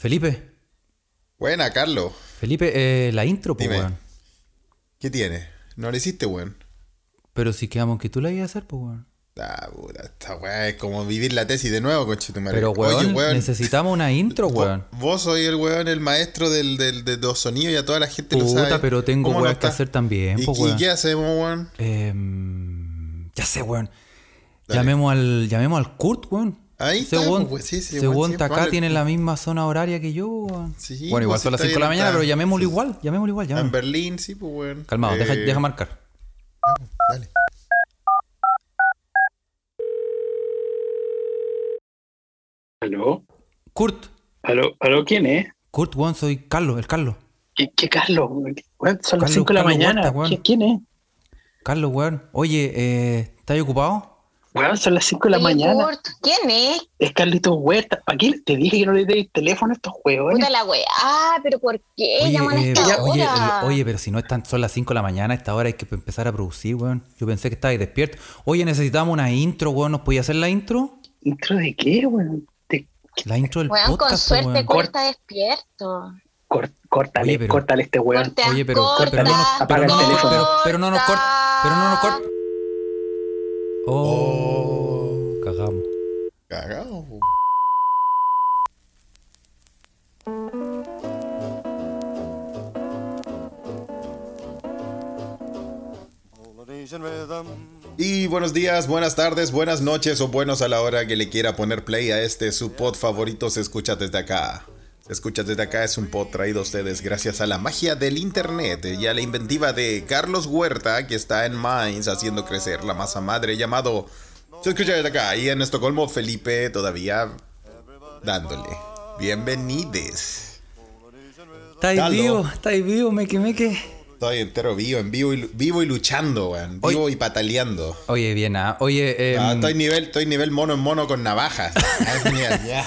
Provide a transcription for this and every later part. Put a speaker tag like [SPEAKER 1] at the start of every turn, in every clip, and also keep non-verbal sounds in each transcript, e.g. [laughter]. [SPEAKER 1] Felipe,
[SPEAKER 2] Buena, Carlos.
[SPEAKER 1] Felipe, eh, la intro, pues,
[SPEAKER 2] Dime.
[SPEAKER 1] weón.
[SPEAKER 2] ¿Qué tiene? No lo hiciste, weón.
[SPEAKER 1] Pero si quedamos que tú la ibas a hacer, pues, weón.
[SPEAKER 2] Ah, puta, esta weá es como vivir la tesis de nuevo, conchetumare.
[SPEAKER 1] Pero, weón,
[SPEAKER 2] Oye, weón,
[SPEAKER 1] necesitamos una intro,
[SPEAKER 2] [laughs] vo-
[SPEAKER 1] weón.
[SPEAKER 2] Vos, soy el weón, el maestro del, del, de los sonidos y a toda la gente lo
[SPEAKER 1] Puta,
[SPEAKER 2] sabe.
[SPEAKER 1] pero tengo
[SPEAKER 2] ¿Cómo
[SPEAKER 1] weas
[SPEAKER 2] no
[SPEAKER 1] que
[SPEAKER 2] está?
[SPEAKER 1] hacer también,
[SPEAKER 2] ¿Y,
[SPEAKER 1] pues,
[SPEAKER 2] y
[SPEAKER 1] weón.
[SPEAKER 2] qué hacemos, weón?
[SPEAKER 1] Em, ya sé, weón.
[SPEAKER 2] Dale.
[SPEAKER 1] Llamemos al, llamemos al Kurt, weón.
[SPEAKER 2] Ahí
[SPEAKER 1] Ese
[SPEAKER 2] está,
[SPEAKER 1] weón-
[SPEAKER 2] pues, sí, sí,
[SPEAKER 1] ese
[SPEAKER 2] weón,
[SPEAKER 1] weón
[SPEAKER 2] sí,
[SPEAKER 1] está acá
[SPEAKER 2] vale.
[SPEAKER 1] tiene la misma zona horaria que yo, weón.
[SPEAKER 2] Sí,
[SPEAKER 1] bueno, igual
[SPEAKER 2] pues,
[SPEAKER 1] son las
[SPEAKER 2] está
[SPEAKER 1] 5 de la mañana,
[SPEAKER 2] adelantado.
[SPEAKER 1] pero llamémoslo igual, llamémoslo igual,
[SPEAKER 2] Ah, En
[SPEAKER 1] llamémoslo.
[SPEAKER 2] Berlín, sí, pues, weón.
[SPEAKER 1] Calmado, deja,
[SPEAKER 2] Eh,
[SPEAKER 1] deja marcar.
[SPEAKER 2] Dale.
[SPEAKER 3] ¿Aló?
[SPEAKER 1] Kurt,
[SPEAKER 3] ¿Aló? ¿Aló quién es?
[SPEAKER 1] Kurt, weón, soy Carlos, el Carlos.
[SPEAKER 3] ¿Qué, qué Carlos? weón? Weón, son
[SPEAKER 1] Carlos-
[SPEAKER 3] las 5 de la
[SPEAKER 1] Carlos
[SPEAKER 3] mañana.
[SPEAKER 1] Huerta, weón.
[SPEAKER 3] ¿Qui- ¿Quién es?
[SPEAKER 1] Carlos, weón. Oye, eh, ¿estás ocupado?
[SPEAKER 3] Weón, son las 5 de la
[SPEAKER 4] Oye,
[SPEAKER 3] mañana.
[SPEAKER 4] Kurt, ¿Quién es?
[SPEAKER 3] Es Carlito Huerta. ¿Para qué? Te dije que no le deis teléfono a estos huevones.
[SPEAKER 4] Puta la wea. Ah, pero ¿por qué llaman a
[SPEAKER 1] eh,
[SPEAKER 4] esta
[SPEAKER 1] oye,
[SPEAKER 4] hora?
[SPEAKER 1] el- oye, pero si no están, son las 5 de la mañana, a esta hora hay que empezar a producir, weón. Yo pensé que estabais despierto. Oye, necesitamos una intro, weón. ¿Nos podías hacer la intro?
[SPEAKER 3] ¿Dentro de qué, weón? Te
[SPEAKER 1] La intro del
[SPEAKER 4] Weón, con
[SPEAKER 1] podcast, pues,
[SPEAKER 4] suerte
[SPEAKER 1] weón.
[SPEAKER 4] Kurt está despierto.
[SPEAKER 3] cor- córtale,
[SPEAKER 1] Oye, pero-
[SPEAKER 3] córtale este weón.
[SPEAKER 4] Corta,
[SPEAKER 1] Oye, pero,
[SPEAKER 4] corta,
[SPEAKER 1] pero no nos, pero
[SPEAKER 3] apaga el
[SPEAKER 1] no-
[SPEAKER 3] teléfono.
[SPEAKER 1] pero- pero no nos corta. Pero no nos corta. Oh,
[SPEAKER 2] Oh.
[SPEAKER 1] cagamos.
[SPEAKER 2] Cagado, po.
[SPEAKER 5] Polynesian rhythm.
[SPEAKER 2] Y buenos días, buenas tardes, buenas noches o buenos a la hora que le quiera poner play a este su pod favorito se escucha desde acá. Se escucha desde acá es un pod traído a ustedes gracias a la magia del internet y a la inventiva de Carlos Huerta que está en Mainz haciendo crecer la masa madre llamado Se escucha desde acá y en Estocolmo Felipe todavía dándole. Bienvenides.
[SPEAKER 1] ¿Estáis
[SPEAKER 2] Carlos.
[SPEAKER 1] vivo? ¿Estáis vivo? Me que me que.
[SPEAKER 2] Estoy entero vivo, en vivo y, lu- vivo y luchando, weón. Vivo y pataleando.
[SPEAKER 1] Oye, bien, ah. Oye, em,
[SPEAKER 2] Ah, estoy nivel, estoy nivel mono en mono con navajas. Ah, mira, ya.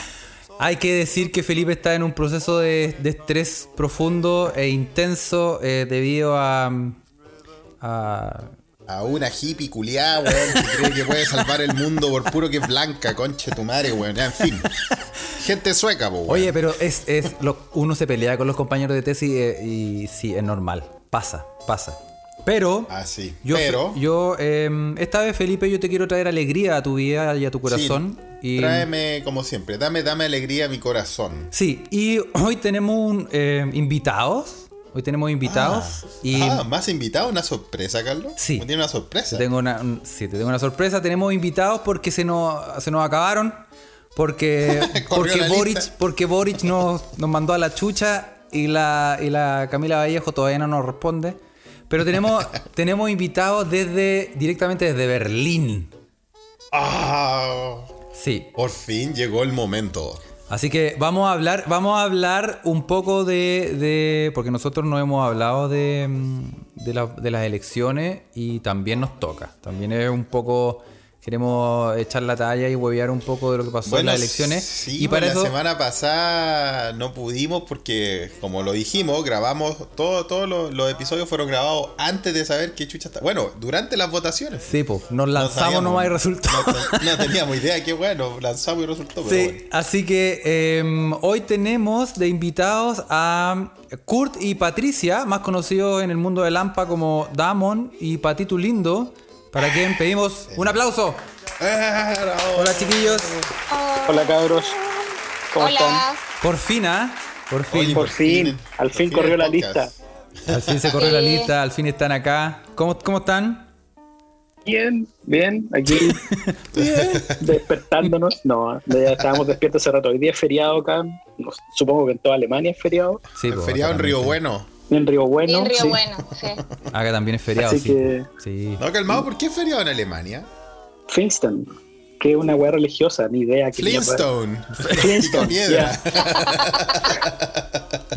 [SPEAKER 1] hay que decir que Felipe está en un proceso de, de estrés profundo e intenso eh, debido a. a
[SPEAKER 2] A una hippie culiada, weón, que cree que puede salvar el mundo por puro que es blanca, conche tu madre, weón. Ya, En fin. Gente sueca, po, weón.
[SPEAKER 1] Oye, pero es, es lo- uno se pelea con los compañeros de tesis eh, y sí, es normal. Pasa, pasa. Pero.
[SPEAKER 2] Ah, sí.
[SPEAKER 1] Yo,
[SPEAKER 2] Pero,
[SPEAKER 1] yo em, esta vez, Felipe, yo te quiero traer alegría a tu vida y a tu corazón.
[SPEAKER 2] sí,
[SPEAKER 1] y,
[SPEAKER 2] tráeme, como siempre, dame, dame alegría a mi corazón.
[SPEAKER 1] Sí, y hoy tenemos un, em, invitados. Hoy tenemos invitados. y
[SPEAKER 2] Ah, más invitado, una sorpresa, Carlos.
[SPEAKER 1] Sí.
[SPEAKER 2] Tiene una
[SPEAKER 1] te
[SPEAKER 2] sorpresa.
[SPEAKER 1] tengo una, un- sí, te tengo una sorpresa. Tenemos invitados porque se nos, se nos acabaron. Porque,
[SPEAKER 2] [laughs] Corrió
[SPEAKER 1] porque,
[SPEAKER 2] la
[SPEAKER 1] Boric,
[SPEAKER 2] lista.
[SPEAKER 1] porque Boric nos, nos mandó a la chucha y la, y la Camila Vallejo todavía no nos responde. Pero
[SPEAKER 2] [laughs]
[SPEAKER 1] tenemos, tenemos invitados desde, directamente desde Berlín.
[SPEAKER 2] Ah,
[SPEAKER 1] Sí,
[SPEAKER 2] por fin llegó el momento.
[SPEAKER 1] Así que vamos a hablar, vamos a hablar un poco de, de- porque nosotros no hemos hablado de, mm, de, la- de las elecciones y también nos toca. También es un poco queremos echar la talla y huevear un poco de lo que pasó en las elecciones.
[SPEAKER 2] sí,
[SPEAKER 1] y para
[SPEAKER 2] la
[SPEAKER 1] eso
[SPEAKER 2] semana pasada no pudimos porque, como lo dijimos, grabamos, todo- todos los, los episodios fueron grabados antes de saber qué chucha está. Bueno, durante las votaciones.
[SPEAKER 1] sí, po, nos lanzamos
[SPEAKER 2] sabíamos.
[SPEAKER 1] nomás y resultó.
[SPEAKER 2] No, no teníamos idea, qué bueno, lanzamos y
[SPEAKER 1] [laughs]
[SPEAKER 2] resultó. pero
[SPEAKER 1] Sí,
[SPEAKER 2] bueno.
[SPEAKER 1] así que eh, hoy tenemos de invitados a Kurt y Patricia, más conocidos en el mundo de Lampa como Damon y Patito Lindo, para quien pedimos un aplauso.
[SPEAKER 2] Ah, bravo.
[SPEAKER 1] Hola chiquillos,
[SPEAKER 3] Hola, cabros. ¿Cómo
[SPEAKER 4] Hola.
[SPEAKER 3] están?
[SPEAKER 1] por fin, ¿ah? Por fin.
[SPEAKER 2] Oye,
[SPEAKER 3] por fin, al fin corrió
[SPEAKER 2] el
[SPEAKER 3] la
[SPEAKER 2] podcast.
[SPEAKER 1] [laughs]
[SPEAKER 3] lista.
[SPEAKER 1] Al fin se corrió la
[SPEAKER 4] Sí.
[SPEAKER 1] lista, al fin están acá. ¿Cómo, cómo están?
[SPEAKER 3] Bien, bien,
[SPEAKER 1] [laughs]
[SPEAKER 3] aquí despertándonos. No, ya estábamos despiertos hace rato. Hoy día es feriado acá. No, Supongo que en toda Alemania es feriado.
[SPEAKER 1] pues, Sí,
[SPEAKER 2] El
[SPEAKER 1] po,
[SPEAKER 2] feriado en
[SPEAKER 1] acá
[SPEAKER 2] Río
[SPEAKER 1] también,
[SPEAKER 2] Bueno.
[SPEAKER 3] En Río Bueno.
[SPEAKER 4] en Río
[SPEAKER 3] sí.
[SPEAKER 4] Bueno, sí.
[SPEAKER 1] sí. Acá también es feriado,
[SPEAKER 3] Así
[SPEAKER 1] sí.
[SPEAKER 3] que-
[SPEAKER 1] Sí.
[SPEAKER 2] No, calmado, ¿por qué feriado en Alemania?
[SPEAKER 3] Princeton, que es una weá religiosa, ni idea que
[SPEAKER 2] Flintstone. [laughs]
[SPEAKER 3] pues. Flintstone,
[SPEAKER 2] Piedra.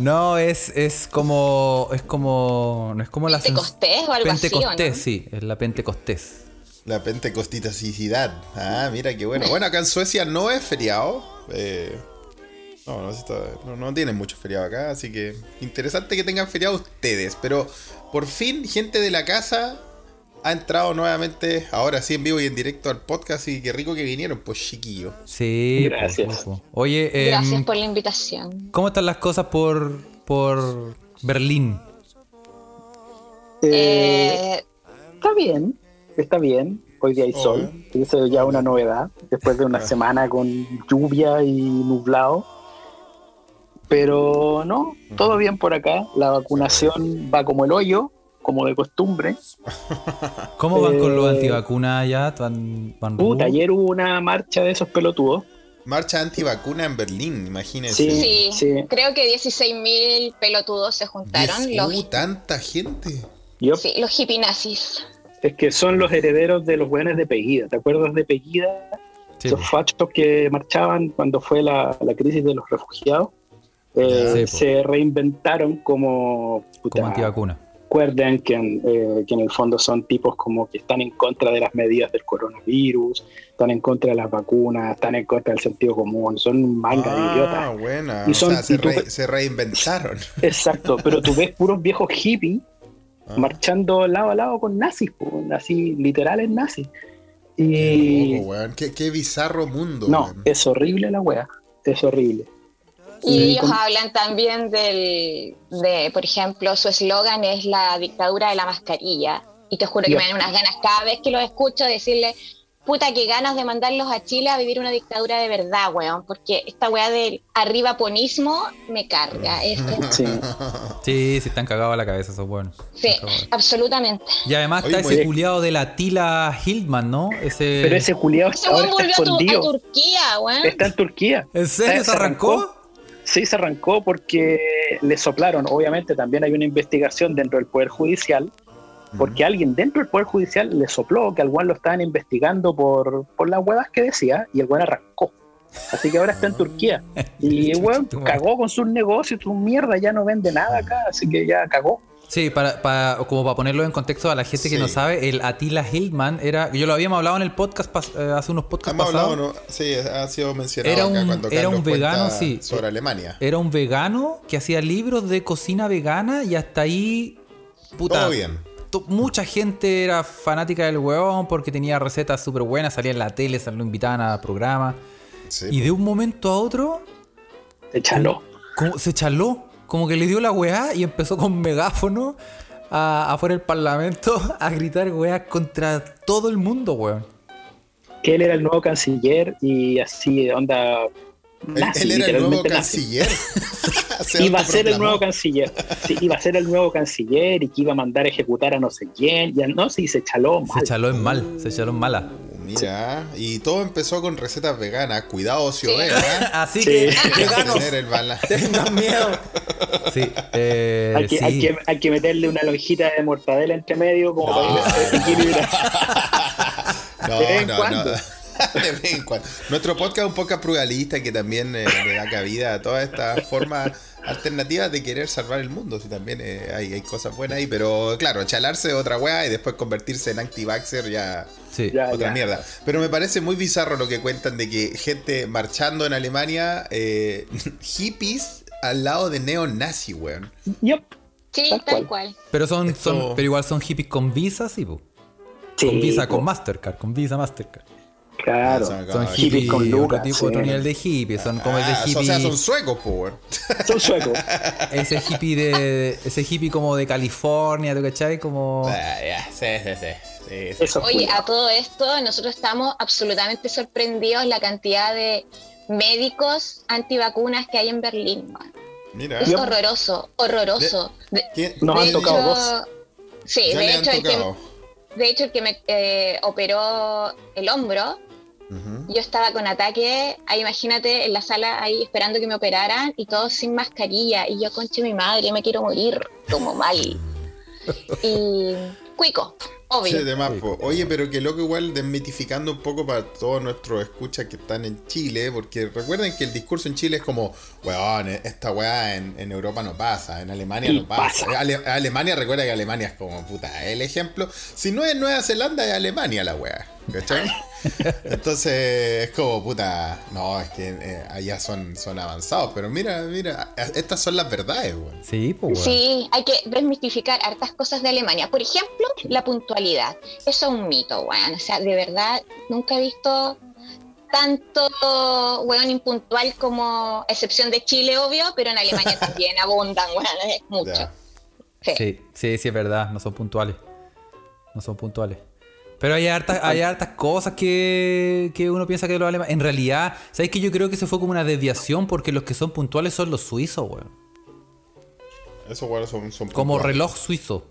[SPEAKER 1] No, es, es como. Es como. No es como la sens-
[SPEAKER 4] Pentecostés o algo así, ¿o no?
[SPEAKER 1] Pentecostés, sí, es la Pentecostés.
[SPEAKER 2] La pentecostitacicidad. Ah, mira qué bueno. Bueno, acá en Suecia no es feriado. Eh, no, no, se está- no, no tienen mucho feriado acá, así que interesante que tengan feriado ustedes. Pero por fin, gente de la casa ha entrado nuevamente, ahora sí en vivo y en directo al podcast. Y qué rico que vinieron, pues chiquillo.
[SPEAKER 1] Sí, po,
[SPEAKER 3] Gracias.
[SPEAKER 1] po, po. Oye, em,
[SPEAKER 4] Gracias por la invitación.
[SPEAKER 1] ¿cómo están las cosas por, por Berlín?
[SPEAKER 3] Eh,
[SPEAKER 4] Eh,
[SPEAKER 3] Está bien, está bien. Hoy día hay
[SPEAKER 2] Oh.
[SPEAKER 3] sol, y eso es ya una novedad, después de una semana con lluvia y nublado. Pero no, todo bien por acá. La vacunación va como el hoyo, como de costumbre.
[SPEAKER 1] ¿Cómo van con los
[SPEAKER 3] Eh,
[SPEAKER 1] antivacunas allá? ¿Van, van
[SPEAKER 3] Puta,
[SPEAKER 1] rudo?
[SPEAKER 3] ayer hubo una marcha de esos pelotudos.
[SPEAKER 2] Marcha antivacuna en Berlín, imagínense.
[SPEAKER 3] Sí,
[SPEAKER 4] sí,
[SPEAKER 3] sí.
[SPEAKER 4] creo que 16.000 pelotudos se juntaron.
[SPEAKER 2] Diez-
[SPEAKER 4] Los,
[SPEAKER 2] uh, tanta gente.
[SPEAKER 3] Yo,
[SPEAKER 4] sí, los hippinazis.
[SPEAKER 3] Es que son los herederos de los buenos de Pegida. ¿Te acuerdas de Pegida?
[SPEAKER 1] Sí, pues, po.
[SPEAKER 3] esos fachos que marchaban cuando fue la, la crisis de los refugiados. eh,
[SPEAKER 1] Sí, po.
[SPEAKER 3] se reinventaron como, puta,
[SPEAKER 1] como antivacuna.
[SPEAKER 3] recuerden que en, eh, que en el fondo son tipos como que están en contra de las medidas del coronavirus, están en contra de las vacunas, están en contra del sentido común, son un manga de
[SPEAKER 2] Ah,
[SPEAKER 3] idiotas.
[SPEAKER 2] buena.
[SPEAKER 3] Y
[SPEAKER 2] o
[SPEAKER 3] son-
[SPEAKER 2] sea, se,
[SPEAKER 3] y tú-
[SPEAKER 2] re- se
[SPEAKER 3] [laughs]
[SPEAKER 2] reinventaron.
[SPEAKER 3] Exacto, pero tú ves puros viejos hippies
[SPEAKER 2] Ah,
[SPEAKER 3] marchando lado a lado con nazis, po, así literales nazis.
[SPEAKER 2] qué
[SPEAKER 3] Y
[SPEAKER 2] loco, weón. Qué, qué bizarro mundo.
[SPEAKER 3] no,
[SPEAKER 2] weón.
[SPEAKER 3] es horrible la wea, es horrible.
[SPEAKER 4] Y
[SPEAKER 3] Sí,
[SPEAKER 4] ellos
[SPEAKER 3] con-
[SPEAKER 4] hablan también del, de, por ejemplo, su eslogan es la dictadura de la mascarilla. Y te juro que
[SPEAKER 3] Ya.
[SPEAKER 4] me dan unas ganas cada vez que los escucho decirle, puta, que ganas de mandarlos a Chile a vivir una dictadura de verdad, weón. Porque esta weá del arriba ponismo me carga. Es, es-
[SPEAKER 2] [laughs]
[SPEAKER 3] Sí.
[SPEAKER 1] Sí, sí, están cagados a la cabeza esos buenos.
[SPEAKER 4] sí,
[SPEAKER 1] Están cagados.
[SPEAKER 4] absolutamente. [laughs]
[SPEAKER 1] Y además
[SPEAKER 2] Oye, pues,
[SPEAKER 1] está
[SPEAKER 2] muy-
[SPEAKER 1] ese culiado de la Tila Hildman, ¿no? Ese...
[SPEAKER 3] Pero ese culiado
[SPEAKER 4] Ese
[SPEAKER 3] ahora
[SPEAKER 4] weón
[SPEAKER 3] está
[SPEAKER 4] volvió a, tu- a
[SPEAKER 3] escondido,
[SPEAKER 4] Turquía, weón.
[SPEAKER 3] está en Turquía.
[SPEAKER 1] ¿En serio se
[SPEAKER 3] ¿Se
[SPEAKER 1] arrancó?
[SPEAKER 3] arrancó? Sí, se arrancó porque le soplaron. Obviamente también hay una investigación dentro del Poder Judicial, porque alguien dentro del Poder Judicial le sopló que al Juan lo estaban investigando por, por las huevas que decía y el Juan arrancó. Así que ahora está
[SPEAKER 2] Ah.
[SPEAKER 3] en
[SPEAKER 2] [laughs]
[SPEAKER 3] Turquía. Y el weón cagó con sus negocios, su mierda, ya no vende nada acá, así que ya cagó.
[SPEAKER 1] Sí, para, para- como para ponerlo en contexto a la gente que
[SPEAKER 2] Sí.
[SPEAKER 1] no sabe, el Attila Hildman era. Yo lo habíamos hablado en el podcast pas- eh, hace unos podcasts
[SPEAKER 2] Hemos hablado,
[SPEAKER 1] pasados.
[SPEAKER 2] ¿no? Sí, ha sido mencionado
[SPEAKER 1] Era
[SPEAKER 2] acá
[SPEAKER 1] un-
[SPEAKER 2] cuando
[SPEAKER 1] era
[SPEAKER 2] Carlos
[SPEAKER 1] un vegano,
[SPEAKER 2] cuenta
[SPEAKER 1] sí.
[SPEAKER 2] sobre Alemania.
[SPEAKER 1] Era un vegano que hacía libros de cocina vegana y hasta ahí. Puta.
[SPEAKER 2] Todo bien.
[SPEAKER 1] to- Mucha gente era fanática del huevón porque tenía recetas súper buenas, salía en la tele, sal- lo invitaban a programas.
[SPEAKER 2] Sí, pues.
[SPEAKER 1] Y de un momento a otro
[SPEAKER 3] Échalo.
[SPEAKER 1] como- se chaló, como que le dio la weá y empezó con megáfono a- afuera del parlamento [laughs] a gritar weá contra todo el mundo, weón.
[SPEAKER 3] Que él era el nuevo canciller y así, onda.
[SPEAKER 2] Él,
[SPEAKER 3] nazi,
[SPEAKER 2] él era el nuevo
[SPEAKER 3] literalmente nazi. [laughs]
[SPEAKER 2] canciller. Se
[SPEAKER 3] iba a ser el nuevo
[SPEAKER 2] autoproclamó.
[SPEAKER 3] canciller. Sí, iba a ser el nuevo canciller y que iba a mandar a ejecutar a no sé quién. Ya no, sí, se chaló mal.
[SPEAKER 1] Se chaló en mal, se chaló en mala.
[SPEAKER 2] Mira, y todo empezó con recetas veganas. Cuidado, si
[SPEAKER 4] Sí.
[SPEAKER 2] oveja.
[SPEAKER 1] Así
[SPEAKER 3] Sí.
[SPEAKER 1] que,
[SPEAKER 2] Hay que
[SPEAKER 3] [laughs]
[SPEAKER 1] veganos,
[SPEAKER 2] tener el bala-
[SPEAKER 1] tengan miedo. Sí, eh,
[SPEAKER 3] hay, que,
[SPEAKER 1] sí.
[SPEAKER 3] hay, que, hay que meterle una lonjita de mortadela entre medio como para
[SPEAKER 2] [laughs]
[SPEAKER 3] ir- equilibrar.
[SPEAKER 2] No,
[SPEAKER 3] De vez en
[SPEAKER 2] no,
[SPEAKER 3] cuando.
[SPEAKER 2] no. [laughs] De vez en cuando. Nuestro podcast es un podcast frugalista que también eh, le da cabida a todas estas formas alternativas de querer salvar el mundo. Si también eh, hay, hay cosas buenas ahí, pero claro, chalarse de otra weá y después convertirse en anti-vaxxer ya.
[SPEAKER 1] Sí.
[SPEAKER 3] Ya,
[SPEAKER 2] otra
[SPEAKER 3] ya.
[SPEAKER 2] mierda. Pero me parece muy bizarro lo que cuentan de que gente marchando en Alemania, eh, [laughs] hippies al lado de neonazi, weón.
[SPEAKER 3] Yup.
[SPEAKER 4] Sí,
[SPEAKER 3] Tal
[SPEAKER 4] tal cual.
[SPEAKER 1] Pero son,
[SPEAKER 2] Esto-
[SPEAKER 1] son, pero igual son hippies con visa, sí, po.
[SPEAKER 3] Sí,
[SPEAKER 1] con visa,
[SPEAKER 3] po,
[SPEAKER 1] con Mastercard, con visa, Mastercard.
[SPEAKER 3] Claro.
[SPEAKER 2] Son
[SPEAKER 1] Son
[SPEAKER 2] Ah,
[SPEAKER 1] hippies
[SPEAKER 3] hippies con
[SPEAKER 1] otro
[SPEAKER 3] lucas,
[SPEAKER 1] tipo,
[SPEAKER 3] sí.
[SPEAKER 1] otro nivel de hippie, son como ese
[SPEAKER 2] Ah,
[SPEAKER 1] hippie,
[SPEAKER 2] o sea, son suecos, po, weón.
[SPEAKER 3] Son suecos.
[SPEAKER 1] ese hippie de, ese hippie como de California, ¿tú cachai? Como
[SPEAKER 2] Ah, ya, sí, sí, sí, sí, sí.
[SPEAKER 3] Eso
[SPEAKER 4] Oye, a todo esto, nosotros estamos absolutamente sorprendidos la cantidad de médicos antivacunas que hay en Berlín. man.
[SPEAKER 2] Mira.
[SPEAKER 4] Es horroroso, horroroso. De-
[SPEAKER 2] ¿Quién-
[SPEAKER 3] Nos
[SPEAKER 4] de
[SPEAKER 3] han
[SPEAKER 4] hecho-
[SPEAKER 3] tocado dos.
[SPEAKER 4] Sí,
[SPEAKER 2] Ya le
[SPEAKER 4] de
[SPEAKER 2] han
[SPEAKER 4] hecho, el que,
[SPEAKER 2] tocado.
[SPEAKER 4] de hecho, el que me eh, operó el hombro,
[SPEAKER 2] Ujú.
[SPEAKER 4] yo estaba con ataque, ahí imagínate, en la sala ahí esperando que me operaran y todos sin mascarilla. Y yo, conche mi madre, me quiero morir,
[SPEAKER 2] [laughs]
[SPEAKER 4] como mal. Y cuico, obvio.
[SPEAKER 2] Sí, de más, po. Oye, pero que loco igual desmitificando un poco para todos nuestros escuchas que están en Chile, porque recuerden que el discurso en Chile es como, weón, e-, esta weá en, en Europa no pasa, en Alemania
[SPEAKER 3] Y
[SPEAKER 2] no pasa. Eh,
[SPEAKER 3] pasa.
[SPEAKER 2] Ale- Alemania, recuerda que
[SPEAKER 3] [laughs]
[SPEAKER 2] Alemania es como, puta, el ejemplo, si no es Nueva Zelanda, es Alemania la weá, ¿cachai? Entonces es como, puta, no, es que eh, allá son, son avanzados, pero mira, mira, a- estas son las verdades, weón.
[SPEAKER 1] Sí, pues, weón.
[SPEAKER 4] Sí, hay que desmistificar hartas cosas de Alemania. Por ejemplo, la puntualidad. Eso es un mito, weón. O sea, de verdad, nunca he visto tanto weón impuntual como, a excepción de Chile, obvio, pero
[SPEAKER 1] [laughs]
[SPEAKER 4] en Alemania también abundan, weón. Es mucho.
[SPEAKER 2] Ya.
[SPEAKER 4] Sí.
[SPEAKER 1] Sí, sí, sí, es verdad, no son puntuales. No son puntuales. Pero hay hartas, hay hartas cosas que, que uno piensa que los alemanes. En realidad, ¿sabes que Yo creo que eso fue como una desviación porque los que son puntuales son los suizos, weón.
[SPEAKER 2] Esos weones son, son
[SPEAKER 1] Como
[SPEAKER 2] puntuales.
[SPEAKER 1] reloj suizo.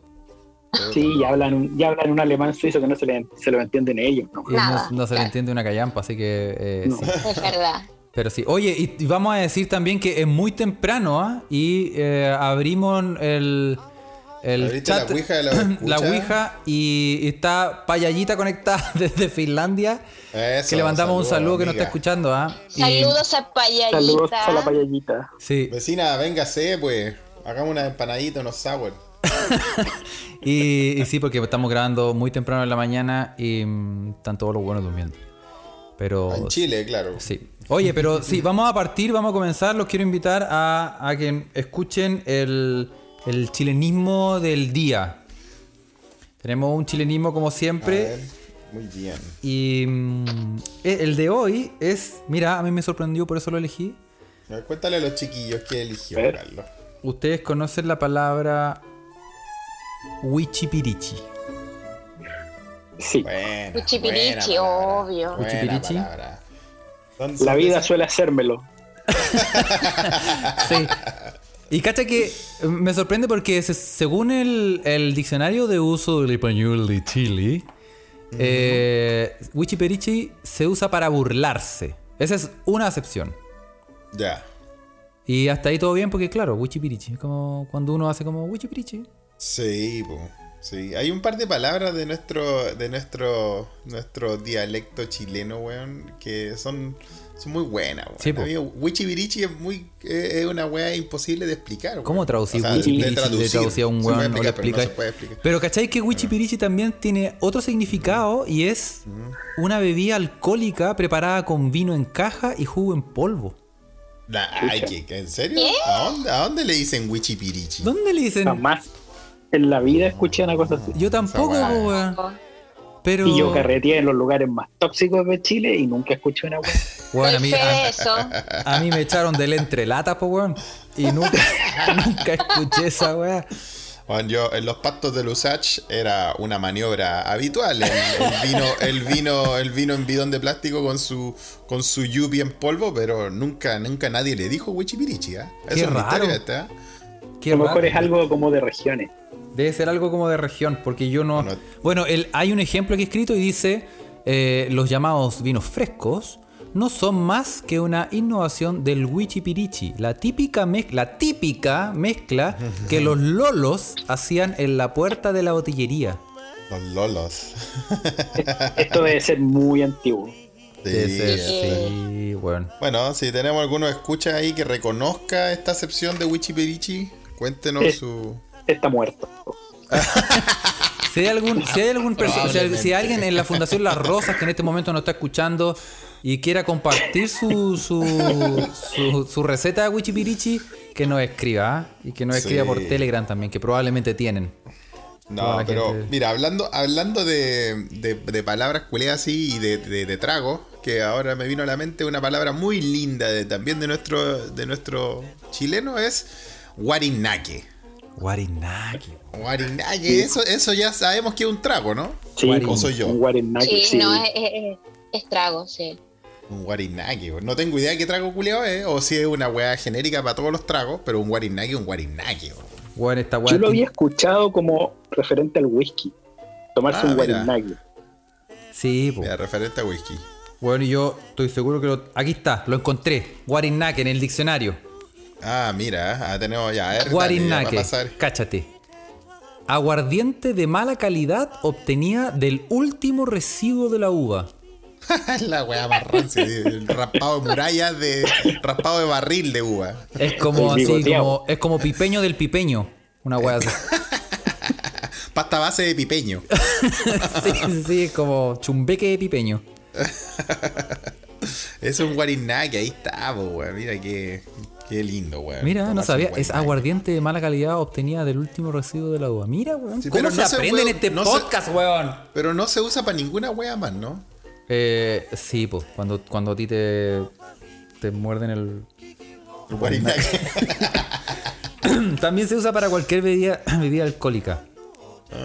[SPEAKER 3] Sí, y hablan, un- y hablan un alemán suizo que no se, le, se lo entienden ellos. ¿no?
[SPEAKER 1] Y Eh, no,
[SPEAKER 4] Nada,
[SPEAKER 1] no se le
[SPEAKER 4] claro.
[SPEAKER 1] entiende una callampa, así que. eh,
[SPEAKER 3] No.
[SPEAKER 1] sí.
[SPEAKER 4] Es verdad.
[SPEAKER 1] Pero sí. Oye, y, y vamos a decir también que es muy temprano, ¿ah? Y eh, abrimos el. El
[SPEAKER 2] Abriste
[SPEAKER 1] chat,
[SPEAKER 2] la Ouija de la
[SPEAKER 1] [clears throat] la
[SPEAKER 2] escucha.
[SPEAKER 1] Ouija y está payallita conectada [laughs] desde Finlandia.
[SPEAKER 2] Eso,
[SPEAKER 1] que le mandamos un saludo que nos está
[SPEAKER 2] amiga.
[SPEAKER 1] escuchando, ¿ah? Y-
[SPEAKER 4] Saludos a Payallita.
[SPEAKER 3] Saludos a la payallita.
[SPEAKER 1] Sí,
[SPEAKER 2] Vecina, véngase, pues. Hagamos una empanadita, unos sour.
[SPEAKER 1] y, y sí, porque estamos grabando muy temprano en la mañana y mm, están todos los buenos durmiendo. Pero.
[SPEAKER 2] En Chile, claro.
[SPEAKER 1] Oh, Sí. Oye, pero sí, vamos a partir, vamos a comenzar. Los quiero invitar a, a que escuchen el, el chilenismo del día. Tenemos un chilenismo como
[SPEAKER 2] A
[SPEAKER 1] siempre.
[SPEAKER 2] ver, Muy bien.
[SPEAKER 1] Y mm, eh, el de hoy es, mira, a mí me sorprendió, por eso lo elegí.
[SPEAKER 2] A ver, Cuéntale a los chiquillos que eligió,
[SPEAKER 3] A ver.
[SPEAKER 2] Carlos.
[SPEAKER 1] Ustedes conocen la palabra Wichipirichi.
[SPEAKER 3] Sí,
[SPEAKER 2] Buena,
[SPEAKER 4] Cuchipirichi,
[SPEAKER 2] buena palabra.
[SPEAKER 4] obvio.
[SPEAKER 2] Buena
[SPEAKER 1] Cuchipirichi.
[SPEAKER 2] palabra. Entonces,
[SPEAKER 3] la vida suele hacérmelo.
[SPEAKER 1] Sí. Y cacha que eh, me sorprende porque se- según el, el diccionario de uso del español de Chile, eh, Wichiperichi se usa para burlarse. Esa es una acepción.
[SPEAKER 2] Ya.
[SPEAKER 1] Y hasta ahí todo bien porque, claro, Wichipirichi es como cuando uno hace como Wichipirichi.
[SPEAKER 2] Sí, po. Sí, hay un par de palabras de nuestro de nuestro nuestro dialecto chileno, weón, que son, son muy buenas, weón.
[SPEAKER 1] Sí, po.
[SPEAKER 2] A mí Wichibirichi es muy eh, es una weá imposible de explicar, weón.
[SPEAKER 1] ¿Cómo traducir
[SPEAKER 2] O sea,
[SPEAKER 1] Wichipirichi?
[SPEAKER 2] de
[SPEAKER 1] Le traducí a un
[SPEAKER 2] Se puede
[SPEAKER 1] weón, no le
[SPEAKER 2] explicar, pero no
[SPEAKER 1] explica.
[SPEAKER 2] se puede explicar.
[SPEAKER 1] Pero cachai que Wichipirichi también tiene otro significado y es
[SPEAKER 2] Mm.
[SPEAKER 1] una bebida alcohólica preparada con vino en caja y jugo en polvo.
[SPEAKER 2] Nah, ay, ¿qué- qué- ¿En serio?
[SPEAKER 4] ¿Qué?
[SPEAKER 2] ¿A dónde, a dónde le dicen Wichipirichi?
[SPEAKER 1] ¿Dónde le dicen?
[SPEAKER 3] Jamás en la vida escuché una cosa así.
[SPEAKER 1] Yo tampoco,
[SPEAKER 2] Esa weá.
[SPEAKER 1] weón. Pero.
[SPEAKER 3] Y yo carreteé en los lugares más tóxicos de Chile y nunca escuché una wea.
[SPEAKER 1] Weón, a,
[SPEAKER 4] Soy
[SPEAKER 1] mí,
[SPEAKER 4] fe de
[SPEAKER 1] a,
[SPEAKER 4] eso.
[SPEAKER 1] a mí me echaron del entrelata, po, weón. Y nunca, [laughs] nunca escuché esa weá.
[SPEAKER 2] Bueno, yo en los pactos de Lusach era una maniobra habitual. El, el vino, el vino, el vino en bidón de plástico con su con su yupi en polvo, pero nunca, nunca nadie le dijo wichipirichi, ¿ah?
[SPEAKER 1] Qué
[SPEAKER 2] Eso es un
[SPEAKER 1] raro.
[SPEAKER 2] misterio este, ¿ah?
[SPEAKER 1] Qué
[SPEAKER 3] a lo mejor
[SPEAKER 1] raro.
[SPEAKER 3] es algo como de regiones.
[SPEAKER 1] Debe ser algo como de región, porque yo no.
[SPEAKER 2] Bueno.
[SPEAKER 1] Bueno, el- hay un ejemplo aquí escrito y dice: eh, Los llamados vinos frescos no son más que una innovación del wichipirichi, la típica, mez- la típica
[SPEAKER 2] [laughs]
[SPEAKER 1] mezcla que los lolos hacían en la puerta de la botillería.
[SPEAKER 2] Los lolos.
[SPEAKER 3] Esto debe ser muy antiguo.
[SPEAKER 1] Debe
[SPEAKER 2] Sí,
[SPEAKER 1] ser,
[SPEAKER 2] sí.
[SPEAKER 1] sí, weón.
[SPEAKER 2] Bueno, si tenemos alguno escucha ahí que reconozca esta acepción de wichipirichi, cuéntenos
[SPEAKER 3] Eh.
[SPEAKER 2] su.
[SPEAKER 3] Está muerto.
[SPEAKER 1] Si hay algún, si hay algún perso- si, hay- si hay alguien en la Fundación Las Rosas que en este momento nos está escuchando y quiera compartir su, su, su, su receta de Wichipirichi, que nos escriba ¿ah? y que nos escriba
[SPEAKER 2] Sí.
[SPEAKER 1] por Telegram también, que probablemente tienen. Toda
[SPEAKER 2] No,
[SPEAKER 1] la
[SPEAKER 2] pero
[SPEAKER 1] gente-
[SPEAKER 2] mira, hablando, hablando de, de- de palabras culeas así y de, de, de trago, que ahora me vino a la mente una palabra muy linda de, también de nuestro, de nuestro chileno es guarinake.
[SPEAKER 1] Guarinaki.
[SPEAKER 2] Guarinake, eso, eso ya sabemos que es un trago, ¿no?
[SPEAKER 3] Sí,
[SPEAKER 1] Guarín.
[SPEAKER 2] ¿O soy yo?
[SPEAKER 3] un guarinaki,
[SPEAKER 4] Sí,
[SPEAKER 3] Ah, sí.
[SPEAKER 4] no, es, es- es- es trago, sí.
[SPEAKER 2] Un guarinake, weón. no tengo idea de qué trago culeo es, o si es una weá genérica para todos los tragos, pero un guarinake es un guarinake. weón.
[SPEAKER 1] Guarin, esta
[SPEAKER 3] Yo
[SPEAKER 1] guarin.
[SPEAKER 3] lo había escuchado como referente al whisky. Tomarse
[SPEAKER 2] Ah,
[SPEAKER 3] un
[SPEAKER 2] mira.
[SPEAKER 3] guarinaki.
[SPEAKER 1] Sí, po.
[SPEAKER 2] Mira, referente a whisky.
[SPEAKER 1] Bueno, y yo estoy seguro que lo. Aquí está, lo encontré. Guarinaki en el diccionario.
[SPEAKER 2] Ah, mira, ah, tenemos ya. a ver, dale, ya
[SPEAKER 1] Guarinake,
[SPEAKER 2] va a pasar.
[SPEAKER 1] cáchate. Aguardiente de mala calidad obtenida del último residuo de la uva.
[SPEAKER 2] [laughs] La weá más rancia, sí, el raspado de murallas de. raspado de barril de uva.
[SPEAKER 1] Es como
[SPEAKER 3] El
[SPEAKER 1] así,
[SPEAKER 3] bigoteado.
[SPEAKER 1] como, es como pipeño del pipeño. Una wea así. [laughs]
[SPEAKER 2] Pasta base de pipeño.
[SPEAKER 1] Sí, sí, sí, es como chumbeque de pipeño.
[SPEAKER 2] Es un guarinaque, ahí está, po, weón. Mira qué, qué lindo, weón.
[SPEAKER 1] Mira, no
[SPEAKER 2] Tomarse
[SPEAKER 1] sabía.
[SPEAKER 2] un
[SPEAKER 1] Es
[SPEAKER 2] guarinaque.
[SPEAKER 1] aguardiente de mala calidad obtenida del último residuo de la uva. Mira, weón.
[SPEAKER 2] Sí,
[SPEAKER 1] ¿Cómo
[SPEAKER 2] pero
[SPEAKER 1] se
[SPEAKER 2] no se
[SPEAKER 1] aprende en
[SPEAKER 2] puede-
[SPEAKER 1] este
[SPEAKER 2] no se-
[SPEAKER 1] podcast, weón?
[SPEAKER 2] Pero no se usa para ninguna wea más, ¿no?
[SPEAKER 1] Eh, sí, pues. Cuando, cuando a ti te, te muerden el.
[SPEAKER 2] Un guarinaque.
[SPEAKER 1] [clears throat] También se usa para cualquier bebida, [clears throat] bebida alcohólica.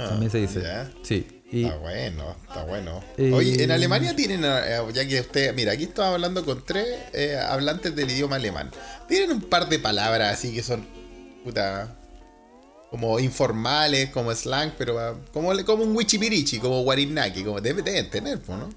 [SPEAKER 1] También se dice.
[SPEAKER 2] Ah, ya. Ah.
[SPEAKER 1] Sí. Y
[SPEAKER 2] Está bueno, está bueno.
[SPEAKER 1] Eh,
[SPEAKER 2] Oye, en Alemania tienen, eh, ya que usted, mira, aquí estaba hablando con tres eh, hablantes del idioma alemán. Tienen un par de palabras así que son, puta, como informales, como slang, pero ah, como, como un wichipirichi, como guarinaki, como debe- deben tener, pues, ¿no?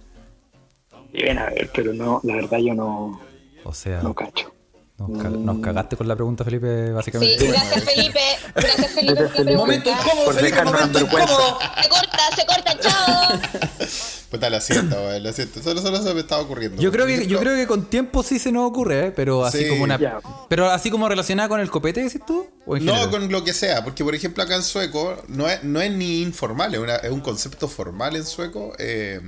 [SPEAKER 3] Bien, a ver, pero no, la verdad yo no,
[SPEAKER 1] o sea,
[SPEAKER 2] Ah.
[SPEAKER 3] no cacho.
[SPEAKER 1] nos, ca- nos cagaste con la pregunta, Felipe,
[SPEAKER 4] Sí,
[SPEAKER 1] básicamente.
[SPEAKER 4] gracias Felipe. Gracias Felipe por la
[SPEAKER 3] Felipe.
[SPEAKER 1] Momento
[SPEAKER 4] pregunta.
[SPEAKER 1] incómodo,
[SPEAKER 3] Por
[SPEAKER 1] Felipe,
[SPEAKER 3] dejarnos
[SPEAKER 1] momento
[SPEAKER 3] en vergüenza.
[SPEAKER 1] incómodo.
[SPEAKER 4] Se corta, se corta, chao.
[SPEAKER 2] Puta, lo
[SPEAKER 1] [clears throat]
[SPEAKER 2] siento, weón, lo siento. Solo, solo se me estaba ocurriendo.
[SPEAKER 1] Yo creo que, yo creo que con tiempo sí se nos ocurre, ¿eh? pero así
[SPEAKER 2] Sí.
[SPEAKER 1] como una.
[SPEAKER 3] Ya.
[SPEAKER 1] Pero así como relacionada con el copete, decís tú? ¿O en
[SPEAKER 2] No,
[SPEAKER 1] general?
[SPEAKER 2] con lo que sea, porque por ejemplo acá en sueco no es, no es ni informal, es, una- es un concepto formal en sueco. Eh,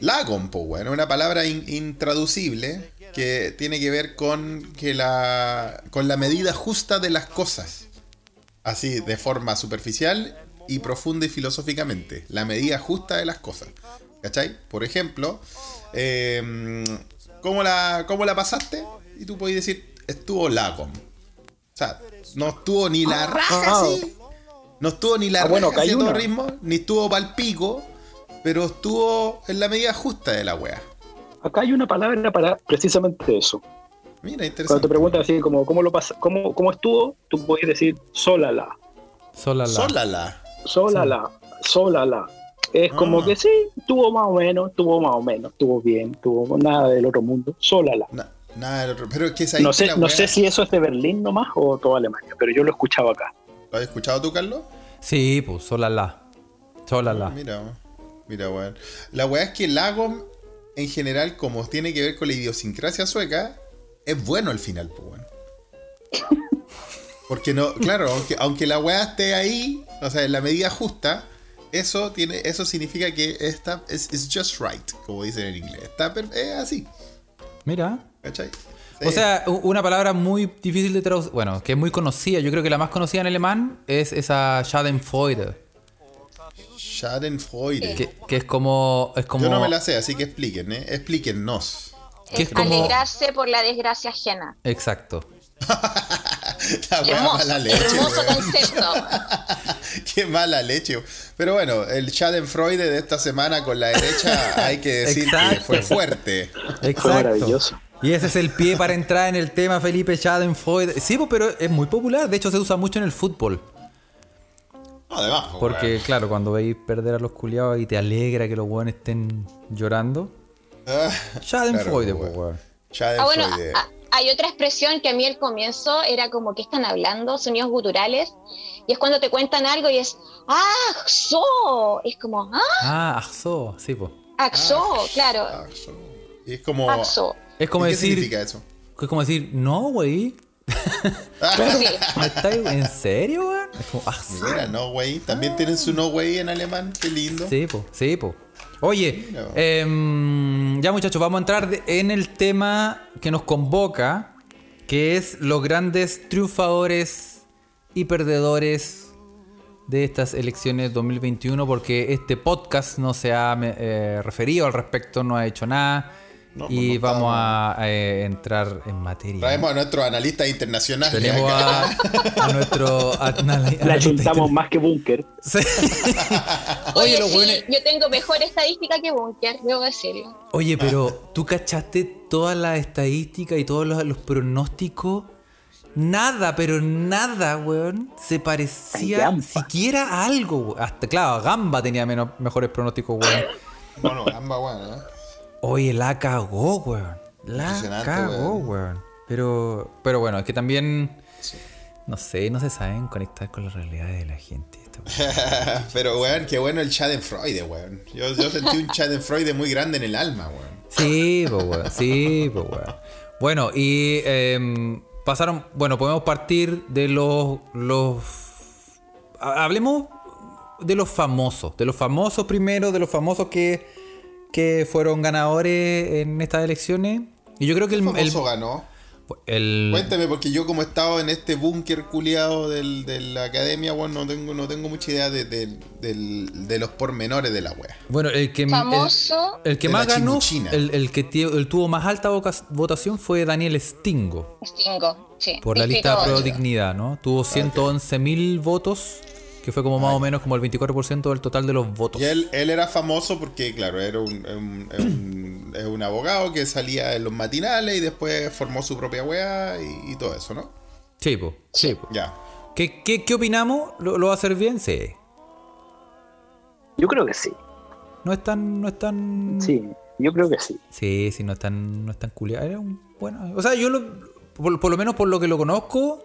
[SPEAKER 2] lagom, po, weón, es una palabra in- intraducible que tiene que ver con, que la, con la medida justa de las cosas. Así, de forma superficial y profunda y filosóficamente. La medida justa de las cosas. ¿Cachai? Por ejemplo, eh, ¿cómo, la, ¿cómo la pasaste? Y tú podés decir, estuvo lagom. O sea, no estuvo ni la raja
[SPEAKER 3] Ah.
[SPEAKER 2] así. No estuvo ni la
[SPEAKER 3] Ah,
[SPEAKER 2] raja
[SPEAKER 3] bueno, que hay
[SPEAKER 2] haciendo
[SPEAKER 3] una.
[SPEAKER 2] ritmo, ni estuvo pal pico, pero estuvo en la medida justa de la wea.
[SPEAKER 3] Acá hay una palabra para precisamente eso.
[SPEAKER 2] Mira,
[SPEAKER 3] Cuando
[SPEAKER 2] interesante.
[SPEAKER 3] te preguntan así como cómo lo pasa, cómo, cómo estuvo, tú puedes decir solala,
[SPEAKER 1] Solala.
[SPEAKER 2] Solala.
[SPEAKER 3] solala, solala. Es como
[SPEAKER 2] Ah.
[SPEAKER 3] que sí, tuvo más o menos, tuvo más o menos, tuvo bien, tuvo nada del otro mundo, solala.
[SPEAKER 2] Na- nada del otro- Pero es que es ahí
[SPEAKER 3] No
[SPEAKER 2] que
[SPEAKER 3] sé,
[SPEAKER 2] la
[SPEAKER 3] no
[SPEAKER 2] wea-
[SPEAKER 3] sé si eso es de Berlín nomás o toda Alemania, pero yo lo he escuchado acá.
[SPEAKER 2] ¿Lo has escuchado tú, Carlos?
[SPEAKER 1] Sí, pues, solala. Solala.
[SPEAKER 2] Mira, weón. mira, weón. La weá es que Lagom, en general, como tiene que ver con la idiosincrasia sueca, es bueno al final, pues, weón. Porque no, claro, aunque, aunque la weá esté ahí, o sea, en la medida justa, eso tiene, eso significa que está, es it's just right, como dicen en inglés. Está per- es así,
[SPEAKER 1] Mira.
[SPEAKER 2] ¿cachai?
[SPEAKER 1] O
[SPEAKER 2] Sí.
[SPEAKER 1] sea, u- una palabra muy difícil de traducir. Bueno, que es muy conocida. Yo creo que la más conocida en alemán es esa Schadenfreude.
[SPEAKER 2] Schadenfreude.
[SPEAKER 1] Que, que es como. Es como
[SPEAKER 2] Yo no me la sé, así que expliquen, ¿eh? Explíquennos. [laughs]
[SPEAKER 1] Que es
[SPEAKER 4] Eh,
[SPEAKER 1] como-
[SPEAKER 4] Alegrarse por la desgracia ajena.
[SPEAKER 1] Exacto.
[SPEAKER 2] La weá Ah,
[SPEAKER 4] Hermoso,
[SPEAKER 2] mala leche,
[SPEAKER 4] hermoso
[SPEAKER 2] weón. [laughs]
[SPEAKER 4] concepto.
[SPEAKER 2] Qué mala leche. Pero bueno, el Schadenfreude de esta semana con la derecha hay que decir que
[SPEAKER 1] Exacto.
[SPEAKER 2] fue fuerte.
[SPEAKER 1] Exacto.
[SPEAKER 3] maravilloso.
[SPEAKER 1] Y ese es el pie para entrar en el tema, Felipe Schadenfreude. Sí, pues, pero es muy popular. De hecho, se usa mucho en el fútbol.
[SPEAKER 2] No, de bajo,
[SPEAKER 1] Porque, claro, cuando veis perder a los culiados y te alegra que los weones estén llorando.
[SPEAKER 2] weón.
[SPEAKER 1] Schadenfreude,
[SPEAKER 2] Claro,
[SPEAKER 1] pues, weón.
[SPEAKER 2] Ah, Schadenfreude.
[SPEAKER 4] Ah, bueno, a- a- hay otra expresión que a mí al comienzo era como que están hablando, sonidos guturales, y es cuando te cuentan algo y es, ¡ah, so! Es como, ¡ah,
[SPEAKER 1] Ah, axo. Sí, pues.
[SPEAKER 4] axo! ah, claro,
[SPEAKER 2] Ah, Axo. Y es como.
[SPEAKER 4] axo.
[SPEAKER 2] [laughs]
[SPEAKER 1] Es como
[SPEAKER 2] ¿Y ¿Qué
[SPEAKER 1] decir.
[SPEAKER 2] significa eso?
[SPEAKER 1] Es como decir, no, güey.
[SPEAKER 4] Sí.
[SPEAKER 1] ¿Me estáis- ¿En serio, weón? Es como, ah, sí.
[SPEAKER 2] Mira, no, güey. También tienen su no, güey en alemán. Qué lindo.
[SPEAKER 1] Sí, po, sí, po. Oye,
[SPEAKER 2] Mira.
[SPEAKER 1] em, ya muchachos, vamos a entrar de- en el tema que nos convoca, que es los grandes triunfadores y perdedores de estas elecciones 2021, porque este podcast no se ha me- eh, referido al respecto, no ha hecho nada,
[SPEAKER 2] No, pues,
[SPEAKER 1] y
[SPEAKER 2] no
[SPEAKER 1] vamos a, eh, entrar en materia.
[SPEAKER 2] Traemos a nuestro analista internacional.
[SPEAKER 1] Tenemos
[SPEAKER 2] acá.
[SPEAKER 1] a, a nuestro...
[SPEAKER 3] [laughs]
[SPEAKER 1] a- analista-
[SPEAKER 3] La chuntamos más que búnker.
[SPEAKER 1] [laughs] Sí.
[SPEAKER 4] Oye,
[SPEAKER 1] Oye, los
[SPEAKER 4] sí,
[SPEAKER 1] buenos-
[SPEAKER 4] yo tengo mejor estadística que Bunker, debo decirlo.
[SPEAKER 2] Ah.
[SPEAKER 1] Oye, pero tú cachaste todas las estadísticas y todos los, los pronósticos. Nada, pero nada, weón. Se
[SPEAKER 3] Ay,
[SPEAKER 1] parecía
[SPEAKER 3] Gamba.
[SPEAKER 1] siquiera a algo. weón. Hasta, claro, Gamba tenía menos, mejores pronósticos, weón.
[SPEAKER 2] No, no, gamba, weón. ¿eh?
[SPEAKER 1] Oye, la cagó, weón. La
[SPEAKER 2] Impresionante,
[SPEAKER 1] cagó,
[SPEAKER 2] weón.
[SPEAKER 1] weón. Pero, pero bueno, es que también.
[SPEAKER 2] Sí.
[SPEAKER 1] No sé, no se saben conectar con la realidad de la gente. esta weón.
[SPEAKER 2] [laughs] Pero, weón, qué bueno el Schadenfreude, weón. Yo, yo sentí un Schadenfreude muy grande en el alma, weón.
[SPEAKER 1] Sí, pues weón. Sí, pues weón. Bueno, y em, pasaron. Bueno, podemos partir de los. los ha- hablemos de los famosos. De los famosos primero, de los famosos que. que fueron ganadores en estas elecciones. Y yo creo que el. el,
[SPEAKER 2] famoso ganó?
[SPEAKER 1] el-
[SPEAKER 2] Cuéntame, porque yo como estaba en este búnker culiado del- de la academia, bueno, no tengo, no tengo mucha idea de, de- del- de los pormenores de la wea.
[SPEAKER 1] bueno, el que, el-
[SPEAKER 4] Famoso.
[SPEAKER 1] el que
[SPEAKER 2] De
[SPEAKER 1] más
[SPEAKER 2] la
[SPEAKER 1] ganó,
[SPEAKER 2] chimuchina.
[SPEAKER 1] el, el que tie- el tuvo más alta voca- votación fue Daniel Stingo,
[SPEAKER 4] Stingo, sí.
[SPEAKER 1] por la
[SPEAKER 4] distrito
[SPEAKER 1] lista
[SPEAKER 4] ocho.
[SPEAKER 1] Pro Dignidad, ¿no? Tuvo 111 mil votos, que fue como más o menos como el 24% del total de los votos.
[SPEAKER 2] Y él, él era famoso porque, claro, era un, es un- es un- es un abogado que salía en los matinales y después formó su propia wea y, y todo eso, ¿no?
[SPEAKER 1] Sí, po, sí, po.
[SPEAKER 2] Ya.
[SPEAKER 1] ¿Qué, qué, qué opinamos? ¿Lo, lo va a hacer bien? Sí.
[SPEAKER 3] Yo creo que sí,
[SPEAKER 1] No es tan. No es
[SPEAKER 4] Mm.
[SPEAKER 1] tan...
[SPEAKER 3] sí, yo creo que sí.
[SPEAKER 1] Sí, sí, no es tan, no es tan culiado. Era un bueno. O sea, yo lo, por, por lo menos por lo que lo conozco,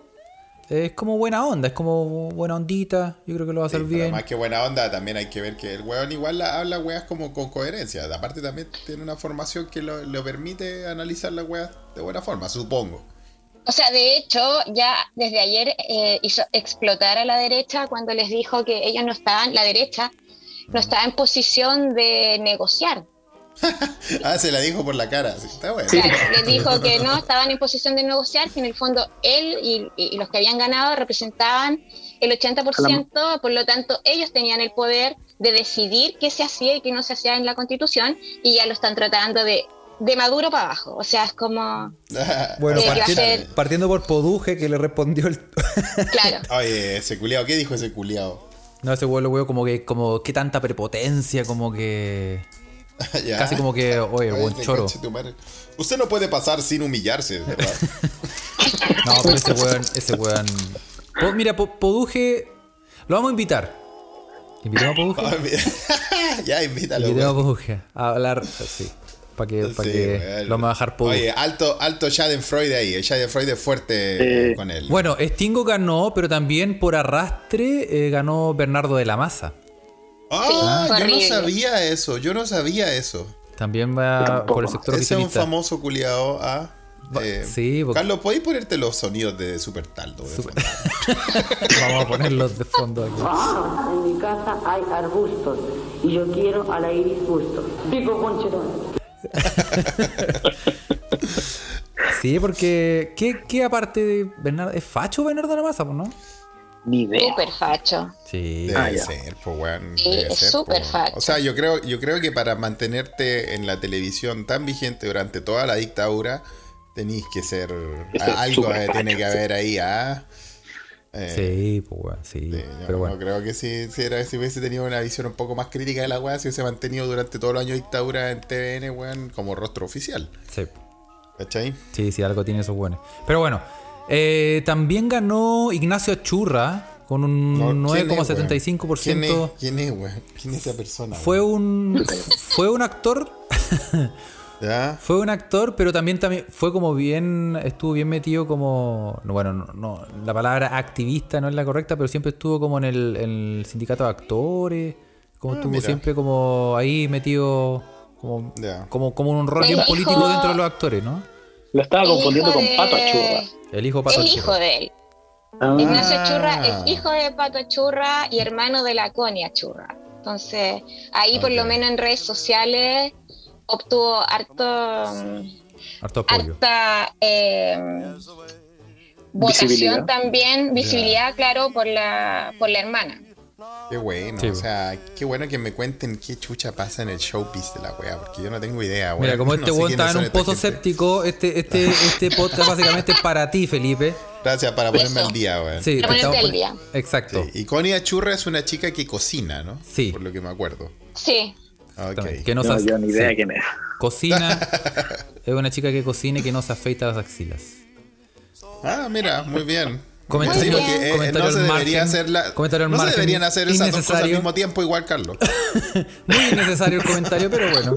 [SPEAKER 1] es como buena onda, es como buena ondita. Yo creo que lo va a
[SPEAKER 2] Sí,
[SPEAKER 1] hacer
[SPEAKER 2] pero
[SPEAKER 1] bien.
[SPEAKER 2] Además que buena onda, también hay que ver que el weón igual la- habla weas como con coherencia. Aparte también tiene una formación que lo, le permite analizar las weas de buena forma, supongo. [laughs]
[SPEAKER 4] O sea, de hecho, ya desde ayer eh, hizo explotar a la derecha cuando les dijo que ellos no estaban, la derecha, no estaba en posición de negociar.
[SPEAKER 2] Ah, se la dijo por la cara. sí, está bueno.
[SPEAKER 4] Claro, les dijo que no estaban en posición de negociar, que en el fondo él y, y los que habían ganado representaban el 80%, por lo tanto ellos tenían el poder de decidir qué se hacía y qué no se hacía en la constitución y ya lo están tratando de, de maduro para abajo. O sea, es como,
[SPEAKER 1] Bueno,
[SPEAKER 4] Eh,
[SPEAKER 1] parti-
[SPEAKER 4] partiendo-
[SPEAKER 1] partiendo, por
[SPEAKER 4] clase-
[SPEAKER 1] Poduje, que le respondió el. [laughs]
[SPEAKER 4] claro,
[SPEAKER 2] Oye, ese culiao, ¿qué dijo ese culiao? [laughs]
[SPEAKER 1] no, ese huevo, huevo, como que, como, qué tanta prepotencia, como que.
[SPEAKER 2] Ya.
[SPEAKER 1] Casi como
[SPEAKER 2] [laughs]
[SPEAKER 1] que, oye,
[SPEAKER 2] Oye,
[SPEAKER 1] buen
[SPEAKER 2] ese
[SPEAKER 1] choro.
[SPEAKER 2] conche tu madre. Usted no puede pasar sin humillarse,
[SPEAKER 1] [laughs]
[SPEAKER 2] ¿verdad?
[SPEAKER 1] No, pero ese weón, ese weón. Po- mira, Po- Poduje, lo vamos a invitar. Invitemos a Poduje.
[SPEAKER 2] Ah, mira. [laughs] ya, invítalo.
[SPEAKER 1] Invitemos a
[SPEAKER 2] weón.
[SPEAKER 1] Poduje a hablar así. Para que, pa'
[SPEAKER 2] Sí,
[SPEAKER 1] que
[SPEAKER 2] weón.
[SPEAKER 1] lo vamos a bajar Poduje.
[SPEAKER 2] Oye, alto, alto Schadenfreude ahí. El Schadenfreude es fuerte
[SPEAKER 3] Eh,
[SPEAKER 2] con él.
[SPEAKER 1] Bueno, Stingo ganó, pero también por arrastre eh, ganó Bernardo de la Maza.
[SPEAKER 2] Ah,
[SPEAKER 4] Sí,
[SPEAKER 2] yo no
[SPEAKER 4] horrible.
[SPEAKER 2] sabía eso, yo no sabía eso.
[SPEAKER 1] También
[SPEAKER 3] Yo
[SPEAKER 1] va
[SPEAKER 3] tampoco.
[SPEAKER 1] por el sector
[SPEAKER 2] Ese es un
[SPEAKER 1] oficinista.
[SPEAKER 2] famoso culiao. Ah,
[SPEAKER 1] Va-
[SPEAKER 2] eh,
[SPEAKER 1] sí, porque-
[SPEAKER 2] Carlos, ¿podéis ponerte los sonidos de Super Taldo? de fondo?
[SPEAKER 1] [laughs] Vamos a ponerlos de fondo aquí.
[SPEAKER 6] Ah, en mi casa hay arbustos y yo quiero a la iris gusto. Pico Conchetón.
[SPEAKER 1] Sí, porque. ¿Qué, qué aparte de Bernardo? ¿Es facho Bernardo de la Maza, po, no?
[SPEAKER 3] Ni idea.
[SPEAKER 4] súper facho.
[SPEAKER 1] Sí.
[SPEAKER 2] Debe
[SPEAKER 3] Ah, ya.
[SPEAKER 2] ser, po, weón,
[SPEAKER 4] Sí,
[SPEAKER 2] debe
[SPEAKER 4] es
[SPEAKER 2] ser,
[SPEAKER 4] súper
[SPEAKER 2] po.
[SPEAKER 4] facho.
[SPEAKER 2] O sea, yo creo, yo creo que para mantenerte en la televisión tan vigente durante toda la dictadura, tenéis que ser.
[SPEAKER 3] Es
[SPEAKER 2] a- algo
[SPEAKER 3] súper
[SPEAKER 2] eh,
[SPEAKER 3] facho,
[SPEAKER 2] tiene que haber ahí, ¿ah? Eh,
[SPEAKER 1] Sí, pues weón, sí.
[SPEAKER 2] sí, yo
[SPEAKER 1] pero bueno.
[SPEAKER 2] No creo que si, si, era- si hubiese tenido una visión un poco más crítica de la weá, si hubiese mantenido durante todos los años de dictadura en TVN, weón, como rostro oficial.
[SPEAKER 1] Sí,
[SPEAKER 2] ¿Cachai?
[SPEAKER 1] sí, sí, algo tiene esos buenos. Pero bueno. eh, también ganó Ignacio Achurra con un
[SPEAKER 2] No, ¿quién es, weón?
[SPEAKER 1] 9,75%.
[SPEAKER 2] ¿Quién es, ¿Quién es, weón? ¿Quién es esa persona?
[SPEAKER 1] Fue
[SPEAKER 2] weón? [laughs]
[SPEAKER 1] un. Fue un actor.
[SPEAKER 2] ¿Ya?
[SPEAKER 1] Fue un actor, pero también, también fue como bien, estuvo bien metido como, no, bueno, no, no, la palabra activista no es la correcta, pero siempre estuvo como en el, en el sindicato de actores, como
[SPEAKER 2] Ah,
[SPEAKER 1] estuvo
[SPEAKER 2] mira.
[SPEAKER 1] siempre como ahí metido, como,
[SPEAKER 2] Ya.
[SPEAKER 1] como, como un rol
[SPEAKER 4] El
[SPEAKER 1] bien
[SPEAKER 4] hijo-
[SPEAKER 1] político dentro de los actores, ¿no?
[SPEAKER 3] Lo estaba
[SPEAKER 4] El
[SPEAKER 3] confundiendo
[SPEAKER 4] hijo
[SPEAKER 3] con
[SPEAKER 4] de-
[SPEAKER 3] Pato Achurra.
[SPEAKER 1] El hijo Pato
[SPEAKER 4] El
[SPEAKER 1] Chirro.
[SPEAKER 4] hijo de él.
[SPEAKER 3] Ah,
[SPEAKER 4] Ignacio
[SPEAKER 2] Ah.
[SPEAKER 4] Churra es hijo de Pato Churra y hermano de la Conia Churra. Entonces, ahí por lo
[SPEAKER 2] Ok.
[SPEAKER 4] menos en redes sociales obtuvo harto, mm,
[SPEAKER 1] Harto apoyo.
[SPEAKER 4] harta eh,
[SPEAKER 3] Visibilidad.
[SPEAKER 4] votación también, visibilidad, claro, por la, por la hermana.
[SPEAKER 2] Qué bueno,
[SPEAKER 1] Sí,
[SPEAKER 2] o
[SPEAKER 1] po.
[SPEAKER 2] sea, qué bueno que me cuenten qué chucha pasa en el showpiece de la wea, porque yo no tengo idea, weón.
[SPEAKER 1] Mira,
[SPEAKER 2] [laughs]
[SPEAKER 1] como este
[SPEAKER 2] Ah, No sé
[SPEAKER 1] weón
[SPEAKER 2] quiénes
[SPEAKER 1] estaba en
[SPEAKER 2] son
[SPEAKER 1] un
[SPEAKER 2] esta
[SPEAKER 1] pozo
[SPEAKER 2] gente. Ah.
[SPEAKER 1] séptico, este, este, este podcast básicamente es para ti, Felipe.
[SPEAKER 2] Gracias para ponerme
[SPEAKER 4] Eso.
[SPEAKER 2] al día, weón.
[SPEAKER 1] Sí,
[SPEAKER 4] Para
[SPEAKER 1] te
[SPEAKER 4] ponerte
[SPEAKER 1] estamos
[SPEAKER 4] al día.
[SPEAKER 1] poni- Exacto.
[SPEAKER 2] Sí, Y Connie Achurra es una chica que cocina, ¿no?
[SPEAKER 1] Sí.
[SPEAKER 2] Por lo que me acuerdo.
[SPEAKER 4] Sí,
[SPEAKER 2] Ok.
[SPEAKER 1] Que nos
[SPEAKER 3] no,
[SPEAKER 1] hace-
[SPEAKER 3] yo ni idea
[SPEAKER 1] sí.
[SPEAKER 3] quién es.
[SPEAKER 1] Cocina.
[SPEAKER 2] [laughs]
[SPEAKER 1] es una chica que cocina y que no se afeita las axilas.
[SPEAKER 2] Ah, mira, muy bien.
[SPEAKER 1] Comentario-
[SPEAKER 2] Sí, porque, eh,
[SPEAKER 1] comentario
[SPEAKER 2] no se
[SPEAKER 1] al margen,
[SPEAKER 2] debería hacer la-
[SPEAKER 1] comentario al
[SPEAKER 2] no se
[SPEAKER 1] margen,
[SPEAKER 2] deberían hacer esas dos cosas al
[SPEAKER 1] innecesario.
[SPEAKER 2] mismo tiempo igual, Carlos.
[SPEAKER 1] Muy innecesario el comentario, pero bueno.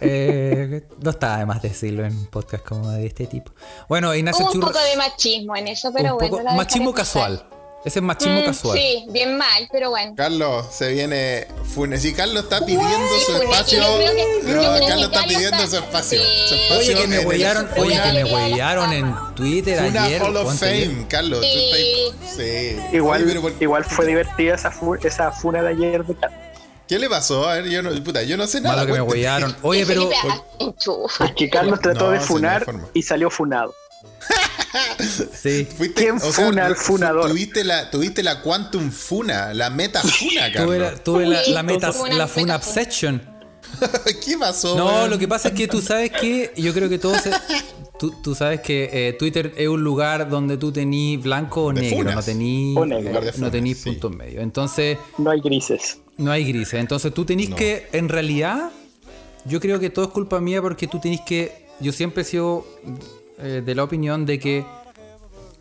[SPEAKER 1] Eh, no está de más decirlo en un podcast como de este tipo. Bueno, Ignacio
[SPEAKER 4] hubo un
[SPEAKER 1] Churra-
[SPEAKER 4] poco de machismo en eso, pero
[SPEAKER 1] un
[SPEAKER 4] bueno.
[SPEAKER 1] poco-
[SPEAKER 4] la
[SPEAKER 1] machismo
[SPEAKER 4] dejaré pasar.
[SPEAKER 1] casual. Ese es machismo
[SPEAKER 4] Mm,
[SPEAKER 1] casual.
[SPEAKER 4] Sí, bien mal, pero bueno.
[SPEAKER 2] Carlos, se viene Funes. Y Carlos está pidiendo su
[SPEAKER 4] Funes,
[SPEAKER 2] espacio.
[SPEAKER 4] yo creo que-
[SPEAKER 2] No,
[SPEAKER 4] yo creo que
[SPEAKER 2] Carlos está
[SPEAKER 4] Carlos
[SPEAKER 2] pidiendo
[SPEAKER 4] está- eh,
[SPEAKER 2] su espacio.
[SPEAKER 4] Sí.
[SPEAKER 2] Su espacio
[SPEAKER 1] Oye, que
[SPEAKER 2] en
[SPEAKER 1] me
[SPEAKER 2] el-
[SPEAKER 1] huellaron, oye, que me
[SPEAKER 4] Una-
[SPEAKER 1] huellaron en Twitter
[SPEAKER 2] Una
[SPEAKER 1] ayer.
[SPEAKER 2] Hall of
[SPEAKER 1] ponte
[SPEAKER 2] Fame, Carlos. tú
[SPEAKER 4] Sí.
[SPEAKER 2] estás- Sí.
[SPEAKER 3] Igual,
[SPEAKER 2] Oye, pero por-
[SPEAKER 3] igual fue divertida esa, fu- esa funa de ayer de Carlos.
[SPEAKER 1] bien.
[SPEAKER 2] ¿Qué le pasó? A ver, yo no, puta, yo no sé nada. pues.
[SPEAKER 1] Malo que me
[SPEAKER 4] pues,
[SPEAKER 2] cuéntame. [laughs]
[SPEAKER 1] huellaron.
[SPEAKER 4] [laughs]
[SPEAKER 1] Oye,
[SPEAKER 4] Y
[SPEAKER 1] pero.
[SPEAKER 4] Felipe, ah, enchufa.
[SPEAKER 3] Es que Carlos trató
[SPEAKER 2] No,
[SPEAKER 3] de
[SPEAKER 2] sí,
[SPEAKER 3] funar
[SPEAKER 2] no hay forma.
[SPEAKER 3] y salió funado.
[SPEAKER 1] pues, Sí.
[SPEAKER 2] Fuiste-
[SPEAKER 3] ¿Quién funa al
[SPEAKER 2] fu-
[SPEAKER 3] funador?
[SPEAKER 2] Tuviste la, tuviste la Quantum Funa,
[SPEAKER 1] [laughs]
[SPEAKER 2] la Meta
[SPEAKER 1] Tuve
[SPEAKER 2] Funa, Carlos.
[SPEAKER 1] la, tuve la, la meta,
[SPEAKER 4] Fue una
[SPEAKER 1] la funa
[SPEAKER 4] meta funa.
[SPEAKER 1] obsession.
[SPEAKER 2] [laughs] ¿Qué pasó?
[SPEAKER 1] No,
[SPEAKER 2] weón?
[SPEAKER 1] lo que pasa es que tú sabes que yo creo que todos
[SPEAKER 4] [laughs]
[SPEAKER 1] se- tú, tú sabes que eh, Twitter es un lugar donde tú tení blanco o
[SPEAKER 2] De
[SPEAKER 1] negro,
[SPEAKER 2] funas.
[SPEAKER 1] no tení
[SPEAKER 3] O negro.
[SPEAKER 1] eh,
[SPEAKER 2] Lugar de funas,
[SPEAKER 1] no tení
[SPEAKER 2] sí.
[SPEAKER 1] puntos medios. Entonces
[SPEAKER 3] No hay grises.
[SPEAKER 1] no hay grises. Entonces tú tenés
[SPEAKER 2] No.
[SPEAKER 1] que en realidad yo creo que todo es culpa mía porque tú tenés que yo siempre he sido eh, de la opinión de que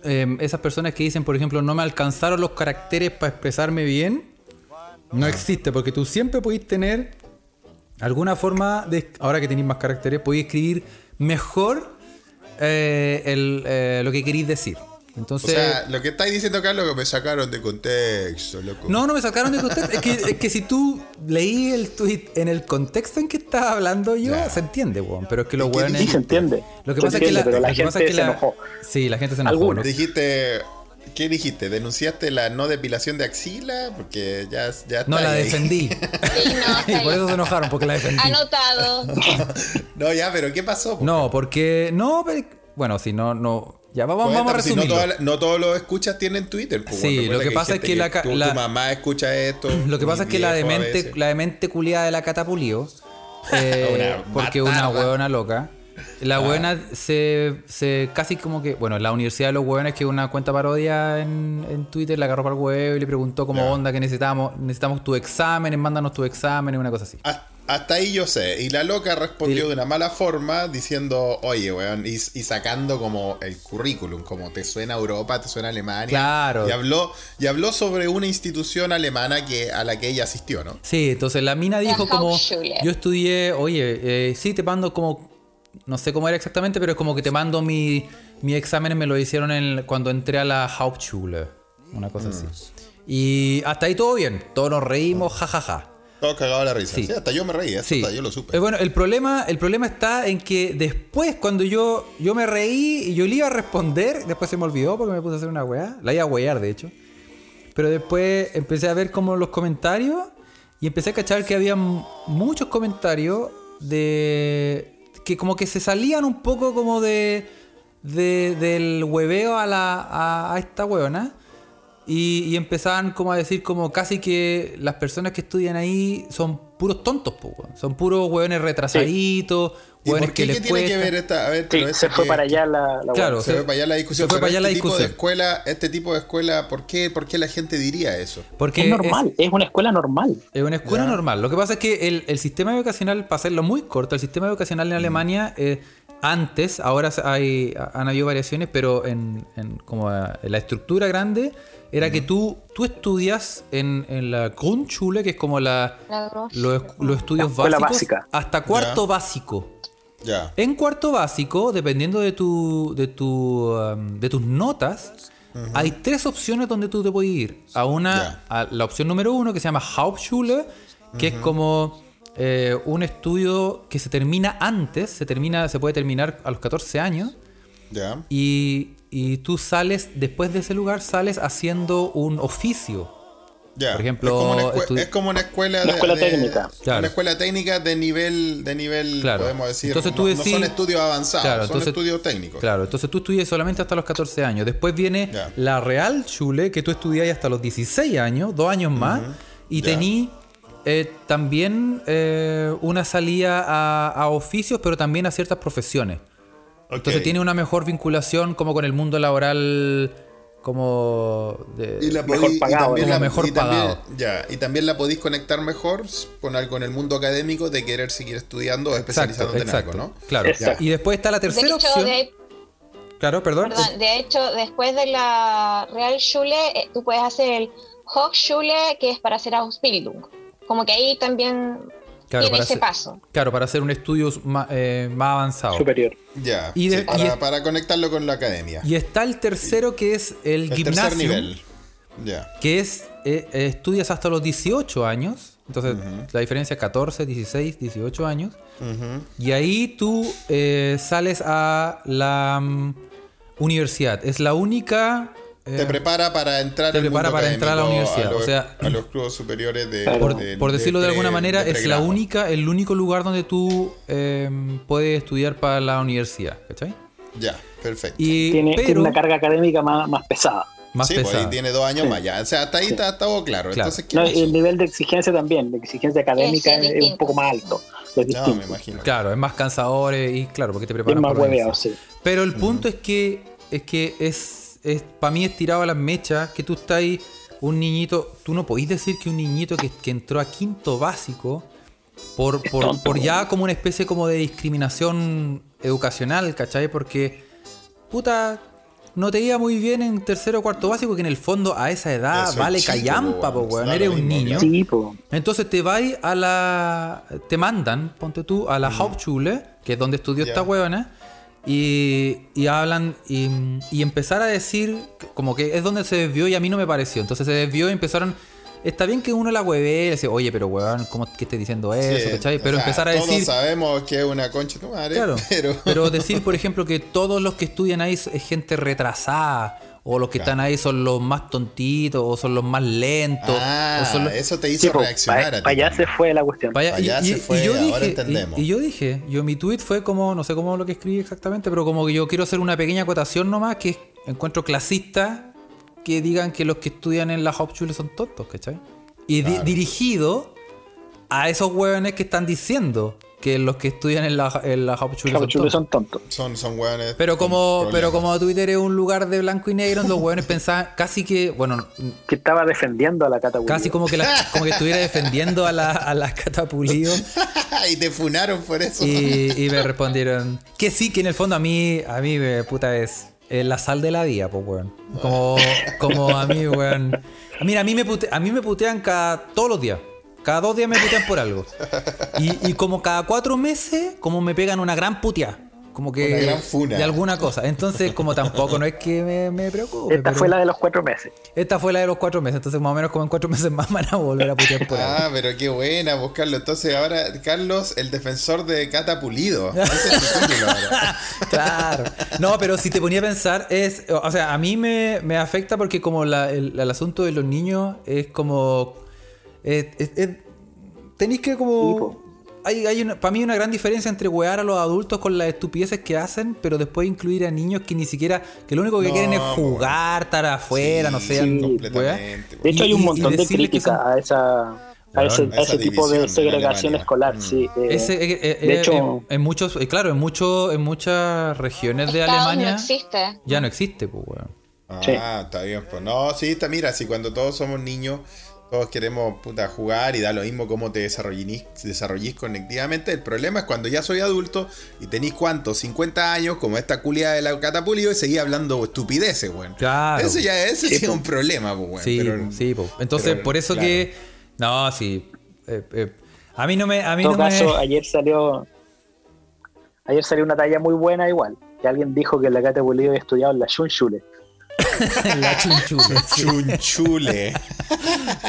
[SPEAKER 1] eh, esas personas que dicen, por ejemplo, no me alcanzaron los caracteres para expresarme bien, no existe, porque tú siempre podés tener alguna forma de. Ahora que tenéis más caracteres, podéis escribir mejor eh, el, eh, lo que queréis decir.
[SPEAKER 2] O
[SPEAKER 1] Entonces.
[SPEAKER 2] sea, lo que estáis diciendo, Carlos, que me sacaron de contexto, loco.
[SPEAKER 1] no, no me sacaron de contexto. Es que, es que si tú leí el tweet en el contexto en que estaba hablando yo,
[SPEAKER 2] Ya.
[SPEAKER 1] se entiende, weón. Pero es que los
[SPEAKER 2] Es que
[SPEAKER 1] weones.
[SPEAKER 3] Sí, se entiende.
[SPEAKER 1] Lo que
[SPEAKER 3] Se
[SPEAKER 1] pasa es que
[SPEAKER 3] entiende,
[SPEAKER 1] la,
[SPEAKER 3] pero la
[SPEAKER 1] lo que
[SPEAKER 3] gente
[SPEAKER 1] pasa es que
[SPEAKER 3] se
[SPEAKER 1] la-
[SPEAKER 3] enojó.
[SPEAKER 1] Sí, la gente se enojó.
[SPEAKER 3] Algunos.
[SPEAKER 1] ¿no?
[SPEAKER 2] Dijiste, ¿qué dijiste? ¿Denunciaste la no depilación de axila? Porque ya, ya
[SPEAKER 1] No,
[SPEAKER 2] está
[SPEAKER 1] la [laughs]
[SPEAKER 2] ahí.
[SPEAKER 1] defendí.
[SPEAKER 4] Sí,
[SPEAKER 1] y
[SPEAKER 4] no, está
[SPEAKER 1] por
[SPEAKER 4] bien. Ah,
[SPEAKER 1] eso se enojaron, porque la defendí.
[SPEAKER 4] Anotado.
[SPEAKER 2] [laughs]
[SPEAKER 1] [laughs]
[SPEAKER 2] No, ya, pero ¿qué pasó?
[SPEAKER 1] No, porque. No, pero- Bueno, si no, no. Ya vamos,
[SPEAKER 2] Cuenta,
[SPEAKER 1] vamos a
[SPEAKER 2] pues, si no
[SPEAKER 1] resumirlo.
[SPEAKER 2] toda la- no todos los escuchas tienen Twitter. pues,
[SPEAKER 1] Sí,
[SPEAKER 2] bueno,
[SPEAKER 1] lo
[SPEAKER 2] recuerda
[SPEAKER 1] que
[SPEAKER 2] hay
[SPEAKER 1] pasa es
[SPEAKER 2] gente
[SPEAKER 1] que la ca-
[SPEAKER 2] tu,
[SPEAKER 1] la-
[SPEAKER 2] tu mamá escucha esto.
[SPEAKER 1] [clears throat] Lo que pasa es que la demente, la demente culiada de la catapulío, eh,
[SPEAKER 2] [laughs] Una Ah.
[SPEAKER 1] porque una
[SPEAKER 2] bastarda.
[SPEAKER 1] huevona loca. La huevona se, se casi como que, bueno, la Universidad de los Huevones, que es una cuenta parodia en, en Twitter, la agarró para el huevo y le preguntó como
[SPEAKER 2] Ya.
[SPEAKER 1] onda que necesitamos, necesitamos tus exámenes, mándanos tus exámenes, una cosa así.
[SPEAKER 2] Hasta, hasta ahí yo sé. Y la loca respondió
[SPEAKER 1] Y-
[SPEAKER 2] de una mala forma diciendo, oye, weón, y, y sacando como el currículum, como te suena Europa, te suena Alemania.
[SPEAKER 1] Claro.
[SPEAKER 2] Y habló, y habló sobre una institución alemana que, a la que ella asistió, ¿no?
[SPEAKER 1] Sí, entonces la mina dijo como,
[SPEAKER 4] Hochschule.
[SPEAKER 1] yo estudié, oye, eh, sí, te mando como, no sé cómo era exactamente, pero es como que te mando mi, mi exámenes, me lo hicieron en- cuando entré a la Hauptschule, una
[SPEAKER 2] Mm.
[SPEAKER 1] cosa así. Y hasta ahí todo bien, todos nos reímos, jajaja.
[SPEAKER 2] Todo cagado la risa.
[SPEAKER 1] Sí.
[SPEAKER 2] Sí. hasta yo me reí, Ah. hasta
[SPEAKER 1] Sí.
[SPEAKER 2] yo lo supe.
[SPEAKER 1] Eh, bueno, el problema, el problema está en que después, cuando yo, yo me reí y yo le iba a responder, después se me olvidó porque me puse a hacer una weá. La iba a wear, de hecho. Pero después empecé a ver como los comentarios y empecé a cachar que había m- muchos comentarios de. que como que se salían un poco como de. de- del hueveo a, la, a, a esta weona. Y, y empezaban como a decir como casi que las personas que estudian ahí son puros tontos, po, weón. son puros hueones retrasaditos,
[SPEAKER 2] ¿Y por
[SPEAKER 1] hueones que
[SPEAKER 2] qué, ¿Qué
[SPEAKER 1] les
[SPEAKER 2] tiene
[SPEAKER 1] cuesta.
[SPEAKER 2] que ver esta? A ver,
[SPEAKER 3] Sí,
[SPEAKER 2] pero
[SPEAKER 3] se
[SPEAKER 2] esta
[SPEAKER 3] fue
[SPEAKER 2] que-
[SPEAKER 3] para allá la, la
[SPEAKER 1] Claro,
[SPEAKER 2] Se
[SPEAKER 1] se-
[SPEAKER 2] fue para allá la discusión.
[SPEAKER 1] se fue para
[SPEAKER 2] pero
[SPEAKER 1] allá la
[SPEAKER 2] este tipo
[SPEAKER 1] discusión.
[SPEAKER 2] de escuela, este tipo de escuela, ¿por qué, por qué la gente diría eso?
[SPEAKER 1] Porque
[SPEAKER 3] Es normal, es, una escuela normal.
[SPEAKER 1] Es una escuela normal. Lo que pasa es que el, el sistema educacional, para hacerlo muy corto, el sistema educacional en
[SPEAKER 3] Mm.
[SPEAKER 1] Alemania eh, antes, ahora se- hay, han habido variaciones, pero en, en como eh, la estructura grande era que tú, tú estudias en, en la Grundschule, que es como la,
[SPEAKER 4] La Grundschule.
[SPEAKER 1] los, los estudios
[SPEAKER 3] escuela
[SPEAKER 1] básicos,
[SPEAKER 3] básica.
[SPEAKER 1] hasta cuarto básico.
[SPEAKER 2] Ya.
[SPEAKER 1] En cuarto básico, dependiendo de tu, de tu, um, de tus notas, hay tres opciones donde tú te puedes ir. A una,
[SPEAKER 2] Ya.
[SPEAKER 1] a la opción número uno que se llama Hauptschule, que es como eh, un estudio que se termina antes, se termina, se puede terminar a los 14 años
[SPEAKER 2] Ya.
[SPEAKER 1] y, y tú sales después de ese lugar sales haciendo un oficio.
[SPEAKER 2] Ya.
[SPEAKER 1] Por ejemplo,
[SPEAKER 2] es como una, escue-
[SPEAKER 1] estu-
[SPEAKER 2] es como una escuela,
[SPEAKER 3] Una
[SPEAKER 2] de-
[SPEAKER 3] escuela
[SPEAKER 2] de-
[SPEAKER 3] técnica.
[SPEAKER 1] Claro.
[SPEAKER 2] Una escuela técnica de nivel, de nivel,
[SPEAKER 1] Claro.
[SPEAKER 2] podemos decir.
[SPEAKER 1] Entonces tú
[SPEAKER 2] no, no
[SPEAKER 1] decís-
[SPEAKER 2] son estudios avanzados,
[SPEAKER 1] Claro,
[SPEAKER 2] son
[SPEAKER 1] entonces-
[SPEAKER 2] estudios técnicos.
[SPEAKER 1] Claro, entonces tú estudias solamente hasta los 14 años. Después viene
[SPEAKER 2] Ya.
[SPEAKER 1] la Real Chule, que tú estudias hasta los 16 años, dos años más, y
[SPEAKER 2] Ya.
[SPEAKER 1] tení eh, también eh, una salida a, a oficios, pero también a ciertas profesiones. Entonces
[SPEAKER 2] Ok.
[SPEAKER 1] tiene una mejor vinculación como con el mundo laboral, como de-
[SPEAKER 2] Y la
[SPEAKER 3] Mejor
[SPEAKER 2] podí- y
[SPEAKER 3] pagado,
[SPEAKER 2] también
[SPEAKER 1] ¿no?
[SPEAKER 2] la-
[SPEAKER 1] Mejor
[SPEAKER 2] y también-
[SPEAKER 1] pagado.
[SPEAKER 2] ya, y también la podéis conectar mejor con algo en el mundo académico de querer seguir estudiando o especializándote en algo, ¿no?
[SPEAKER 1] Claro.
[SPEAKER 3] Exacto.
[SPEAKER 1] Y después está la
[SPEAKER 4] Pues De
[SPEAKER 1] tercera
[SPEAKER 4] hecho,
[SPEAKER 1] opción.
[SPEAKER 4] de,
[SPEAKER 1] Claro, perdón.
[SPEAKER 4] perdón, de hecho, después de la Real Schule, eh, tú puedes hacer el Hochschule, que es para hacer Ausbildung. Como que ahí también
[SPEAKER 1] Claro,
[SPEAKER 4] tiene
[SPEAKER 1] para
[SPEAKER 4] ese
[SPEAKER 1] hacer-
[SPEAKER 4] paso.
[SPEAKER 1] Claro, para hacer un estudio ma- eh, más avanzado.
[SPEAKER 3] Superior.
[SPEAKER 2] Ya.
[SPEAKER 1] Y de-
[SPEAKER 2] sí, para,
[SPEAKER 1] y es-
[SPEAKER 2] para conectarlo con la academia.
[SPEAKER 1] Y está el tercero que es el,
[SPEAKER 2] el
[SPEAKER 1] gimnasio.
[SPEAKER 2] tercer nivel. Ya.
[SPEAKER 1] que es eh, eh, estudias hasta los 18 años, entonces la diferencia es 14, 16, 18 años, y ahí tú eh, sales a la mm, universidad. Es la única
[SPEAKER 2] Te prepara para entrar
[SPEAKER 1] te
[SPEAKER 2] al mundo
[SPEAKER 1] prepara para entrar a la
[SPEAKER 2] académico,
[SPEAKER 1] universidad,
[SPEAKER 2] los-
[SPEAKER 1] o sea-
[SPEAKER 2] a los clubes superiores de.
[SPEAKER 3] Claro.
[SPEAKER 1] Por,
[SPEAKER 2] de-
[SPEAKER 1] por decirlo de, alguna
[SPEAKER 2] pre-
[SPEAKER 1] manera,
[SPEAKER 2] de
[SPEAKER 1] es la
[SPEAKER 2] pregrado.
[SPEAKER 1] única, el único lugar donde tú em, puedes estudiar para la universidad, ¿cachai?
[SPEAKER 2] Ya, perfecto.
[SPEAKER 1] Y,
[SPEAKER 3] Tiene, tiene
[SPEAKER 1] pero,
[SPEAKER 3] una carga académica más, más pesada.
[SPEAKER 1] más
[SPEAKER 2] sí, pues
[SPEAKER 1] pesada.
[SPEAKER 2] ahí tiene dos años más ya. O sea, hasta ahí está, está todo claro.
[SPEAKER 1] Claro.
[SPEAKER 2] Entonces, ¿qué
[SPEAKER 3] No,
[SPEAKER 2] pasó?
[SPEAKER 3] y el nivel de exigencia también, de exigencia académica
[SPEAKER 4] Ese es
[SPEAKER 3] es, un
[SPEAKER 4] distinto.
[SPEAKER 3] poco más alto. Es
[SPEAKER 2] No, me
[SPEAKER 3] distinto.
[SPEAKER 2] imagino.
[SPEAKER 1] Claro, es más cansador eh, y claro, porque te
[SPEAKER 3] es
[SPEAKER 1] preparan
[SPEAKER 3] más
[SPEAKER 1] para la
[SPEAKER 3] hueveado,
[SPEAKER 1] universidad.
[SPEAKER 3] sí.
[SPEAKER 1] Pero el punto es que es que es, es para mí es tirado a las mechas que tú estás ahí, un niñito, tú no podís decir que un niñito que, que entró a quinto básico por, por-
[SPEAKER 3] tonto,
[SPEAKER 1] por
[SPEAKER 3] ¿no?
[SPEAKER 1] ya como una especie como de discriminación educacional, ¿cachai? Porque puta no te iba muy bien en tercero o cuarto básico que en el fondo a esa edad
[SPEAKER 2] Eso es
[SPEAKER 1] vale
[SPEAKER 2] chico,
[SPEAKER 1] callampa, po,
[SPEAKER 2] weón.
[SPEAKER 1] weón,
[SPEAKER 2] Da
[SPEAKER 1] eres
[SPEAKER 2] lo
[SPEAKER 1] un
[SPEAKER 2] mismo,
[SPEAKER 1] niño.
[SPEAKER 2] claro.
[SPEAKER 3] Sí, po.
[SPEAKER 1] Entonces te vas a la. Te mandan, ponte tú, a la Hauptschule, que es donde estudió
[SPEAKER 2] Ya.
[SPEAKER 1] esta huevona, y, y hablan. Y, y empezar a decir, como que es donde se desvió y a mí no me pareció. Entonces se desvió y empezaron. Está bien que uno la hueve y le dice, oye, pero weón, ¿cómo que estés diciendo eso?
[SPEAKER 2] Sí,
[SPEAKER 1] ¿Cachai? Pero
[SPEAKER 2] o sea,
[SPEAKER 1] empezar a
[SPEAKER 2] Todos
[SPEAKER 1] decir.
[SPEAKER 2] sabemos que es una concha de tu madre.
[SPEAKER 1] Claro.
[SPEAKER 2] [laughs] Pero.
[SPEAKER 1] [laughs] Pero decir, por ejemplo, que todos los que estudian ahí es gente retrasada. O los que
[SPEAKER 2] Claro.
[SPEAKER 1] están ahí son los más tontitos, o son los más lentos.
[SPEAKER 2] Ah,
[SPEAKER 1] o son los-
[SPEAKER 2] eso te
[SPEAKER 3] Sí,
[SPEAKER 2] hizo
[SPEAKER 3] po.
[SPEAKER 2] reaccionar
[SPEAKER 3] Pa-
[SPEAKER 2] a ti.
[SPEAKER 3] pa' allá se fue la cuestión.
[SPEAKER 1] Vaya,
[SPEAKER 2] Para allá se fue, ahora entendemos.
[SPEAKER 1] y- y yo dije, yo mi tweet fue como, no sé cómo lo que escribí exactamente, pero como que yo quiero hacer una pequeña acotación nomás, que es- encuentro clasistas que digan que los que estudian en la Hauptschule son tontos, ¿cachai? Y di-
[SPEAKER 2] Claro.
[SPEAKER 1] dirigido a esos hueones que están diciendo que los que estudian en la, en la Hauptschule
[SPEAKER 3] Los
[SPEAKER 1] son
[SPEAKER 3] chulos
[SPEAKER 1] tontos.
[SPEAKER 3] son tontos.
[SPEAKER 2] Son, son hueones.
[SPEAKER 1] Pero
[SPEAKER 2] con
[SPEAKER 1] como,
[SPEAKER 2] problemas.
[SPEAKER 1] pero como Twitter es un lugar de blanco y negro, los hueones pensaban casi que, bueno,
[SPEAKER 3] Que estaba defendiendo a la categoría.
[SPEAKER 1] casi como que, la- como que estuviera defendiendo a las a las catapulidos.
[SPEAKER 2] [laughs] y te funaron por eso.
[SPEAKER 1] Y, y me respondieron que sí, que en el fondo a mí, a mí, eh, puta, es eh, la sal de la vida, pues, weón. Como, como a mí, weón. Mira, a mí, me pute- a mí me putean cada, todos los días. Cada dos días me putean por algo. Y, y como cada cuatro meses, como me pegan una gran putea. Como que.
[SPEAKER 2] Una gran funa.
[SPEAKER 1] De alguna cosa. Entonces, como tampoco, no es que me, me preocupe.
[SPEAKER 3] Esta
[SPEAKER 1] pero-
[SPEAKER 3] fue la de los cuatro meses.
[SPEAKER 1] esta fue la de los cuatro meses. Entonces, más o menos, como en cuatro meses más van a volver a putear por algo.
[SPEAKER 2] Ah, pero qué buena, vos, Carlos. Entonces, ahora, Carlos, el defensor de
[SPEAKER 1] [laughs]
[SPEAKER 2] Cata Pulido. Ese es tu título ahora.
[SPEAKER 1] claro. No, pero si te ponía a pensar, es. O sea, a mí me, me afecta porque, como la- el, el asunto de los niños es como. es- es- es- tenéis que,
[SPEAKER 3] Sí,
[SPEAKER 1] como.
[SPEAKER 3] po.
[SPEAKER 1] Hay, hay una, para mí hay una gran diferencia entre wear a los adultos con las estupideces que hacen, pero después incluir a niños que ni siquiera. que lo único que
[SPEAKER 2] No,
[SPEAKER 1] quieren es
[SPEAKER 2] po.
[SPEAKER 1] jugar, estar afuera, no
[SPEAKER 2] Sí,
[SPEAKER 1] sé.
[SPEAKER 3] sí,
[SPEAKER 2] completamente, pues.
[SPEAKER 3] De hecho,
[SPEAKER 1] Y-
[SPEAKER 3] hay un
[SPEAKER 1] y- y
[SPEAKER 3] montón de
[SPEAKER 1] decirle que
[SPEAKER 3] crítica
[SPEAKER 1] son-
[SPEAKER 3] a esa. A
[SPEAKER 1] Claro,
[SPEAKER 3] ese, a
[SPEAKER 2] esa
[SPEAKER 3] ese tipo
[SPEAKER 2] división
[SPEAKER 3] de
[SPEAKER 2] de
[SPEAKER 3] segregación
[SPEAKER 2] Alemania.
[SPEAKER 3] escolar, sí. eh,
[SPEAKER 1] Mm. Ese, eh, eh,
[SPEAKER 3] de
[SPEAKER 1] eh,
[SPEAKER 3] hecho,
[SPEAKER 1] en, en muchos, eh, claro, en muchos, en muchas regiones de
[SPEAKER 4] Estados
[SPEAKER 1] Alemania
[SPEAKER 4] no existe.
[SPEAKER 1] ya no existe, pues, weón.
[SPEAKER 2] Ah,
[SPEAKER 3] Sí.
[SPEAKER 2] está bien. Pues. No, sí, está, mira, si cuando todos somos niños, todos queremos puta, jugar y da lo mismo cómo te desarrollís, desarrollís conectivamente. El problema es cuando ya soy adulto y tenéis cuántos, 50 años, como esta culia de la catapulio, y seguís hablando estupideces, weón.
[SPEAKER 1] Claro.
[SPEAKER 2] Eso ya ese sí, es
[SPEAKER 3] Sí, po.
[SPEAKER 2] un problema, pues, weón.
[SPEAKER 1] Sí,
[SPEAKER 2] pero-
[SPEAKER 1] sí, po. entonces
[SPEAKER 2] pero,
[SPEAKER 1] por eso
[SPEAKER 2] claro.
[SPEAKER 1] que no, sí. eh, eh, a mí no me a mí
[SPEAKER 3] En todo
[SPEAKER 1] no me [laughs]
[SPEAKER 3] caso, ayer salió ayer salió una talla muy buena igual, que alguien dijo que la Cata Pulido había estudiado en la Shunshule.
[SPEAKER 1] la
[SPEAKER 2] [laughs]
[SPEAKER 1] chunchula. sí, [laughs]
[SPEAKER 2] Chunchule.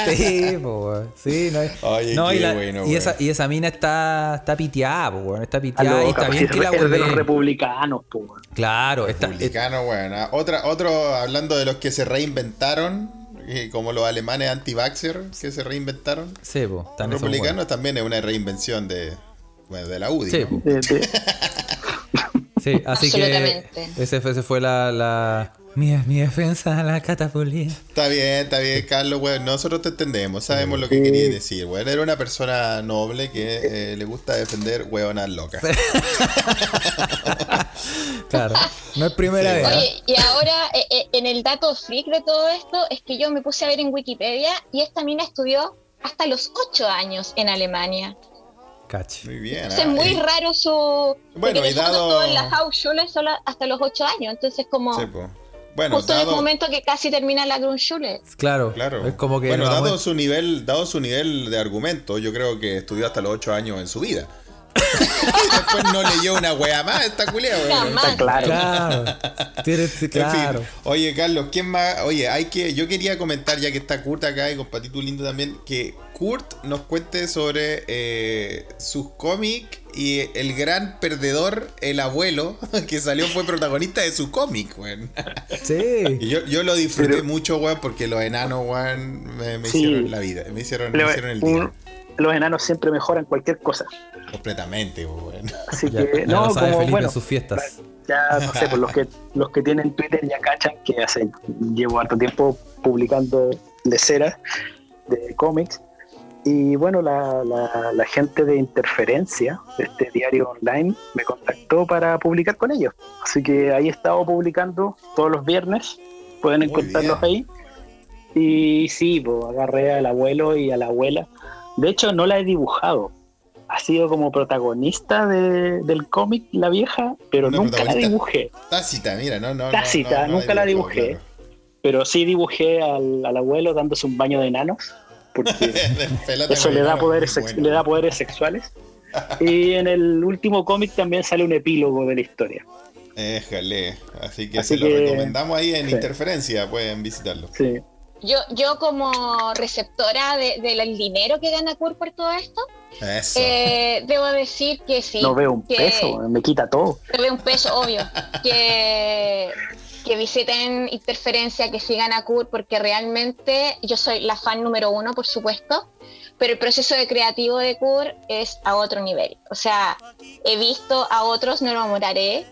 [SPEAKER 1] sí, po, weón. sí, no,
[SPEAKER 2] Oye,
[SPEAKER 1] no, y,
[SPEAKER 2] qué
[SPEAKER 1] la-
[SPEAKER 2] bueno,
[SPEAKER 1] y
[SPEAKER 2] weón.
[SPEAKER 1] esa y esa mina está está piteada, po, weón, está
[SPEAKER 3] A
[SPEAKER 1] piteada y está bien que la
[SPEAKER 3] es de los
[SPEAKER 1] hueveen.
[SPEAKER 3] republicanos, po. weón.
[SPEAKER 1] Claro, está eh,
[SPEAKER 2] Republicano, weón. Ah, Otra, otro, hablando de los que se reinventaron, eh, como los alemanes anti-vaxxer que se reinventaron.
[SPEAKER 1] eh, sí, po, están
[SPEAKER 2] Los
[SPEAKER 1] esos
[SPEAKER 2] republicanos también es una reinvención de, bueno, de la UDI.
[SPEAKER 1] Sí, po.
[SPEAKER 2] ¿no?
[SPEAKER 3] De- de-
[SPEAKER 1] Sí, así que
[SPEAKER 4] Absolutamente.
[SPEAKER 1] ese fue, ese fue la, la mi, mi defensa a la catapulía.
[SPEAKER 2] Está bien, está bien, Carlos, weón. Nosotros te entendemos, sabemos lo que querías decir, weón. Era una persona noble que eh, le gusta defender weonas locas.
[SPEAKER 1] Claro, no es primera
[SPEAKER 2] Sí,
[SPEAKER 1] vez. ¿eh?
[SPEAKER 4] Oye, y ahora eh, eh, en el dato freak de todo esto es que yo me puse a ver en Wikipedia y esta mina estudió hasta los 8 años en Alemania.
[SPEAKER 1] Cacho.
[SPEAKER 2] Muy bien.
[SPEAKER 4] Entonces
[SPEAKER 2] ah,
[SPEAKER 4] es muy
[SPEAKER 2] eh,
[SPEAKER 4] raro su...
[SPEAKER 2] Bueno,
[SPEAKER 4] porque en
[SPEAKER 2] y
[SPEAKER 4] el fondo
[SPEAKER 2] dado-
[SPEAKER 4] todo en la Hauptschule solo hasta los 8 años, entonces como
[SPEAKER 2] sí, po. Bueno,
[SPEAKER 4] justo en el
[SPEAKER 2] dado,
[SPEAKER 4] momento que casi termina la Grundschule.
[SPEAKER 1] Claro,
[SPEAKER 2] claro.
[SPEAKER 1] Es como que
[SPEAKER 2] bueno,
[SPEAKER 1] nos
[SPEAKER 2] dado
[SPEAKER 1] vamos- [laughs]
[SPEAKER 2] su nivel, dado su nivel de argumento, yo creo que estudió hasta los 8 años en su vida. Después no leyó una wea más esta culia, weón.
[SPEAKER 4] Jamás.
[SPEAKER 3] Claro.
[SPEAKER 1] Ah, Claro. [laughs] Tienes- sí,
[SPEAKER 2] En fin.
[SPEAKER 1] claro.
[SPEAKER 2] Oye, Carlos, ¿quién más? Oye, hay que. Yo quería comentar, ya que está Kurt acá y con Patito Lindo también, que Kurt nos cuente sobre eh, sus cómics y el gran perdedor, el abuelo, [laughs] que salió, fue protagonista de su cómic, weón. Y
[SPEAKER 1] Sí.
[SPEAKER 2] yo, yo lo disfruté
[SPEAKER 3] Pero-
[SPEAKER 2] mucho, weón, porque los enanos, weón, me, me
[SPEAKER 3] Sí.
[SPEAKER 2] hicieron la vida, me hicieron, me
[SPEAKER 3] Le-
[SPEAKER 2] hicieron el
[SPEAKER 3] un-
[SPEAKER 2] día.
[SPEAKER 3] los enanos siempre mejoran cualquier cosa.
[SPEAKER 2] Completamente, weón. [laughs]
[SPEAKER 3] Así
[SPEAKER 1] Ya,
[SPEAKER 3] que,
[SPEAKER 1] ya
[SPEAKER 3] no,
[SPEAKER 1] lo sabe
[SPEAKER 3] como
[SPEAKER 1] Felipe
[SPEAKER 3] bueno,
[SPEAKER 1] en sus fiestas.
[SPEAKER 3] ya no sé, pues los que los que tienen Twitter ya cachan que hace llevo harto tiempo publicando leceras de cómics. Y bueno, la, la- la gente de Interferencia, de este diario online, me contactó para publicar con ellos. Así que ahí he estado publicando todos los viernes. Pueden
[SPEAKER 2] Muy
[SPEAKER 3] encontrarlos ahí. Y sí, pues, agarré al abuelo y a la abuela. De hecho, no la he dibujado. Ha sido como protagonista de- del cómic la vieja, pero
[SPEAKER 2] Una
[SPEAKER 3] nunca la
[SPEAKER 2] protagonista.
[SPEAKER 3] dibujé.
[SPEAKER 2] Tácita, mira, no, no. no,
[SPEAKER 3] Tácita,
[SPEAKER 2] no, no
[SPEAKER 3] nunca la
[SPEAKER 2] dibujo,
[SPEAKER 3] dibujé. Pero sí dibujé al, al abuelo dándose un baño de enanos,
[SPEAKER 2] [laughs]
[SPEAKER 3] porque
[SPEAKER 2] claro. Pelota
[SPEAKER 3] eso
[SPEAKER 2] con
[SPEAKER 3] le da,
[SPEAKER 2] enano,
[SPEAKER 3] poderes
[SPEAKER 2] muy
[SPEAKER 3] sex-
[SPEAKER 2] bueno.
[SPEAKER 3] le da poderes sexuales. Y en el último cómic también sale un epílogo de la historia.
[SPEAKER 2] Éjale, así que
[SPEAKER 3] Así
[SPEAKER 2] se lo
[SPEAKER 3] que-
[SPEAKER 2] recomendamos ahí en
[SPEAKER 3] sí.
[SPEAKER 2] Interferencia, pueden visitarlo.
[SPEAKER 3] Sí.
[SPEAKER 4] Yo, yo como receptora de- del dinero que gana Kur por todo esto,
[SPEAKER 2] Eso.
[SPEAKER 4] eh, debo decir que sí.
[SPEAKER 3] No veo un
[SPEAKER 4] que-
[SPEAKER 3] peso, me quita todo.
[SPEAKER 4] No veo un peso, obvio. Que, que visiten Interferencia, que sigan a Kur, porque realmente yo soy la fan número uno, por supuesto. Pero el proceso de creativo de Kur es a otro nivel. O sea, he visto a otros, no nombraré,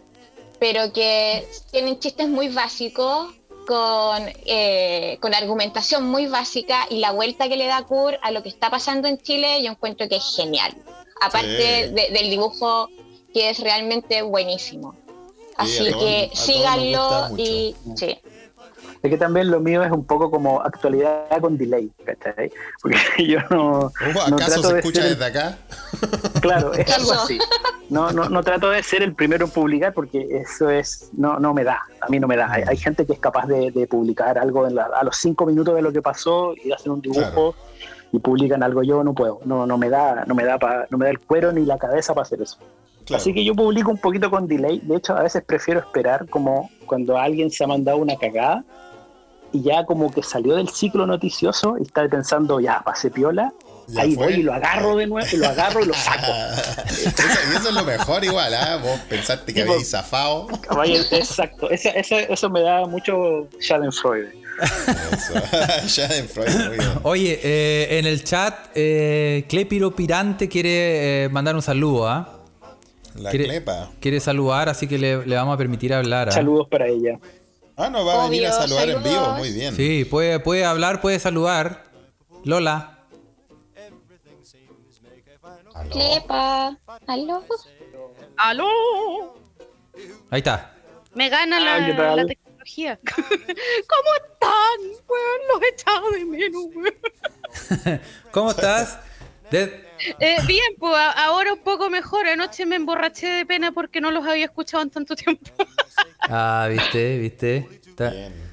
[SPEAKER 4] pero que tienen chistes muy básicos, con, eh, con argumentación muy básica y la vuelta que le da Kur a lo que está pasando en Chile, yo encuentro que es genial. Aparte
[SPEAKER 2] Sí.
[SPEAKER 4] de- del dibujo que es realmente buenísimo. Así
[SPEAKER 2] a todos- a
[SPEAKER 4] que
[SPEAKER 2] todos nos gusta
[SPEAKER 4] síganlo
[SPEAKER 2] mucho. Mm.
[SPEAKER 4] y sí.
[SPEAKER 3] Es que también lo mío es un poco como actualidad con delay, ¿cachai? Porque [laughs] yo no.
[SPEAKER 2] Ojo,
[SPEAKER 3] no
[SPEAKER 2] Uh, ¿Acaso
[SPEAKER 3] trato
[SPEAKER 2] se
[SPEAKER 3] de
[SPEAKER 2] escucha
[SPEAKER 3] ser-
[SPEAKER 2] desde acá?
[SPEAKER 3] Claro, es algo
[SPEAKER 4] Eso.
[SPEAKER 3] así. No, no, no trato de ser el primero en publicar porque eso es. No, no me da. A mí no me da. Hay, hay gente que es capaz de, de publicar algo en la- a los cinco minutos de lo que pasó y hacen un dibujo y publican algo. Yo no puedo. No, no me da, no me da, pa- no me da el cuero ni la cabeza para hacer eso.
[SPEAKER 2] Claro.
[SPEAKER 3] Así que yo publico un poquito con delay. De hecho, a veces prefiero esperar como cuando alguien se ha mandado una cagada y ya como que salió del ciclo noticioso y está pensando, ya, pasé piola,
[SPEAKER 2] Ya
[SPEAKER 3] ahí
[SPEAKER 2] fue.
[SPEAKER 3] voy y lo agarro de nuevo, y lo agarro y lo saco.
[SPEAKER 2] [laughs] eso, eso es lo mejor igual, ¿ah? Vos pensaste que
[SPEAKER 3] Tipo-
[SPEAKER 2] habéis zafado. [laughs]
[SPEAKER 3] [laughs] Vaya, exacto, eso, eso, eso me da mucho Schadenfreude.
[SPEAKER 2] Eso. [laughs] Schadenfreude, muy bien.
[SPEAKER 1] Oye, eh, en el chat, eh, Clepiro Pirante quiere eh, mandar un saludo, ¿ah?
[SPEAKER 2] La
[SPEAKER 1] Quiere-
[SPEAKER 2] clepa.
[SPEAKER 1] Quiere saludar, así que le, le vamos a permitir hablar. ¿ah?
[SPEAKER 3] Saludos para ella.
[SPEAKER 2] Ah, nos va a venir a
[SPEAKER 4] Obvio,
[SPEAKER 2] saludar en vivo,
[SPEAKER 4] saludos.
[SPEAKER 2] muy bien.
[SPEAKER 1] Sí, puede, puede hablar, puede saludar. Lola.
[SPEAKER 2] Aló.
[SPEAKER 4] Clepa, aló.
[SPEAKER 7] ¡Aló!
[SPEAKER 1] Ahí está.
[SPEAKER 7] Me gana
[SPEAKER 3] Ah, ¿qué
[SPEAKER 7] la,
[SPEAKER 3] tal?
[SPEAKER 7] la tecnología. [laughs] ¿Cómo están, weón? Los he echado de menos, weón.
[SPEAKER 1] ¿Cómo estás? De-
[SPEAKER 7] Eh, bien, pues a- ahora un poco mejor. Anoche me emborraché de pena porque no los había escuchado en tanto
[SPEAKER 3] [laughs]
[SPEAKER 7] tiempo.
[SPEAKER 1] Ah, viste, viste. Está-
[SPEAKER 2] Bien.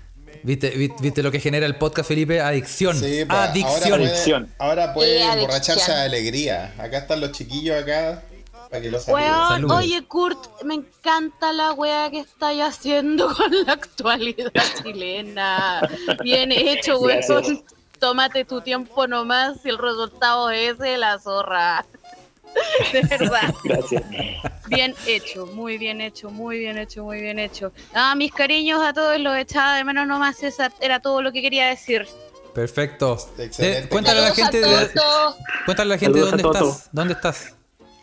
[SPEAKER 1] ¿Viste, vi- viste, lo que genera el podcast, Felipe? Adicción.
[SPEAKER 2] Sí, pa,
[SPEAKER 1] Adicción.
[SPEAKER 2] Ahora puede,
[SPEAKER 3] Adicción.
[SPEAKER 2] ahora puede
[SPEAKER 4] Y adicción.
[SPEAKER 2] emborracharse de alegría. Acá están los chiquillos acá para que los saluden.
[SPEAKER 7] Weón,
[SPEAKER 1] Saludos.
[SPEAKER 7] oye, Kurt, me encanta la weá que estáis haciendo [laughs] con la actualidad chilena. Bien hecho,
[SPEAKER 3] Gracias.
[SPEAKER 7] weón. Tómate tu tiempo nomás y el resultado es de la zorra. [laughs] De verdad.
[SPEAKER 2] [laughs]
[SPEAKER 3] Gracias.
[SPEAKER 7] Bien hecho, muy bien hecho, muy bien hecho, muy bien hecho. Ah, mis cariños a todos los echaba de menos nomás, esa era todo lo que quería decir.
[SPEAKER 1] Perfecto.
[SPEAKER 2] Excelente.
[SPEAKER 1] De- cuéntale a la gente,
[SPEAKER 4] Saludos a
[SPEAKER 1] de-
[SPEAKER 4] todos.
[SPEAKER 1] cuéntale a la gente
[SPEAKER 3] Saludos a
[SPEAKER 1] dónde
[SPEAKER 3] Toto.
[SPEAKER 1] estás. ¿Dónde estás?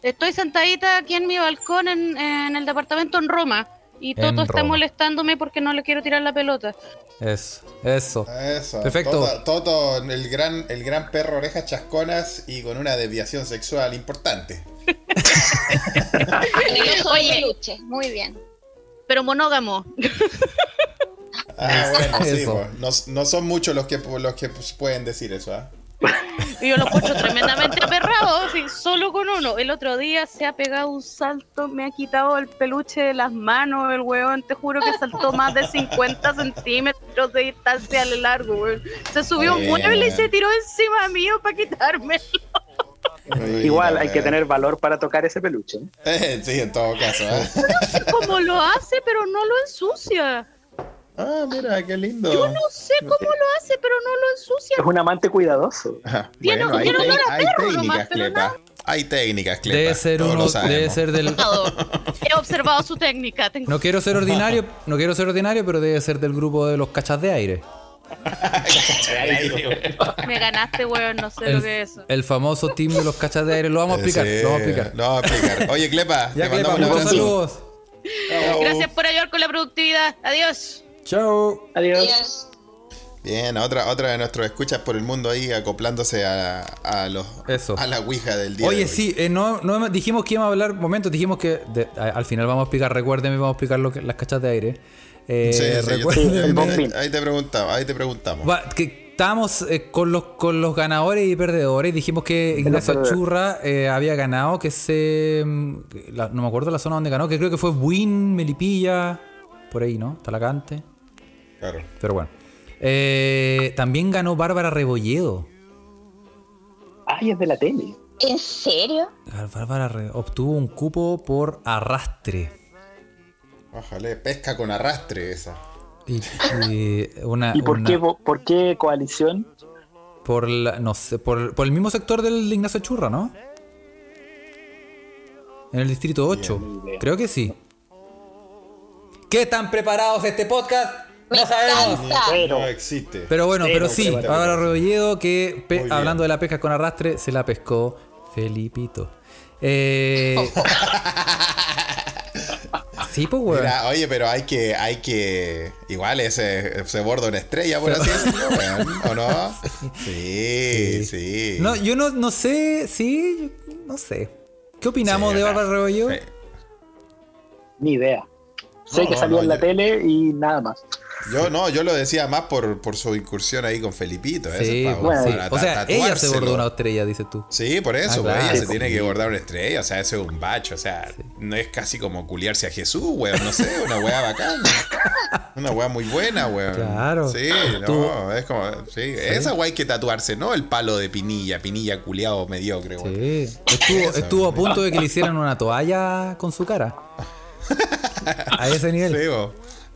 [SPEAKER 7] Estoy sentadita aquí en mi balcón en, en el departamento en Roma y
[SPEAKER 1] En
[SPEAKER 7] Toto está
[SPEAKER 1] Roma.
[SPEAKER 7] molestándome porque no le quiero tirar la pelota.
[SPEAKER 1] Eso, eso.
[SPEAKER 2] Ah, Eso.
[SPEAKER 1] Perfecto.
[SPEAKER 2] Toto, Toto, el, gran, el gran perro orejas chasconas y con una desviación sexual importante.
[SPEAKER 4] En el ojo de
[SPEAKER 7] Oye.
[SPEAKER 4] peluche. Muy bien.
[SPEAKER 7] Pero monógamo.
[SPEAKER 2] Ah, bueno, sí,
[SPEAKER 1] Eso.
[SPEAKER 2] pues, no, no son muchos los que, los que pues, pueden decir eso, ¿ah?
[SPEAKER 7] Y yo lo encuentro tremendamente aperrado, sí, solo con uno. El otro día se ha pegado un salto, me ha quitado el peluche de las manos, el weón. Te juro que saltó más de 50 centímetros de distancia a lo largo, weón. Se subió a un
[SPEAKER 2] Bien.
[SPEAKER 7] mueble y se tiró encima mío para quitármelo.
[SPEAKER 2] Ay,
[SPEAKER 3] Igual
[SPEAKER 2] la
[SPEAKER 3] hay que
[SPEAKER 2] wea.
[SPEAKER 3] tener valor para tocar ese peluche. ¿eh?
[SPEAKER 2] Eh, sí, en todo caso. ¿eh?
[SPEAKER 3] [laughs]
[SPEAKER 7] sé cómo lo hace, pero no lo ensucia.
[SPEAKER 2] Ah, mira, qué lindo.
[SPEAKER 7] Yo no sé cómo lo hace, pero no lo ensucia.
[SPEAKER 3] Es un amante cuidadoso.
[SPEAKER 2] Ah,
[SPEAKER 7] Tiene-
[SPEAKER 2] bueno, hay,
[SPEAKER 7] tiene olor
[SPEAKER 2] te-
[SPEAKER 7] a
[SPEAKER 2] hay
[SPEAKER 7] perro
[SPEAKER 2] técnicas,
[SPEAKER 7] nomás, pero
[SPEAKER 2] Clepa. Hay técnicas, Clepa.
[SPEAKER 1] Debe ser
[SPEAKER 2] Todos
[SPEAKER 1] uno,
[SPEAKER 2] lo
[SPEAKER 1] debe
[SPEAKER 2] sabemos.
[SPEAKER 1] ser
[SPEAKER 7] [laughs]
[SPEAKER 1] del.
[SPEAKER 7] He observado su técnica. Tengo...
[SPEAKER 1] No quiero ser ordinario, no quiero ser ordinario, pero debe ser del grupo de los cachas de aire.
[SPEAKER 7] Me ganaste, weón, no sé lo
[SPEAKER 1] El,
[SPEAKER 7] que es eso.
[SPEAKER 1] el famoso team de los cachas de aire. Lo vamos a explicar,
[SPEAKER 2] Sí,
[SPEAKER 1] lo vamos a explicar.
[SPEAKER 2] Lo vamos a explicar. Oye, Clepa,
[SPEAKER 1] [laughs] Ya
[SPEAKER 2] te
[SPEAKER 1] que
[SPEAKER 2] mandamos un
[SPEAKER 1] muchos
[SPEAKER 2] abrazo.
[SPEAKER 1] saludos.
[SPEAKER 2] Chao.
[SPEAKER 7] Gracias por ayudar con la productividad. Adiós.
[SPEAKER 1] Chao.
[SPEAKER 3] Adiós.
[SPEAKER 4] Dios.
[SPEAKER 2] Bien, otra, otra de nuestros escuchas por el mundo ahí acoplándose a, a los
[SPEAKER 1] Eso.
[SPEAKER 2] a la ouija del día. de
[SPEAKER 1] Oye,
[SPEAKER 2] hoy.
[SPEAKER 1] sí, eh, no, no hemos- dijimos que íbamos a hablar, momentos, dijimos que de- a- al final vamos a explicar, recuérdenme, vamos a explicar lo que, las cachas de aire. Eh,
[SPEAKER 2] Sí, sí, yo-
[SPEAKER 1] [laughs] recuérdenme-
[SPEAKER 3] buen fin.
[SPEAKER 2] ahí te preguntamos, ahí te preguntamos.
[SPEAKER 1] Va, que estábamos eh, con, los, con los ganadores y perdedores. Dijimos que Ignacio
[SPEAKER 3] perdedores.
[SPEAKER 1] Churra eh, había ganado, que se. mm, la- no me acuerdo la zona donde ganó, que creo que fue Buin, Melipilla, por ahí, ¿no? Talacante.
[SPEAKER 2] Claro.
[SPEAKER 1] Pero bueno. Eh, también ganó Bárbara Rebolledo.
[SPEAKER 3] Ay, es de la tele.
[SPEAKER 4] ¿En serio?
[SPEAKER 1] Bárbara Re- obtuvo un cupo por arrastre.
[SPEAKER 2] Ojalá, pesca con arrastre esa.
[SPEAKER 1] Y, y
[SPEAKER 2] Ah,
[SPEAKER 1] una,
[SPEAKER 3] ¿Y por
[SPEAKER 1] una-
[SPEAKER 3] qué, vo- por qué coalición?
[SPEAKER 1] por la- no sé, por, por el mismo sector del de Ignacio Churra, ¿no? En el distrito 8. Creo que sí. ¿Qué tan preparados este podcast?
[SPEAKER 4] Me
[SPEAKER 1] No sabemos.
[SPEAKER 4] encanta.
[SPEAKER 3] Pero-
[SPEAKER 2] no existe.
[SPEAKER 1] Pero bueno,
[SPEAKER 3] Cero
[SPEAKER 1] pero sí,
[SPEAKER 2] preparados.
[SPEAKER 1] Bárbara Rebolledo, que pe-
[SPEAKER 2] Muy bien.
[SPEAKER 1] hablando de la pesca con arrastre, se la pescó Felipito.
[SPEAKER 2] [laughs]
[SPEAKER 1] Eh, sí, pues, weón.
[SPEAKER 2] Mira, oye, pero hay que, hay que. Igual ese se borda una estrella, por así decirlo, weón, ¿o no? Sí, sí.
[SPEAKER 1] No, yo no, no sé, sí, yo no sé. ¿Qué opinamos
[SPEAKER 2] Sí,
[SPEAKER 1] de
[SPEAKER 2] acá.
[SPEAKER 1] Bárbara Rebolledo?
[SPEAKER 2] Sí.
[SPEAKER 3] Ni idea. Sé
[SPEAKER 2] No,
[SPEAKER 3] que
[SPEAKER 2] no,
[SPEAKER 3] salió
[SPEAKER 2] no,
[SPEAKER 3] en la
[SPEAKER 2] yo-
[SPEAKER 3] tele y nada más.
[SPEAKER 2] Yo no, yo lo decía más por, por su incursión ahí con Felipito. eso
[SPEAKER 1] Sí,
[SPEAKER 2] es pa-
[SPEAKER 1] bueno,
[SPEAKER 3] para
[SPEAKER 1] sí.
[SPEAKER 2] ta-
[SPEAKER 1] O sea, ella se
[SPEAKER 2] tatuárselo.
[SPEAKER 1] bordó una estrella, dices tú.
[SPEAKER 2] Sí, por eso,
[SPEAKER 1] Ah,
[SPEAKER 2] pues,
[SPEAKER 1] claro.
[SPEAKER 2] ella se tiene que bordar una estrella, o sea, eso es un bacho, o sea, no es casi como culiarse a Jesús, weón, no sé, una weá bacana. Una weá muy buena, weón.
[SPEAKER 1] Claro.
[SPEAKER 2] Sí, no,
[SPEAKER 1] Tú-
[SPEAKER 2] es como, sí, esa weá hay que tatuarse, ¿no? El palo de pinilla, pinilla culiado mediocre, weón.
[SPEAKER 1] Sí. Estuvo, estuvo a punto de que le hicieran una toalla con su cara. A ese nivel.
[SPEAKER 2] Sí, bo.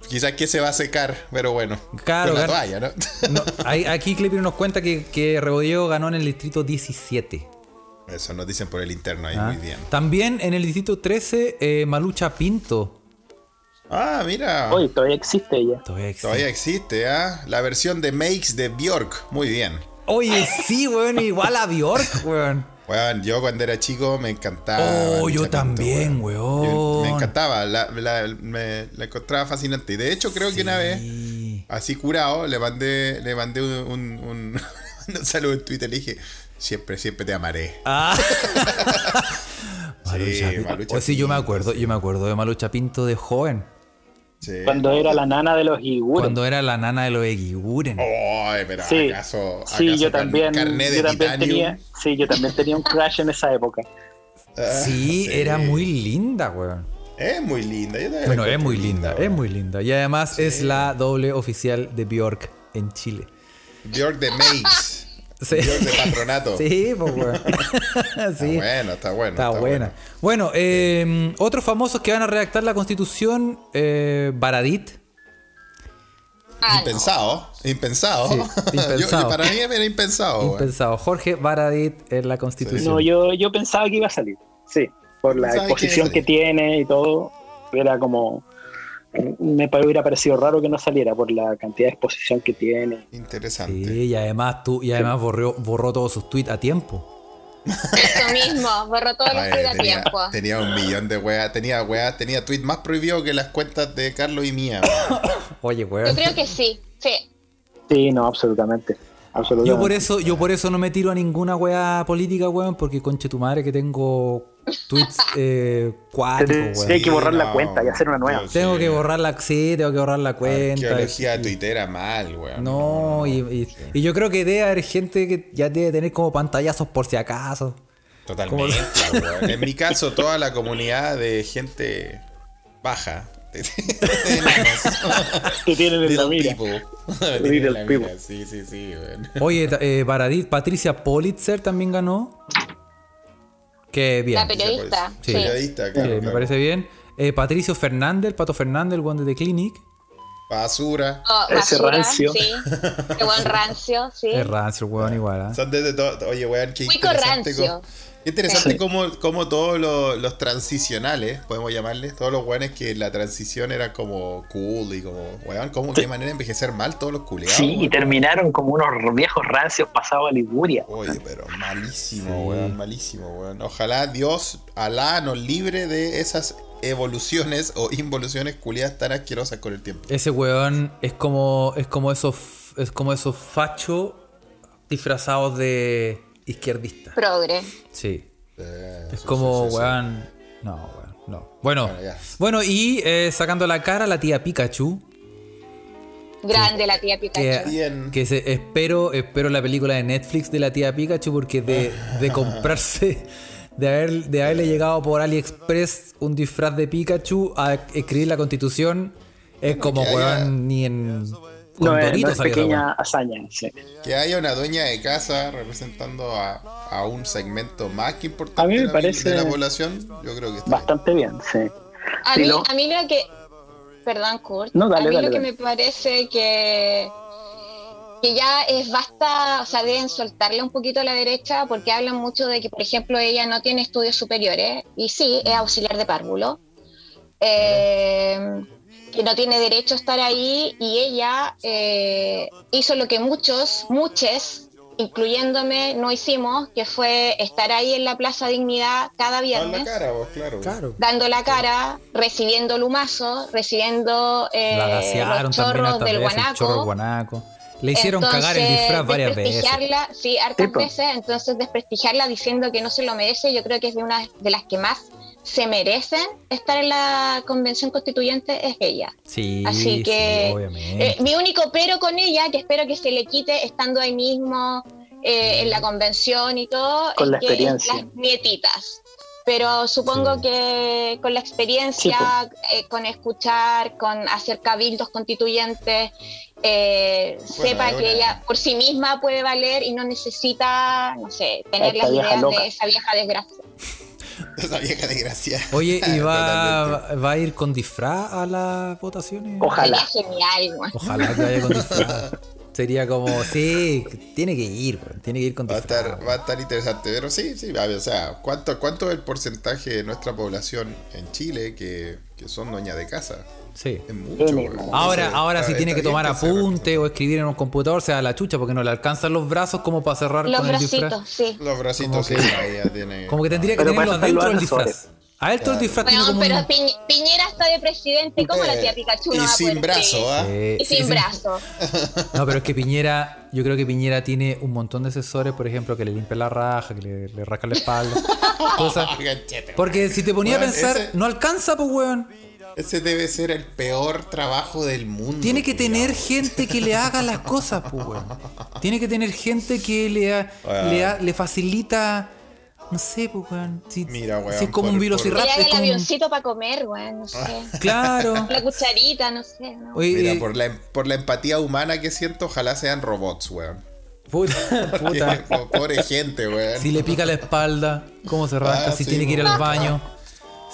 [SPEAKER 2] Quizás que se va a secar, pero bueno.
[SPEAKER 1] Claro,
[SPEAKER 2] Con la
[SPEAKER 1] gan-
[SPEAKER 2] toalla, ¿no?
[SPEAKER 1] No, ahí- aquí Clipper nos cuenta que, que Rebolledo ganó en el distrito 17.
[SPEAKER 2] Eso nos dicen por el interno ahí,
[SPEAKER 1] ¿ah?
[SPEAKER 2] muy bien.
[SPEAKER 1] También en el distrito 13, eh, Malucha Pinto.
[SPEAKER 2] Ah, Eh. mira.
[SPEAKER 3] Oye, todavía existe ella.
[SPEAKER 1] Todavía existe.
[SPEAKER 2] Todavía existe, ¿ah? La versión de Makes de Bjork, muy bien.
[SPEAKER 1] Oye, sí, weón, igual a Bjork, weón.
[SPEAKER 2] Weón, yo cuando era chico me encantaba.
[SPEAKER 1] Oh, yo
[SPEAKER 2] Lucha Pinto,
[SPEAKER 1] también,
[SPEAKER 2] Yo- Me
[SPEAKER 1] weón.
[SPEAKER 2] encantaba, la, la- me, la encontraba fascinante. Y de hecho, creo que una vez,
[SPEAKER 1] Sí.
[SPEAKER 2] así curado, le mandé, le mandé un, un- [laughs] un- un saludo en Twitter y dije: Siempre, siempre te amaré. [laughs]
[SPEAKER 1] Ah. Malucha
[SPEAKER 2] Sí,
[SPEAKER 1] Pinto.
[SPEAKER 2] Malucha
[SPEAKER 1] Oye, sí, yo me
[SPEAKER 2] Pinto,
[SPEAKER 1] acuerdo,
[SPEAKER 2] sí.
[SPEAKER 1] yo me acuerdo de Malucha Pinto de joven.
[SPEAKER 2] Sí.
[SPEAKER 3] Cuando era la nana de los Iguren.
[SPEAKER 1] Cuando era la nana de los Egiguren.
[SPEAKER 2] Oh, Ay, pero
[SPEAKER 3] Sí,
[SPEAKER 2] Ah, acaso,
[SPEAKER 3] sí,
[SPEAKER 2] acaso
[SPEAKER 3] yo
[SPEAKER 2] car-
[SPEAKER 3] también,
[SPEAKER 2] carné de
[SPEAKER 3] yo también
[SPEAKER 2] titanio?
[SPEAKER 3] tenía, sí, yo también tenía un crush en esa época.
[SPEAKER 2] Ah,
[SPEAKER 1] sí,
[SPEAKER 2] sí.
[SPEAKER 1] era muy linda, weón.
[SPEAKER 2] Es muy linda. yo también
[SPEAKER 1] Bueno,
[SPEAKER 2] la
[SPEAKER 1] es
[SPEAKER 2] encuentro
[SPEAKER 1] muy linda, es
[SPEAKER 2] weón.
[SPEAKER 1] muy linda. Y además es la doble oficial de Bjork en Chile.
[SPEAKER 2] Bjork de Maze.
[SPEAKER 1] [laughs] Sí.
[SPEAKER 2] Bjork de Patronato.
[SPEAKER 1] [laughs] Sí, pues,
[SPEAKER 2] [laughs]
[SPEAKER 1] weón.
[SPEAKER 2] Está
[SPEAKER 1] sí.
[SPEAKER 2] bueno, está bueno.
[SPEAKER 1] Está buena. Bueno, eh, otros famosos que van a redactar la constitución, eh, Baradit.
[SPEAKER 4] Ah, no.
[SPEAKER 2] Impensado, impensado.
[SPEAKER 1] Sí,
[SPEAKER 2] [laughs] Yo-
[SPEAKER 1] impensado.
[SPEAKER 2] yo- para mí era impensado. weón.
[SPEAKER 1] Impensado. Jorge Baradit en la constitución.
[SPEAKER 3] No, yo, yo pensaba que iba a salir, sí, por la
[SPEAKER 2] Pensaba que
[SPEAKER 3] exposición
[SPEAKER 2] iba a
[SPEAKER 3] que
[SPEAKER 2] salir.
[SPEAKER 3] tiene y todo, era como, me pa- hubiera parecido raro que no saliera por la cantidad de exposición que tiene.
[SPEAKER 2] Interesante.
[SPEAKER 1] Sí, y además tú, y además borró, borró todos sus tweets a tiempo.
[SPEAKER 4] Eso mismo, borró todos los
[SPEAKER 2] Ay,
[SPEAKER 4] tweets a
[SPEAKER 2] tenía,
[SPEAKER 4] tiempo.
[SPEAKER 2] tenía un millón de weas, tenía weas, tenía tweets más prohibidos que las cuentas de Carlos y mía. weón.
[SPEAKER 1] Oye, weón.
[SPEAKER 4] Yo creo que sí, sí.
[SPEAKER 3] Sí, no, absolutamente, absolutamente.
[SPEAKER 1] Yo por eso, yo por eso no me tiro a ninguna weá política, weón, porque conche tu madre que tengo tweets
[SPEAKER 3] [laughs]
[SPEAKER 1] eh, cuáticos,
[SPEAKER 3] Sí,
[SPEAKER 1] weón.
[SPEAKER 3] hay que borrar la
[SPEAKER 2] no.
[SPEAKER 3] cuenta y hacer una nueva.
[SPEAKER 2] Yo-
[SPEAKER 1] Tengo que borrar la sí, tengo que borrar
[SPEAKER 3] Ah,
[SPEAKER 1] la cuenta.
[SPEAKER 2] Arqueología
[SPEAKER 1] y-
[SPEAKER 2] tuitera mal, weón.
[SPEAKER 1] No, y, y- y yo creo que debe haber gente que ya debe tener como pantallazos por si acaso.
[SPEAKER 2] Totalmente. weón. En mi caso, toda la comunidad de gente baja. [laughs]
[SPEAKER 3] Te tienen en la
[SPEAKER 2] Little
[SPEAKER 3] mira.
[SPEAKER 2] people.
[SPEAKER 3] Little
[SPEAKER 2] La mira,
[SPEAKER 3] people.
[SPEAKER 2] Sí, sí, sí, weón.
[SPEAKER 1] Oye, ta- eh, Baradit, Patricia Politzer también ganó. Qué bien.
[SPEAKER 4] La periodista.
[SPEAKER 1] Sí.
[SPEAKER 4] Sí.
[SPEAKER 2] Periodista,
[SPEAKER 1] Sí,
[SPEAKER 2] claro,
[SPEAKER 1] Me
[SPEAKER 2] claro.
[SPEAKER 1] parece bien. Eh, Patricio Fernández, el Pato Fernández, el one de The Clinic.
[SPEAKER 2] Basura.
[SPEAKER 4] Oh,
[SPEAKER 3] Ese
[SPEAKER 4] basura,
[SPEAKER 3] rancio.
[SPEAKER 4] Sí. Qué buen rancio,
[SPEAKER 1] [laughs]
[SPEAKER 4] sí.
[SPEAKER 1] Es rancio, el weón, igual. ¿ah?
[SPEAKER 2] Son desde todo. Oye, weón, qué
[SPEAKER 4] Cuico
[SPEAKER 2] interesante.
[SPEAKER 4] rancio.
[SPEAKER 2] co- qué interesante
[SPEAKER 3] Sí.
[SPEAKER 2] como, como todos los, los transicionales, podemos llamarles, todos los weones que la transición era como cool y como, weón, como qué manera de envejecer mal todos los culeados.
[SPEAKER 3] Sí, y
[SPEAKER 2] weón.
[SPEAKER 3] terminaron como unos viejos rancios pasados a Liguria.
[SPEAKER 2] Oye, pero malísimo,
[SPEAKER 1] Sí.
[SPEAKER 2] weón, malísimo, weón. Ojalá Dios, Alá, nos libre de esas evoluciones o involuciones culiadas tan asquerosas con el tiempo.
[SPEAKER 1] Ese weón es como. es como esos. es como esos fachos disfrazados de izquierdista.
[SPEAKER 4] Progre.
[SPEAKER 1] Sí.
[SPEAKER 2] Eh,
[SPEAKER 1] Es
[SPEAKER 2] sí,
[SPEAKER 1] como,
[SPEAKER 2] sí, sí, sí.
[SPEAKER 1] weón. No, weón. No. Bueno,
[SPEAKER 2] Bueno, ya.
[SPEAKER 1] bueno y eh, sacando la cara la tía Pikachu,
[SPEAKER 4] Grande la tía Pikachu.
[SPEAKER 1] que,
[SPEAKER 2] Bien.
[SPEAKER 1] que se, espero, espero la película de Netflix de la tía Pikachu porque de,
[SPEAKER 2] [laughs]
[SPEAKER 1] de comprarse, de, haber, de haberle llegado por AliExpress un disfraz de Pikachu a escribir la constitución, es como,
[SPEAKER 2] que haya-
[SPEAKER 1] weón, ni en... Con
[SPEAKER 3] No es, no
[SPEAKER 1] Doritos
[SPEAKER 3] es
[SPEAKER 1] había esa weá.
[SPEAKER 3] pequeña hazaña. sí.
[SPEAKER 2] Que haya una dueña de casa representando a, a un segmento más que importante
[SPEAKER 3] A mí me
[SPEAKER 2] de, la,
[SPEAKER 3] parece
[SPEAKER 2] de la población, yo creo que está
[SPEAKER 3] Bastante bien, sí.
[SPEAKER 4] A
[SPEAKER 3] Sí,
[SPEAKER 4] mí,
[SPEAKER 3] lo-
[SPEAKER 4] a mí lo que. Perdón, Kurt.
[SPEAKER 3] No, dale,
[SPEAKER 4] a mí
[SPEAKER 3] dale,
[SPEAKER 4] lo que
[SPEAKER 3] dale.
[SPEAKER 4] me parece que. Que ya es basta, o sea, deben soltarle un poquito a la derecha porque hablan mucho de que, por ejemplo, ella no tiene estudios superiores y sí, es auxiliar de párvulo. eh, que no tiene derecho a estar ahí y ella eh, hizo lo que muchos, muchos, incluyéndome, no hicimos, que fue estar ahí en la Plaza Dignidad cada
[SPEAKER 2] bien.
[SPEAKER 4] viernes
[SPEAKER 2] la cara, vos, claro.
[SPEAKER 1] Claro.
[SPEAKER 4] dando la cara, recibiendo lumazos, recibiendo eh,
[SPEAKER 1] La gasearon
[SPEAKER 4] los
[SPEAKER 1] también
[SPEAKER 4] chorros
[SPEAKER 1] hasta
[SPEAKER 4] del
[SPEAKER 1] veces,
[SPEAKER 4] guanaco.
[SPEAKER 1] chorro del guanaco. Le hicieron
[SPEAKER 4] Entonces,
[SPEAKER 1] cagar el disfraz varias veces.
[SPEAKER 4] desprestigiarla, sí, hartas
[SPEAKER 3] Sí, po.
[SPEAKER 4] veces, entonces desprestigiarla diciendo que no se lo merece, yo creo que es de una de las que más se merecen estar en la convención constituyente es ella.
[SPEAKER 1] Sí,
[SPEAKER 4] Así que,
[SPEAKER 1] sí, obviamente.
[SPEAKER 4] Eh, mi único pero con ella, que espero que se le quite estando ahí mismo eh, en la convención y todo,
[SPEAKER 3] Con la
[SPEAKER 4] que es
[SPEAKER 3] experiencia.
[SPEAKER 4] las nietitas. Pero supongo
[SPEAKER 1] Sí.
[SPEAKER 4] que con la experiencia, eh, con escuchar, con hacer cabildos constituyentes, eh, sepa
[SPEAKER 2] es
[SPEAKER 4] que
[SPEAKER 2] una-
[SPEAKER 4] ella por sí misma puede valer y no necesita, no sé, tener
[SPEAKER 3] Esta
[SPEAKER 4] las
[SPEAKER 3] vieja
[SPEAKER 4] ideas
[SPEAKER 3] loca.
[SPEAKER 4] de esa vieja desgracia.
[SPEAKER 2] [laughs] Esa vieja desgraciada.
[SPEAKER 1] Oye, ¿y
[SPEAKER 2] Totalmente.
[SPEAKER 1] va, va a ir con disfraz a las votaciones?
[SPEAKER 3] Ojalá.
[SPEAKER 4] Sería genial, güey.
[SPEAKER 1] Ojalá que vaya con
[SPEAKER 2] [laughs]
[SPEAKER 1] disfraz. Sería como, sí, tiene que ir, weón, tiene que ir con
[SPEAKER 2] Va a,
[SPEAKER 1] disfraz.
[SPEAKER 2] estar, va a estar interesante, pero sí, sí, a ver, o sea, ¿cuánto, ¿cuánto es el porcentaje de nuestra población en Chile que, que son dueñas de casa?
[SPEAKER 1] Sí.
[SPEAKER 2] Es mucho.
[SPEAKER 3] N.
[SPEAKER 2] weón.
[SPEAKER 1] Ahora,
[SPEAKER 2] Entonces,
[SPEAKER 1] ahora
[SPEAKER 2] está-
[SPEAKER 1] si tiene
[SPEAKER 2] está
[SPEAKER 1] que
[SPEAKER 2] bien
[SPEAKER 1] tomar
[SPEAKER 2] se
[SPEAKER 1] apunte
[SPEAKER 2] represente.
[SPEAKER 1] o escribir en un computador, se da la chucha porque no le alcanzan los brazos como para cerrar
[SPEAKER 4] Los
[SPEAKER 1] con el disfraz.
[SPEAKER 4] bracitos, sí.
[SPEAKER 2] Los
[SPEAKER 1] Como
[SPEAKER 2] bracitos,
[SPEAKER 1] que-
[SPEAKER 2] sí, ahí ya tiene.
[SPEAKER 1] Como que tendría que
[SPEAKER 3] Pero
[SPEAKER 1] tenerlo
[SPEAKER 3] para eso están
[SPEAKER 1] adentro del
[SPEAKER 3] los
[SPEAKER 1] disfraz. Adentro del
[SPEAKER 2] Claro.
[SPEAKER 1] disfraz tiene
[SPEAKER 4] Weón,
[SPEAKER 1] como
[SPEAKER 4] pero
[SPEAKER 1] un...
[SPEAKER 4] Piñ- Piñera está de presidente, ¿cómo la tía
[SPEAKER 2] Eh,
[SPEAKER 4] Pikachu no pues,
[SPEAKER 2] Y
[SPEAKER 4] va a
[SPEAKER 2] sin
[SPEAKER 4] poder
[SPEAKER 2] brazo, ¿ah?
[SPEAKER 1] Eh,
[SPEAKER 4] Y
[SPEAKER 1] sí,
[SPEAKER 4] sin
[SPEAKER 1] sí.
[SPEAKER 4] brazo.
[SPEAKER 1] No, pero es que Piñera, yo creo que Piñera tiene un montón de asesores, por ejemplo, que le limpian la raja, que le, le rascan la
[SPEAKER 4] [laughs]
[SPEAKER 1] espalda. cosas. Porque si te ponía a
[SPEAKER 2] Ah, Weón,
[SPEAKER 1] pensar,
[SPEAKER 2] ese-
[SPEAKER 1] no alcanza, pues, weón.
[SPEAKER 2] Ese debe ser el peor trabajo del mundo.
[SPEAKER 1] Tiene que
[SPEAKER 2] culiao.
[SPEAKER 1] tener gente que le haga las cosas, pues, weón. Tiene que tener gente que le, ha-
[SPEAKER 2] Weón.
[SPEAKER 1] le, ha- le facilita. No sé, pues, weón. Si,
[SPEAKER 2] Mira, weón,
[SPEAKER 1] si es como un
[SPEAKER 2] por- por-
[SPEAKER 4] Que le
[SPEAKER 1] velociraptor.
[SPEAKER 4] haga
[SPEAKER 1] es
[SPEAKER 4] el
[SPEAKER 1] como un-
[SPEAKER 4] avioncito para comer, güey, no sé. [laughs]
[SPEAKER 1] Claro.
[SPEAKER 2] [laughs]
[SPEAKER 4] La cucharita, no sé. ¿no?
[SPEAKER 1] Oye,
[SPEAKER 2] Mira,
[SPEAKER 1] eh,
[SPEAKER 2] por la, em-, por la empatía humana que siento, ojalá sean robots, weón. [laughs]
[SPEAKER 1] puta, puta.
[SPEAKER 2] Po- Pobre gente, weón.
[SPEAKER 1] Si le pica la espalda, cómo se rasca,
[SPEAKER 2] Ah,
[SPEAKER 1] si
[SPEAKER 2] sí,
[SPEAKER 1] tiene que ir al
[SPEAKER 2] weón.
[SPEAKER 1] baño,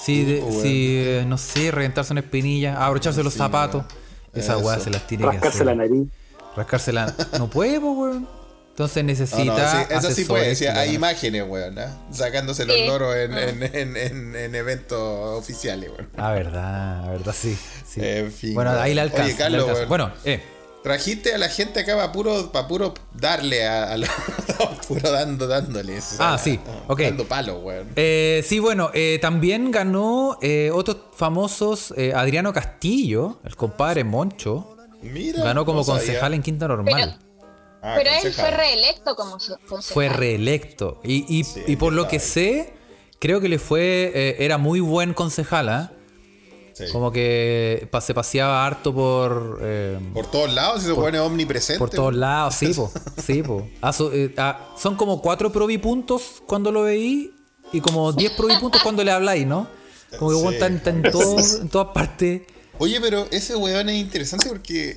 [SPEAKER 1] si, de-
[SPEAKER 2] Sí, pues, weón.
[SPEAKER 1] si, eh, no sé, reventarse una espinilla, abrocharse los
[SPEAKER 2] Sí,
[SPEAKER 1] zapatos.
[SPEAKER 2] weón.
[SPEAKER 1] Esa weá
[SPEAKER 2] Eso.
[SPEAKER 1] se las tiene que
[SPEAKER 3] Rascarse
[SPEAKER 1] hacer.
[SPEAKER 3] la nariz.
[SPEAKER 1] Rascársela. No puede, po, weón. Entonces necesita.
[SPEAKER 2] No, Ah, no, sí, eso sí
[SPEAKER 1] asesores
[SPEAKER 2] puede,
[SPEAKER 1] que
[SPEAKER 2] sí,
[SPEAKER 1] le
[SPEAKER 2] hay
[SPEAKER 1] hagan-
[SPEAKER 2] imágenes, weón, ¿ah? sacándose los
[SPEAKER 4] Sí. Ah.
[SPEAKER 2] loros en, en- en- en- en eventos oficiales, weón.
[SPEAKER 1] Ah, verdad, la verdad, sí. sí.
[SPEAKER 2] En fin,
[SPEAKER 1] bueno,
[SPEAKER 2] Eh, weón.
[SPEAKER 1] ahí la alcanza.
[SPEAKER 2] Oye,
[SPEAKER 1] la
[SPEAKER 2] Carlos,
[SPEAKER 1] alcanza.
[SPEAKER 2] weón.
[SPEAKER 1] Bueno, eh.
[SPEAKER 2] Trajiste a la gente acá para puro, pa' puro darle a, a los- [laughs] puro dando, dándoles. o
[SPEAKER 1] Ah, sí, ok.
[SPEAKER 2] Dando palo, weón.
[SPEAKER 1] Eh, sí, bueno, eh, también ganó eh, otros famosos, eh, Adriano Castillo, el compadre Moncho,
[SPEAKER 2] Mira.
[SPEAKER 1] ganó como
[SPEAKER 2] no sabía.
[SPEAKER 1] concejal en Quinta Normal.
[SPEAKER 2] Ah,
[SPEAKER 4] Pero él
[SPEAKER 2] concejal.
[SPEAKER 4] fue reelecto como su- concejal.
[SPEAKER 1] fue reelecto. Y, y-
[SPEAKER 2] Sí,
[SPEAKER 1] y por lo que
[SPEAKER 2] ahí.
[SPEAKER 1] sé, creo que le fue. eh, era muy buen concejal, ¿ah?
[SPEAKER 2] Sí.
[SPEAKER 1] Como que pa- se paseaba harto por. eh, por,
[SPEAKER 2] Por todos lados, ese weón es omnipresente.
[SPEAKER 1] todos
[SPEAKER 2] weón.
[SPEAKER 1] lados, sí,
[SPEAKER 2] [laughs]
[SPEAKER 1] po. Sí, po. Ah, so- eh, ah, son como cuatro probipuntos cuando lo veí y como diez probipuntos cuando le habláis, ¿no? Como que
[SPEAKER 2] Sí.
[SPEAKER 1] weón, está en- está en, todo- en todas partes.
[SPEAKER 2] Oye, pero ese weón es interesante porque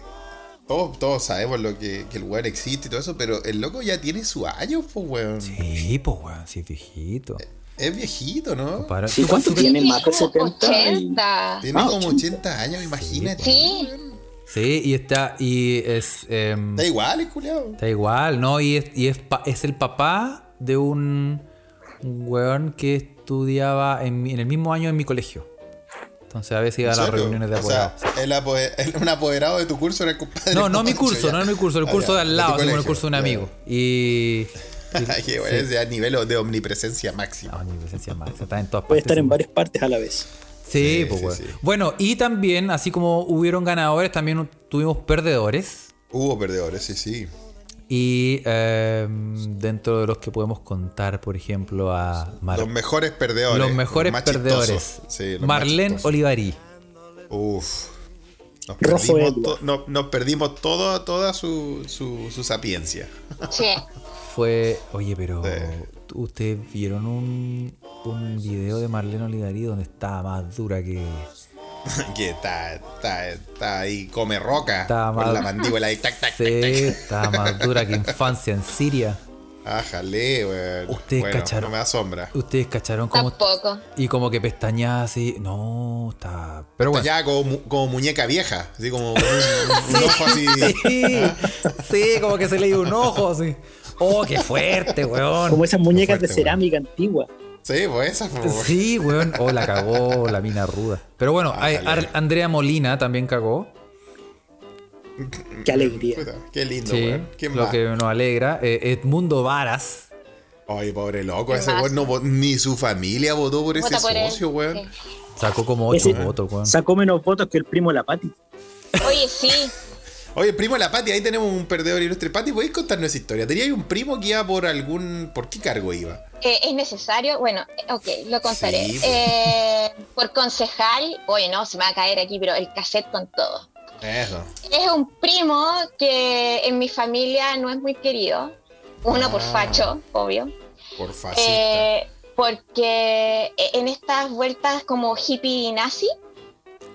[SPEAKER 2] todos, todos sabemos lo que, que el weón existe y todo eso, pero el loco ya tiene su año, pues weón. Eh,
[SPEAKER 1] Sí, po, weón, sí, viejito.
[SPEAKER 2] Es viejito, ¿no?
[SPEAKER 1] Para-
[SPEAKER 3] Sí,
[SPEAKER 1] ¿Tú
[SPEAKER 3] ¿cuánto
[SPEAKER 1] cuánto-
[SPEAKER 3] tiene? Tienen más de
[SPEAKER 4] como
[SPEAKER 3] 70 y-
[SPEAKER 4] 80.
[SPEAKER 2] Tiene
[SPEAKER 3] Ah,
[SPEAKER 2] como
[SPEAKER 3] 80.
[SPEAKER 2] 80 años, imagínate.
[SPEAKER 4] Sí,
[SPEAKER 1] Sí, y está. Y es. em,
[SPEAKER 2] Está igual, es culiao.
[SPEAKER 1] Está igual, ¿no? Y es, y es, pa- es el papá de un, un weón que estudiaba en, mi- en el mismo año en mi colegio. Entonces a veces iba a
[SPEAKER 2] ¿En
[SPEAKER 1] las
[SPEAKER 2] serio?
[SPEAKER 1] reuniones de
[SPEAKER 2] O sea,
[SPEAKER 1] apoderados.
[SPEAKER 2] el apoder- el- un apoderado de tu curso era el compadre.
[SPEAKER 1] no, no
[SPEAKER 2] Pancho,
[SPEAKER 1] mi curso,
[SPEAKER 2] ya.
[SPEAKER 1] no mi curso, el
[SPEAKER 2] Ah,
[SPEAKER 1] curso
[SPEAKER 2] ya,
[SPEAKER 1] de al lado,
[SPEAKER 2] tu
[SPEAKER 1] así como el
[SPEAKER 2] colegio,
[SPEAKER 1] curso de un
[SPEAKER 2] ya. [laughs]
[SPEAKER 1] amigo. Y. y-
[SPEAKER 2] Qué bueno,
[SPEAKER 1] sí. Ah.
[SPEAKER 2] es ya nivel de omnipresencia máxima.
[SPEAKER 1] No, mi presencia máxima, está en todas
[SPEAKER 3] Puede
[SPEAKER 1] partes.
[SPEAKER 3] estar en
[SPEAKER 1] sí.
[SPEAKER 3] varias partes a la vez.
[SPEAKER 1] Sí,
[SPEAKER 2] Sí,
[SPEAKER 1] pues,
[SPEAKER 2] sí,
[SPEAKER 1] weón.
[SPEAKER 2] sí.
[SPEAKER 1] Bueno, y también, así como hubieron ganadores, también tuvimos perdedores.
[SPEAKER 2] Hubo perdedores, sí, sí.
[SPEAKER 1] Y eh, dentro de los que podemos contar, por ejemplo, a Mar-
[SPEAKER 2] Los mejores perdedores.
[SPEAKER 1] Los mejores
[SPEAKER 2] más
[SPEAKER 1] perdedores.
[SPEAKER 2] chistosos. Sí, los más
[SPEAKER 1] Marlene
[SPEAKER 2] chistosos.
[SPEAKER 1] Olivari.
[SPEAKER 2] Uf. Nos
[SPEAKER 3] Rojo
[SPEAKER 2] perdimos,
[SPEAKER 3] Edward.
[SPEAKER 2] to- no- nos perdimos todo- toda su, su, su sapiencia. [laughs]
[SPEAKER 4] sí.
[SPEAKER 1] Fue. Oye, pero.
[SPEAKER 2] Sí.
[SPEAKER 1] ¿Ustedes vieron un, un video de Marlene Olivari donde estaba más dura que.
[SPEAKER 2] que está, está, está ahí, come roca.
[SPEAKER 1] Estaba
[SPEAKER 2] con
[SPEAKER 1] mal.
[SPEAKER 2] la mandíbula ahí, tac, tac,
[SPEAKER 1] Sí,
[SPEAKER 2] tac, tac.
[SPEAKER 1] estaba más dura que infancia en Siria.
[SPEAKER 2] Ájale, weón.
[SPEAKER 1] Ustedes
[SPEAKER 2] Bueno,
[SPEAKER 1] cacharon.
[SPEAKER 2] No me asombra.
[SPEAKER 1] Ustedes cacharon como.
[SPEAKER 4] Tampoco.
[SPEAKER 1] Y como que pestañaba así. No, está. Pero bueno.
[SPEAKER 2] Ya como, mu- como muñeca vieja, así como con
[SPEAKER 1] [laughs]
[SPEAKER 2] un, un ojo así.
[SPEAKER 1] Sí, sí, como que se le dio un ojo así. Oh, qué fuerte, weón.
[SPEAKER 3] Como esas muñecas
[SPEAKER 2] fuerte,
[SPEAKER 3] de cerámica antigua.
[SPEAKER 2] Sí, pues esa fue.
[SPEAKER 1] Sí, weón. Oh, la cagó la mina ruda. Pero bueno,
[SPEAKER 2] Ah,
[SPEAKER 1] ay,
[SPEAKER 2] dale.
[SPEAKER 1] Ar- Andrea Molina también cagó.
[SPEAKER 3] Qué alegría.
[SPEAKER 2] Puta, Qué lindo,
[SPEAKER 1] Sí,
[SPEAKER 2] weón. ¿Quién
[SPEAKER 1] lo
[SPEAKER 2] más?
[SPEAKER 1] que nos alegra. Eh, Edmundo Varas.
[SPEAKER 2] Ay, pobre loco,
[SPEAKER 4] ¿Quién
[SPEAKER 2] ese
[SPEAKER 4] más?
[SPEAKER 2] weón no vo- ni su familia votó por ese
[SPEAKER 4] Vota por él.
[SPEAKER 2] socio, weón.
[SPEAKER 4] Sí.
[SPEAKER 1] Sacó como 8
[SPEAKER 3] Ese-
[SPEAKER 1] votos,
[SPEAKER 2] [laughs]
[SPEAKER 1] weón.
[SPEAKER 3] Sacó menos votos que el primo de la Pati.
[SPEAKER 4] Oye, sí.
[SPEAKER 2] Oye, primo de la Pati, ahí tenemos un perdedor ilustre. Pati, ¿podéis contarnos esa historia? Tenía ahí un primo que iba por algún. ¿Por qué cargo iba?
[SPEAKER 4] Eh, ¿Es necesario? Bueno, eh, ok, lo contaré.
[SPEAKER 2] Sí, pues.
[SPEAKER 4] Eh, por concejal, oye, no, se me va a caer aquí, pero el cassette con todo.
[SPEAKER 2] Eso.
[SPEAKER 4] Es un primo que en mi familia no es muy querido. Uno por
[SPEAKER 2] Ah.
[SPEAKER 4] facho, obvio.
[SPEAKER 2] Por fascista.
[SPEAKER 4] Eh, porque e-, en estas vueltas como hippie y nazi,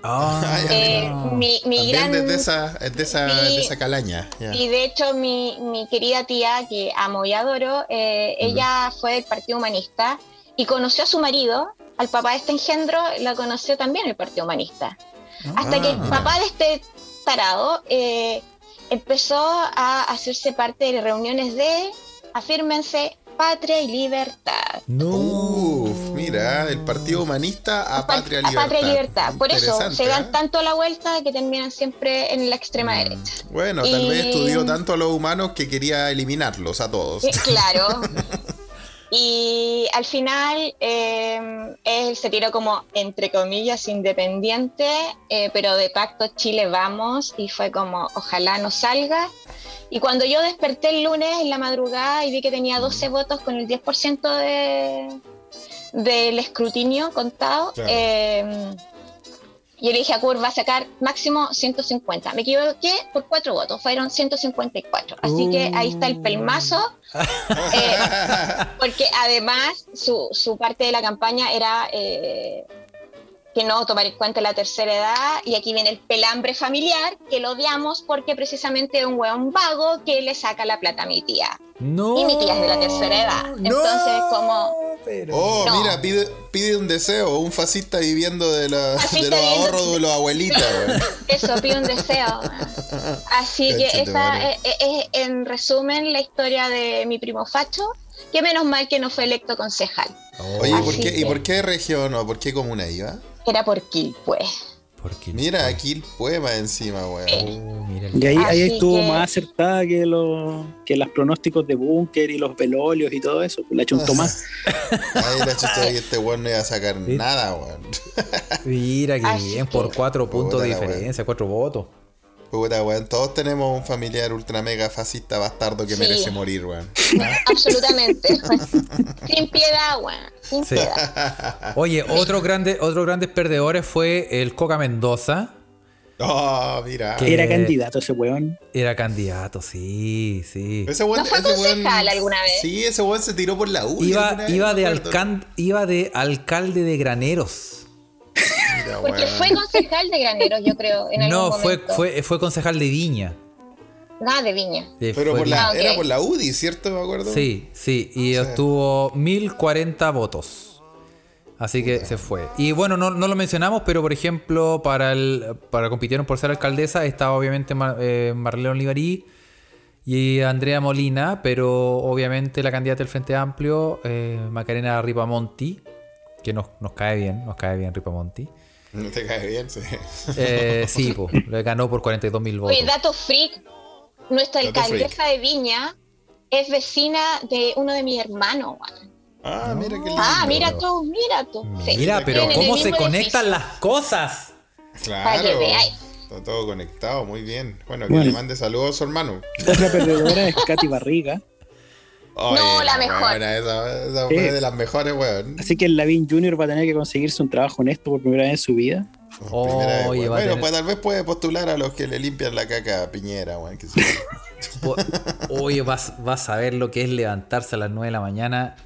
[SPEAKER 1] Ah,
[SPEAKER 2] Ay,
[SPEAKER 4] eh,
[SPEAKER 1] no.
[SPEAKER 4] mi, mi
[SPEAKER 2] También
[SPEAKER 4] gran...
[SPEAKER 2] desde esa, desde esa,
[SPEAKER 4] Sí.
[SPEAKER 2] de esa calaña. ya.
[SPEAKER 4] Y de hecho mi, mi querida tía, que amo y adoro, eh, ella fue del Partido Humanista y conoció a su marido, al papá de este engendro, la conoció también el Partido Humanista. Hasta
[SPEAKER 1] Ah,
[SPEAKER 4] que el
[SPEAKER 2] mira.
[SPEAKER 4] papá de este tarado eh, empezó a hacerse parte de reuniones de, afírmense, patria y libertad.
[SPEAKER 1] No.
[SPEAKER 2] Uf, mira, del Partido Humanista a Patria
[SPEAKER 4] A
[SPEAKER 2] Libertad.
[SPEAKER 4] patria y libertad. Por eso
[SPEAKER 2] Interesante,
[SPEAKER 4] se
[SPEAKER 2] ¿eh? Mm.
[SPEAKER 4] dan tanto la vuelta que terminan siempre en la extrema derecha.
[SPEAKER 2] Bueno, tal vez
[SPEAKER 4] Y-
[SPEAKER 2] estudió tanto a los humanos que quería eliminarlos a todos. [laughs]
[SPEAKER 4] Eh, Claro. Y al final eh, él se tiró como, entre comillas, independiente, eh, pero de Pacto Chile vamos y fue como, ojalá no salga. Y cuando yo desperté el lunes en la madrugada y vi que tenía 12 votos con el 10% de, del escrutinio contado,
[SPEAKER 2] Claro.
[SPEAKER 4] eh, yo le dije a Kurt, va a sacar máximo 150. Me equivoqué por cuatro votos, fueron 154. Así que ahí está el pelmazo. Eh, porque además su, su parte de la campaña era eh, que no tomar en cuenta la tercera edad y aquí viene el pelambre familiar que lo odiamos porque precisamente es un hueón vago que le saca la plata a mi tía.
[SPEAKER 1] No.
[SPEAKER 4] Y mi tía es de la tercera edad. Entonces, como-
[SPEAKER 1] pero-
[SPEAKER 2] Oh,
[SPEAKER 4] No.
[SPEAKER 2] mira, pide, pide un deseo, un fascista viviendo de, la- de
[SPEAKER 4] Fascista
[SPEAKER 2] los
[SPEAKER 4] viviendo-
[SPEAKER 2] ahorros de los abuelitos.
[SPEAKER 4] [laughs]
[SPEAKER 2] weón.
[SPEAKER 4] Eso, pide un deseo. Así que
[SPEAKER 2] Cáchate,
[SPEAKER 4] esa
[SPEAKER 2] madre.
[SPEAKER 4] es, es, en resumen la historia de mi primo Facho, que menos mal que no fue electo concejal.
[SPEAKER 1] Oh,
[SPEAKER 2] Oye, ¿y por,
[SPEAKER 4] Así
[SPEAKER 2] qué, ¿y
[SPEAKER 4] que-
[SPEAKER 2] por qué región o por qué comuna iba?
[SPEAKER 4] Era por Quilpue.
[SPEAKER 1] porque-
[SPEAKER 4] Ah.
[SPEAKER 2] Mira, aquí el poema encima, weón.
[SPEAKER 1] Oh, mira el-
[SPEAKER 3] Y ahí, ahí
[SPEAKER 4] Así
[SPEAKER 3] estuvo
[SPEAKER 4] que-
[SPEAKER 3] más acertada que los que los pronósticos de Búnker y los velolios y todo eso. pues La chuntó más.
[SPEAKER 2] Ahí la chucha de que este weón no iba a sacar
[SPEAKER 1] ¿Sí?
[SPEAKER 2] nada, weón.
[SPEAKER 1] Mira, qué
[SPEAKER 4] Así
[SPEAKER 1] bien.
[SPEAKER 4] que-
[SPEAKER 1] Por cuatro puntos de
[SPEAKER 2] Puta la wea.
[SPEAKER 1] diferencia, cuatro votos.
[SPEAKER 2] Puta, weón, todos tenemos un familiar ultra mega fascista bastardo que
[SPEAKER 4] Sí.
[SPEAKER 2] merece morir, weón.
[SPEAKER 4] Absolutamente. Sin piedad, weón.
[SPEAKER 2] [laughs]
[SPEAKER 4] Sin
[SPEAKER 1] Sí.
[SPEAKER 4] piedad.
[SPEAKER 1] Oye, otro grande, otros grandes perdedores fue el Coca Mendoza.
[SPEAKER 2] Oh, mira.
[SPEAKER 1] ¿Qué?
[SPEAKER 3] Era candidato ese weón.
[SPEAKER 1] Era candidato, sí, sí.
[SPEAKER 2] Ese weón,
[SPEAKER 4] ¿No fue
[SPEAKER 2] ese weón-
[SPEAKER 4] concejal alguna vez?
[SPEAKER 2] Sí, ese weón se tiró por la U. alguna
[SPEAKER 1] Iba,
[SPEAKER 2] vez,
[SPEAKER 1] iba,
[SPEAKER 2] me
[SPEAKER 1] de
[SPEAKER 2] acuerdo.
[SPEAKER 1] alcan- iba de alcalde de Graneros.
[SPEAKER 2] Mira,
[SPEAKER 4] Porque
[SPEAKER 2] weón.
[SPEAKER 4] fue concejal de Graneros, yo creo, en algún
[SPEAKER 1] No, fue,
[SPEAKER 4] momento.
[SPEAKER 1] fue, fue concejal de Viña.
[SPEAKER 4] Nada de viña.
[SPEAKER 1] Sí,
[SPEAKER 2] Pero
[SPEAKER 1] fue
[SPEAKER 2] por la,
[SPEAKER 4] Ah, ok.
[SPEAKER 2] era por la UDI, ¿cierto? ¿Me acuerdo?
[SPEAKER 1] Sí, sí, y
[SPEAKER 2] Ah, Sí.
[SPEAKER 1] obtuvo 1040 votos. Así que se fue. Y bueno, no, no lo mencionamos, pero por ejemplo, para el para compitieron por ser alcaldesa estaba obviamente Mar- eh, Marlene Olivarí y Andrea Molina, pero obviamente la candidata del Frente Amplio, eh, Macarena Ripamonti, que nos, nos cae bien, nos cae bien Ripamonti.
[SPEAKER 2] No te cae bien, sí.
[SPEAKER 1] Eh, sí, po, le ganó por 42 mil votos.
[SPEAKER 4] Oye, dato freak. Nuestra
[SPEAKER 2] Dato
[SPEAKER 4] alcaldesa de Viña es vecina de uno de mis hermanos. weón.
[SPEAKER 2] Ah, mira qué lindo.
[SPEAKER 4] Ah, mira tú, mira tú. Sí.
[SPEAKER 1] Mira, pero
[SPEAKER 4] Tienen el
[SPEAKER 1] cómo se
[SPEAKER 4] mismo
[SPEAKER 1] conectan
[SPEAKER 4] edificio.
[SPEAKER 1] las cosas.
[SPEAKER 2] Claro.
[SPEAKER 4] Para que veáis.
[SPEAKER 2] Está todo conectado, muy bien. Bueno, que
[SPEAKER 3] Bueno.
[SPEAKER 2] le mande saludos a su hermano.
[SPEAKER 3] Otra perdedora es Katy Barriga.
[SPEAKER 2] Oye,
[SPEAKER 4] No, la mejor.
[SPEAKER 2] weona, esa esa
[SPEAKER 3] Sí.
[SPEAKER 2] fue de las mejores, weón.
[SPEAKER 3] Así que el Lavin Jr. va a tener que conseguirse un trabajo honesto por primera vez en su vida.
[SPEAKER 2] Por
[SPEAKER 1] Oye,
[SPEAKER 2] primera vez,
[SPEAKER 1] va a
[SPEAKER 2] weón. bueno,
[SPEAKER 1] tener-
[SPEAKER 2] pues tal vez puede postular a los que le limpian la caca a Piñera, weón. que sí.
[SPEAKER 1] Po- Oye, vas, vas a ver lo que es levantarse a las 9 de la mañana.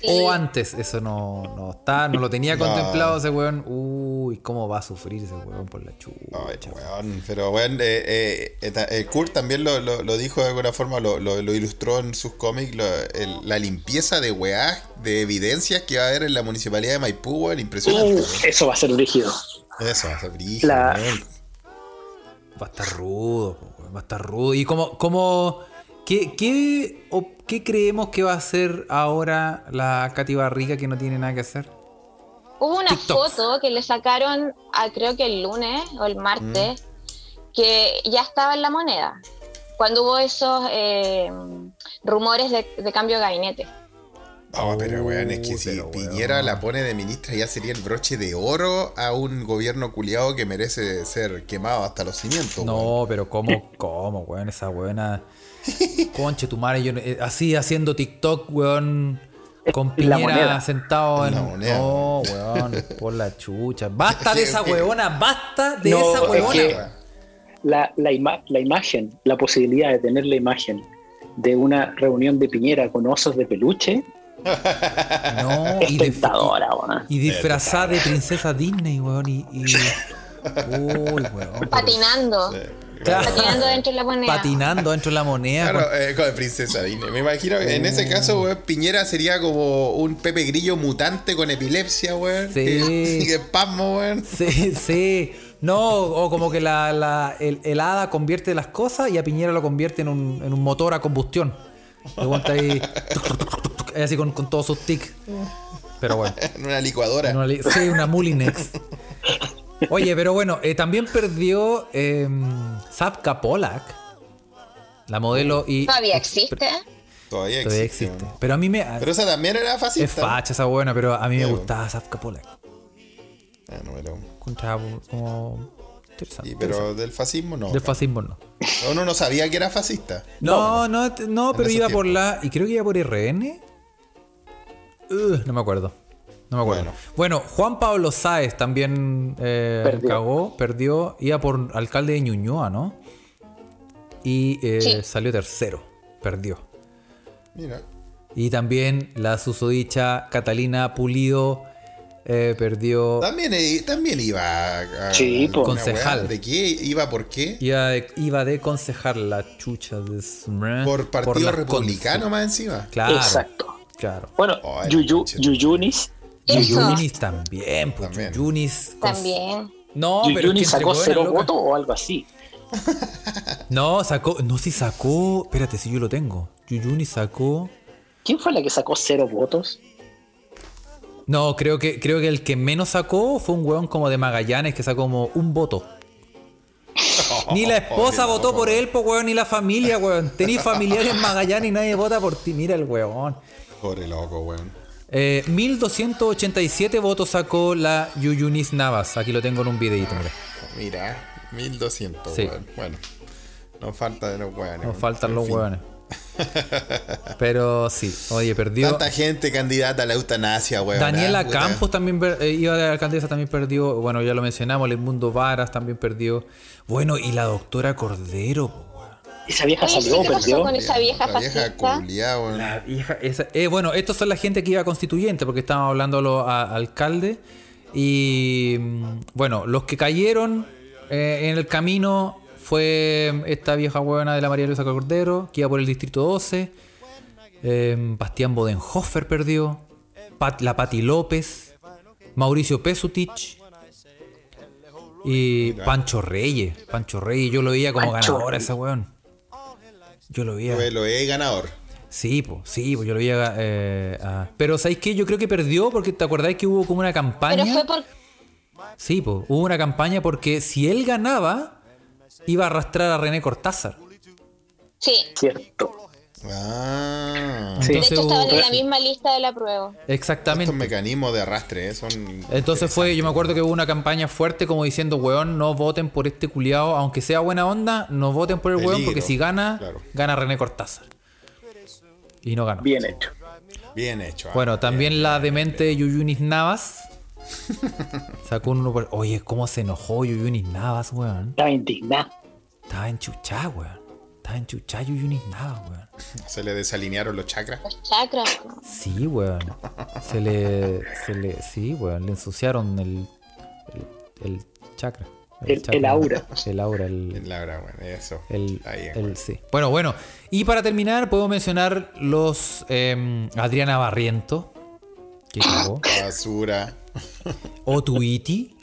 [SPEAKER 4] Sí.
[SPEAKER 1] O antes, eso no, no está, no lo tenía
[SPEAKER 2] [laughs] No.
[SPEAKER 1] contemplado ese weón. Uy, cómo va a sufrir ese weón por la
[SPEAKER 2] Ay,
[SPEAKER 1] chucha.
[SPEAKER 2] weón. Pero, weón, eh, eh, esta- eh, Kurt también lo, lo- lo dijo de alguna forma, lo, lo- lo ilustró en sus cómics, lo- el- la limpieza de weá, de evidencias que va a haber en la municipalidad de Maipú, weón, impresionante.
[SPEAKER 3] Uh,
[SPEAKER 2] weón.
[SPEAKER 3] eso va a ser rígido.
[SPEAKER 2] Eso, va a ser brígido,
[SPEAKER 3] La-
[SPEAKER 2] weón.
[SPEAKER 1] Va a estar rudo, po, weón, va a estar rudo. ¿Y cómo, cómo, qué, qué, o qué creemos que va a hacer ahora la Katy Barriga que no tiene nada que hacer?
[SPEAKER 4] Hubo una
[SPEAKER 1] TikToks.
[SPEAKER 4] foto que le sacaron, a, creo que el lunes o el martes,
[SPEAKER 1] Mm.
[SPEAKER 4] que ya estaba en la moneda, cuando hubo esos eh, rumores de, de cambio de gabinete.
[SPEAKER 2] No, Oh, pero weón, es que
[SPEAKER 1] Uy,
[SPEAKER 2] si
[SPEAKER 1] Oh, pero, weón.
[SPEAKER 2] Piñera la pone de ministra ya sería el broche de oro a un gobierno culiado que merece ser quemado hasta los cimientos. weón.
[SPEAKER 1] No, pero cómo, cómo, weón, esa
[SPEAKER 2] [laughs]
[SPEAKER 1] buena. Conche tu madre, yo no- eh, así haciendo TikTok, weón. Con
[SPEAKER 3] En la
[SPEAKER 1] Piñera
[SPEAKER 3] moneda.
[SPEAKER 1] sentado en.
[SPEAKER 2] En la moneda.
[SPEAKER 1] No, weón,
[SPEAKER 2] [laughs]
[SPEAKER 1] por la chucha. Basta de
[SPEAKER 2] Es que-
[SPEAKER 1] esa huevona, basta de
[SPEAKER 3] No,
[SPEAKER 1] esa
[SPEAKER 3] es
[SPEAKER 1] huevona.
[SPEAKER 3] que-
[SPEAKER 1] weón.
[SPEAKER 3] La, la, ima- la imagen, la posibilidad de tener la imagen de una reunión de Piñera con osos de peluche
[SPEAKER 1] No,
[SPEAKER 3] es
[SPEAKER 1] y, de-
[SPEAKER 3] tentadora. weón.
[SPEAKER 1] y disfrazada de princesa Disney, weón. Y. y- Uy, weón. pero-
[SPEAKER 4] Patinando,
[SPEAKER 2] Sí,
[SPEAKER 1] Claro.
[SPEAKER 4] patinando dentro de la moneda.
[SPEAKER 1] Patinando dentro de la moneda.
[SPEAKER 2] Claro, eh, con princesa Disney. Me imagino que en ese caso, weón, Piñera sería como un Pepe Grillo mutante con epilepsia, weón. [laughs]
[SPEAKER 1] Sí.
[SPEAKER 2] Que que espasmo, weón. [laughs]
[SPEAKER 1] Sí, sí. No, o como que la, la- el, el hada convierte las cosas y a Piñera lo convierte en un, en un motor a combustión. Le aguanta ahí, tuc, tuc, tuc, tuc, tuc, así con, con todos sus tics. Pero bueno,
[SPEAKER 2] En una licuadora.
[SPEAKER 1] en una li- sí, una Mulinex. Oye, pero bueno, eh, también perdió eh, Zabka Polak, la modelo y...
[SPEAKER 4] Todavía existe.
[SPEAKER 2] Todavía existe.
[SPEAKER 1] Todavía existe. Pero a mí me...
[SPEAKER 2] Pero esa también era
[SPEAKER 1] es
[SPEAKER 2] fascista.
[SPEAKER 1] facha esa buena, pero a mí me
[SPEAKER 2] Sí, bueno.
[SPEAKER 1] gustaba Zabka Polak.
[SPEAKER 2] Ah, no, pero,
[SPEAKER 1] Encontraba como... Interesante.
[SPEAKER 2] sí,
[SPEAKER 1] interesante.
[SPEAKER 2] pero del fascismo no.
[SPEAKER 1] Del fascismo no.
[SPEAKER 2] Uno no sabía que era fascista.
[SPEAKER 1] No, no, t- no,
[SPEAKER 2] pues. En
[SPEAKER 1] pero
[SPEAKER 2] ese
[SPEAKER 1] iba
[SPEAKER 2] tiempo.
[SPEAKER 1] por la. Y creo que iba por RN. Uh, no me acuerdo. No me acuerdo.
[SPEAKER 2] Bueno.
[SPEAKER 1] Bueno, Juan Pablo Sáez también eh,
[SPEAKER 3] Perdió.
[SPEAKER 1] cagó, perdió. Iba por alcalde de Ñuñoa, ¿no? Y eh,
[SPEAKER 4] Sí.
[SPEAKER 1] salió tercero. Perdió.
[SPEAKER 2] Mira.
[SPEAKER 1] Y también la susodicha Catalina Pulido eh, perdió.
[SPEAKER 2] También, eh, también iba a, a-
[SPEAKER 3] Sí, po.
[SPEAKER 2] alguna
[SPEAKER 1] Concejal.
[SPEAKER 2] weá. ¿De qué? ¿Iba por qué?
[SPEAKER 1] Iba de, iba de concejar la chucha de su-
[SPEAKER 2] Por partido
[SPEAKER 1] las
[SPEAKER 2] republicano
[SPEAKER 1] conse-
[SPEAKER 2] más encima.
[SPEAKER 1] Claro.
[SPEAKER 3] Exacto.
[SPEAKER 1] Claro.
[SPEAKER 3] Bueno,
[SPEAKER 2] Oh, la
[SPEAKER 3] Yuyu,
[SPEAKER 2] concha.
[SPEAKER 3] Yuyunis,
[SPEAKER 4] Eso.
[SPEAKER 1] Yuyunis también, pues
[SPEAKER 2] También.
[SPEAKER 1] Yuyunis con-
[SPEAKER 4] También.
[SPEAKER 1] No, pero es que
[SPEAKER 3] Yuyunis
[SPEAKER 1] entre
[SPEAKER 3] sacó
[SPEAKER 1] hueonas
[SPEAKER 3] cero
[SPEAKER 1] locas-
[SPEAKER 3] votos o algo así.
[SPEAKER 1] No, sacó, no si sacó, espérate, si yo lo tengo. Yuyunis sacó.
[SPEAKER 3] ¿Quién fue la que sacó cero votos?
[SPEAKER 1] No, creo que creo que el que menos sacó fue un weón como de Magallanes que sacó como un voto. [laughs] Ni la esposa
[SPEAKER 2] Oh, qué
[SPEAKER 1] votó
[SPEAKER 2] loco,
[SPEAKER 1] por
[SPEAKER 2] weón.
[SPEAKER 1] él, pues weón, ni la familia, weón. Tení familiares en Magallanes y nadie vota por ti. Mira el weón.
[SPEAKER 2] Pobre loco, weón.
[SPEAKER 1] Eh, 1287 votos sacó la Yuyunis Navas. Aquí lo tengo en un videito, mira.
[SPEAKER 2] Mira, 1200,
[SPEAKER 1] Sí.
[SPEAKER 2] weón. Bueno, nos falta de los weones.
[SPEAKER 1] Nos
[SPEAKER 2] weón.
[SPEAKER 1] faltan
[SPEAKER 2] En
[SPEAKER 1] los
[SPEAKER 2] fin. [laughs]
[SPEAKER 1] hueones. Pero sí, oye, perdió.
[SPEAKER 2] Tanta gente candidata a la eutanasia, weón.
[SPEAKER 1] Daniela
[SPEAKER 2] ah, puta.
[SPEAKER 1] Campos también per- eh, iba de alcaldesa, también perdió. Bueno, ya lo mencionamos, Edmundo Varas también perdió. Bueno, y la doctora Cordero. po, weón.
[SPEAKER 3] Esa vieja
[SPEAKER 4] Oye, sí,
[SPEAKER 3] salió,
[SPEAKER 4] ¿qué pasó
[SPEAKER 3] perdió.
[SPEAKER 4] con esa vieja
[SPEAKER 2] La vieja
[SPEAKER 4] fascista?
[SPEAKER 2] culiá, weón.
[SPEAKER 1] La hija- esa- eh, bueno, estos son la gente que iba a constituyente, porque estábamos hablando los a- alcaldes. Y mm, bueno, los que cayeron eh, en el camino fue esta vieja huevona de la María Luisa Cordero, que iba por el distrito 12. Eh, Bastián Bodenhofer perdió. Pat- la Pati López. Mauricio Pesutich. Y Pancho Reyes. Pancho Reyes, yo lo veía como
[SPEAKER 3] Pancho
[SPEAKER 1] ganador a
[SPEAKER 3] Reyes.
[SPEAKER 1] ese weón. Yo lo veía.
[SPEAKER 2] Duelo, eh, ganador.
[SPEAKER 1] Sí, pues, sí, pues yo lo veía. eh, a- Pero ¿sabéis qué? Yo creo que perdió porque te acordáis que hubo como una campaña.
[SPEAKER 4] Pero fue por.
[SPEAKER 1] Sí, po, hubo una campaña porque si él ganaba, iba a arrastrar a René Cortázar.
[SPEAKER 4] Sí.
[SPEAKER 3] Cierto.
[SPEAKER 2] Ah.
[SPEAKER 3] Sí.
[SPEAKER 4] De hecho, estaban en
[SPEAKER 1] hubo-
[SPEAKER 4] la misma lista de la prueba.
[SPEAKER 2] Estos
[SPEAKER 1] Exactamente.
[SPEAKER 2] mecanismos de arrastre eh, son.
[SPEAKER 1] Entonces fue, yo me acuerdo que hubo una campaña fuerte como diciendo, weón, no voten por este culiao, aunque sea buena onda, no voten por el weón
[SPEAKER 2] Peligro,
[SPEAKER 1] porque si gana,
[SPEAKER 2] claro.
[SPEAKER 1] gana René Cortázar. Y no ganó.
[SPEAKER 3] Bien hecho.
[SPEAKER 2] Bien hecho. ah,
[SPEAKER 1] Bueno,
[SPEAKER 2] bien.
[SPEAKER 1] también la demente de Yuyunis Navas. Sacó un... número- Oye, ¿cómo se enojó Yuyunis Navas, weón?
[SPEAKER 3] Estaba indignado.
[SPEAKER 1] Estaba enchuchada, weón. Estaba enchuchada Yuyunis Navas, weón.
[SPEAKER 2] Se le desalinearon los chakras.
[SPEAKER 4] Los chakras. po.
[SPEAKER 1] Sí, weón. Se le. Se le. Sí, weón. Le ensuciaron el. El, el chakra.
[SPEAKER 3] El- el aura.
[SPEAKER 1] El aura, el.
[SPEAKER 2] La verdad, bueno, eso.
[SPEAKER 1] El,
[SPEAKER 2] Ahí,
[SPEAKER 1] el-
[SPEAKER 2] bueno.
[SPEAKER 1] sí. Bueno, bueno. Y para terminar, puedo mencionar los. eh, Adriana Barriento. Que cagó.
[SPEAKER 2] Basura.
[SPEAKER 1] Otuiti.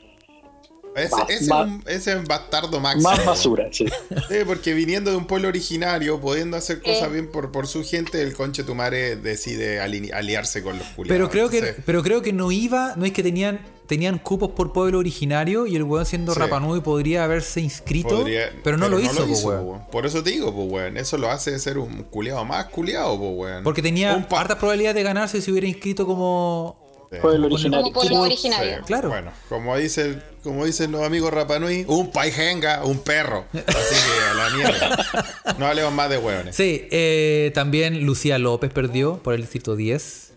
[SPEAKER 2] Ese,
[SPEAKER 3] Ba-
[SPEAKER 2] ese es
[SPEAKER 3] ba-
[SPEAKER 2] un, ese es un bastardo
[SPEAKER 1] Ah,
[SPEAKER 2] máximo.
[SPEAKER 3] Más basura, sí.
[SPEAKER 2] Sí, porque viniendo de un pueblo originario, pudiendo hacer cosas
[SPEAKER 4] Eh.
[SPEAKER 2] bien por, por su gente, el conche tu madre decide ali- aliarse con los culiados.
[SPEAKER 1] Pero creo que.
[SPEAKER 2] Entonces,
[SPEAKER 1] Pero creo que no iba. No es que tenían. Tenían cupos por pueblo originario y el weón siendo
[SPEAKER 2] Sí.
[SPEAKER 1] Rapanui podría haberse inscrito,
[SPEAKER 2] podría-
[SPEAKER 1] pero no lo hizo, po,
[SPEAKER 2] po,
[SPEAKER 1] weón.
[SPEAKER 2] weón. Por eso te digo, pues, weón. Eso lo hace ser un culiado más culiado, pues, weón.
[SPEAKER 1] Porque tenía
[SPEAKER 2] un par
[SPEAKER 1] hartas probabilidades de ganar si se hubiera inscrito como.
[SPEAKER 3] Fue el
[SPEAKER 4] Como
[SPEAKER 3] originario.
[SPEAKER 4] pueblo
[SPEAKER 1] Como-
[SPEAKER 4] originario.
[SPEAKER 1] Claro.
[SPEAKER 2] Bueno, como dicen, como dicen los amigos Rapanui, un paijenga, un perro. Así que a
[SPEAKER 1] [laughs]
[SPEAKER 2] la mierda. No hablemos más de hueones.
[SPEAKER 1] Sí, eh, también Lucía López perdió por el distrito 10.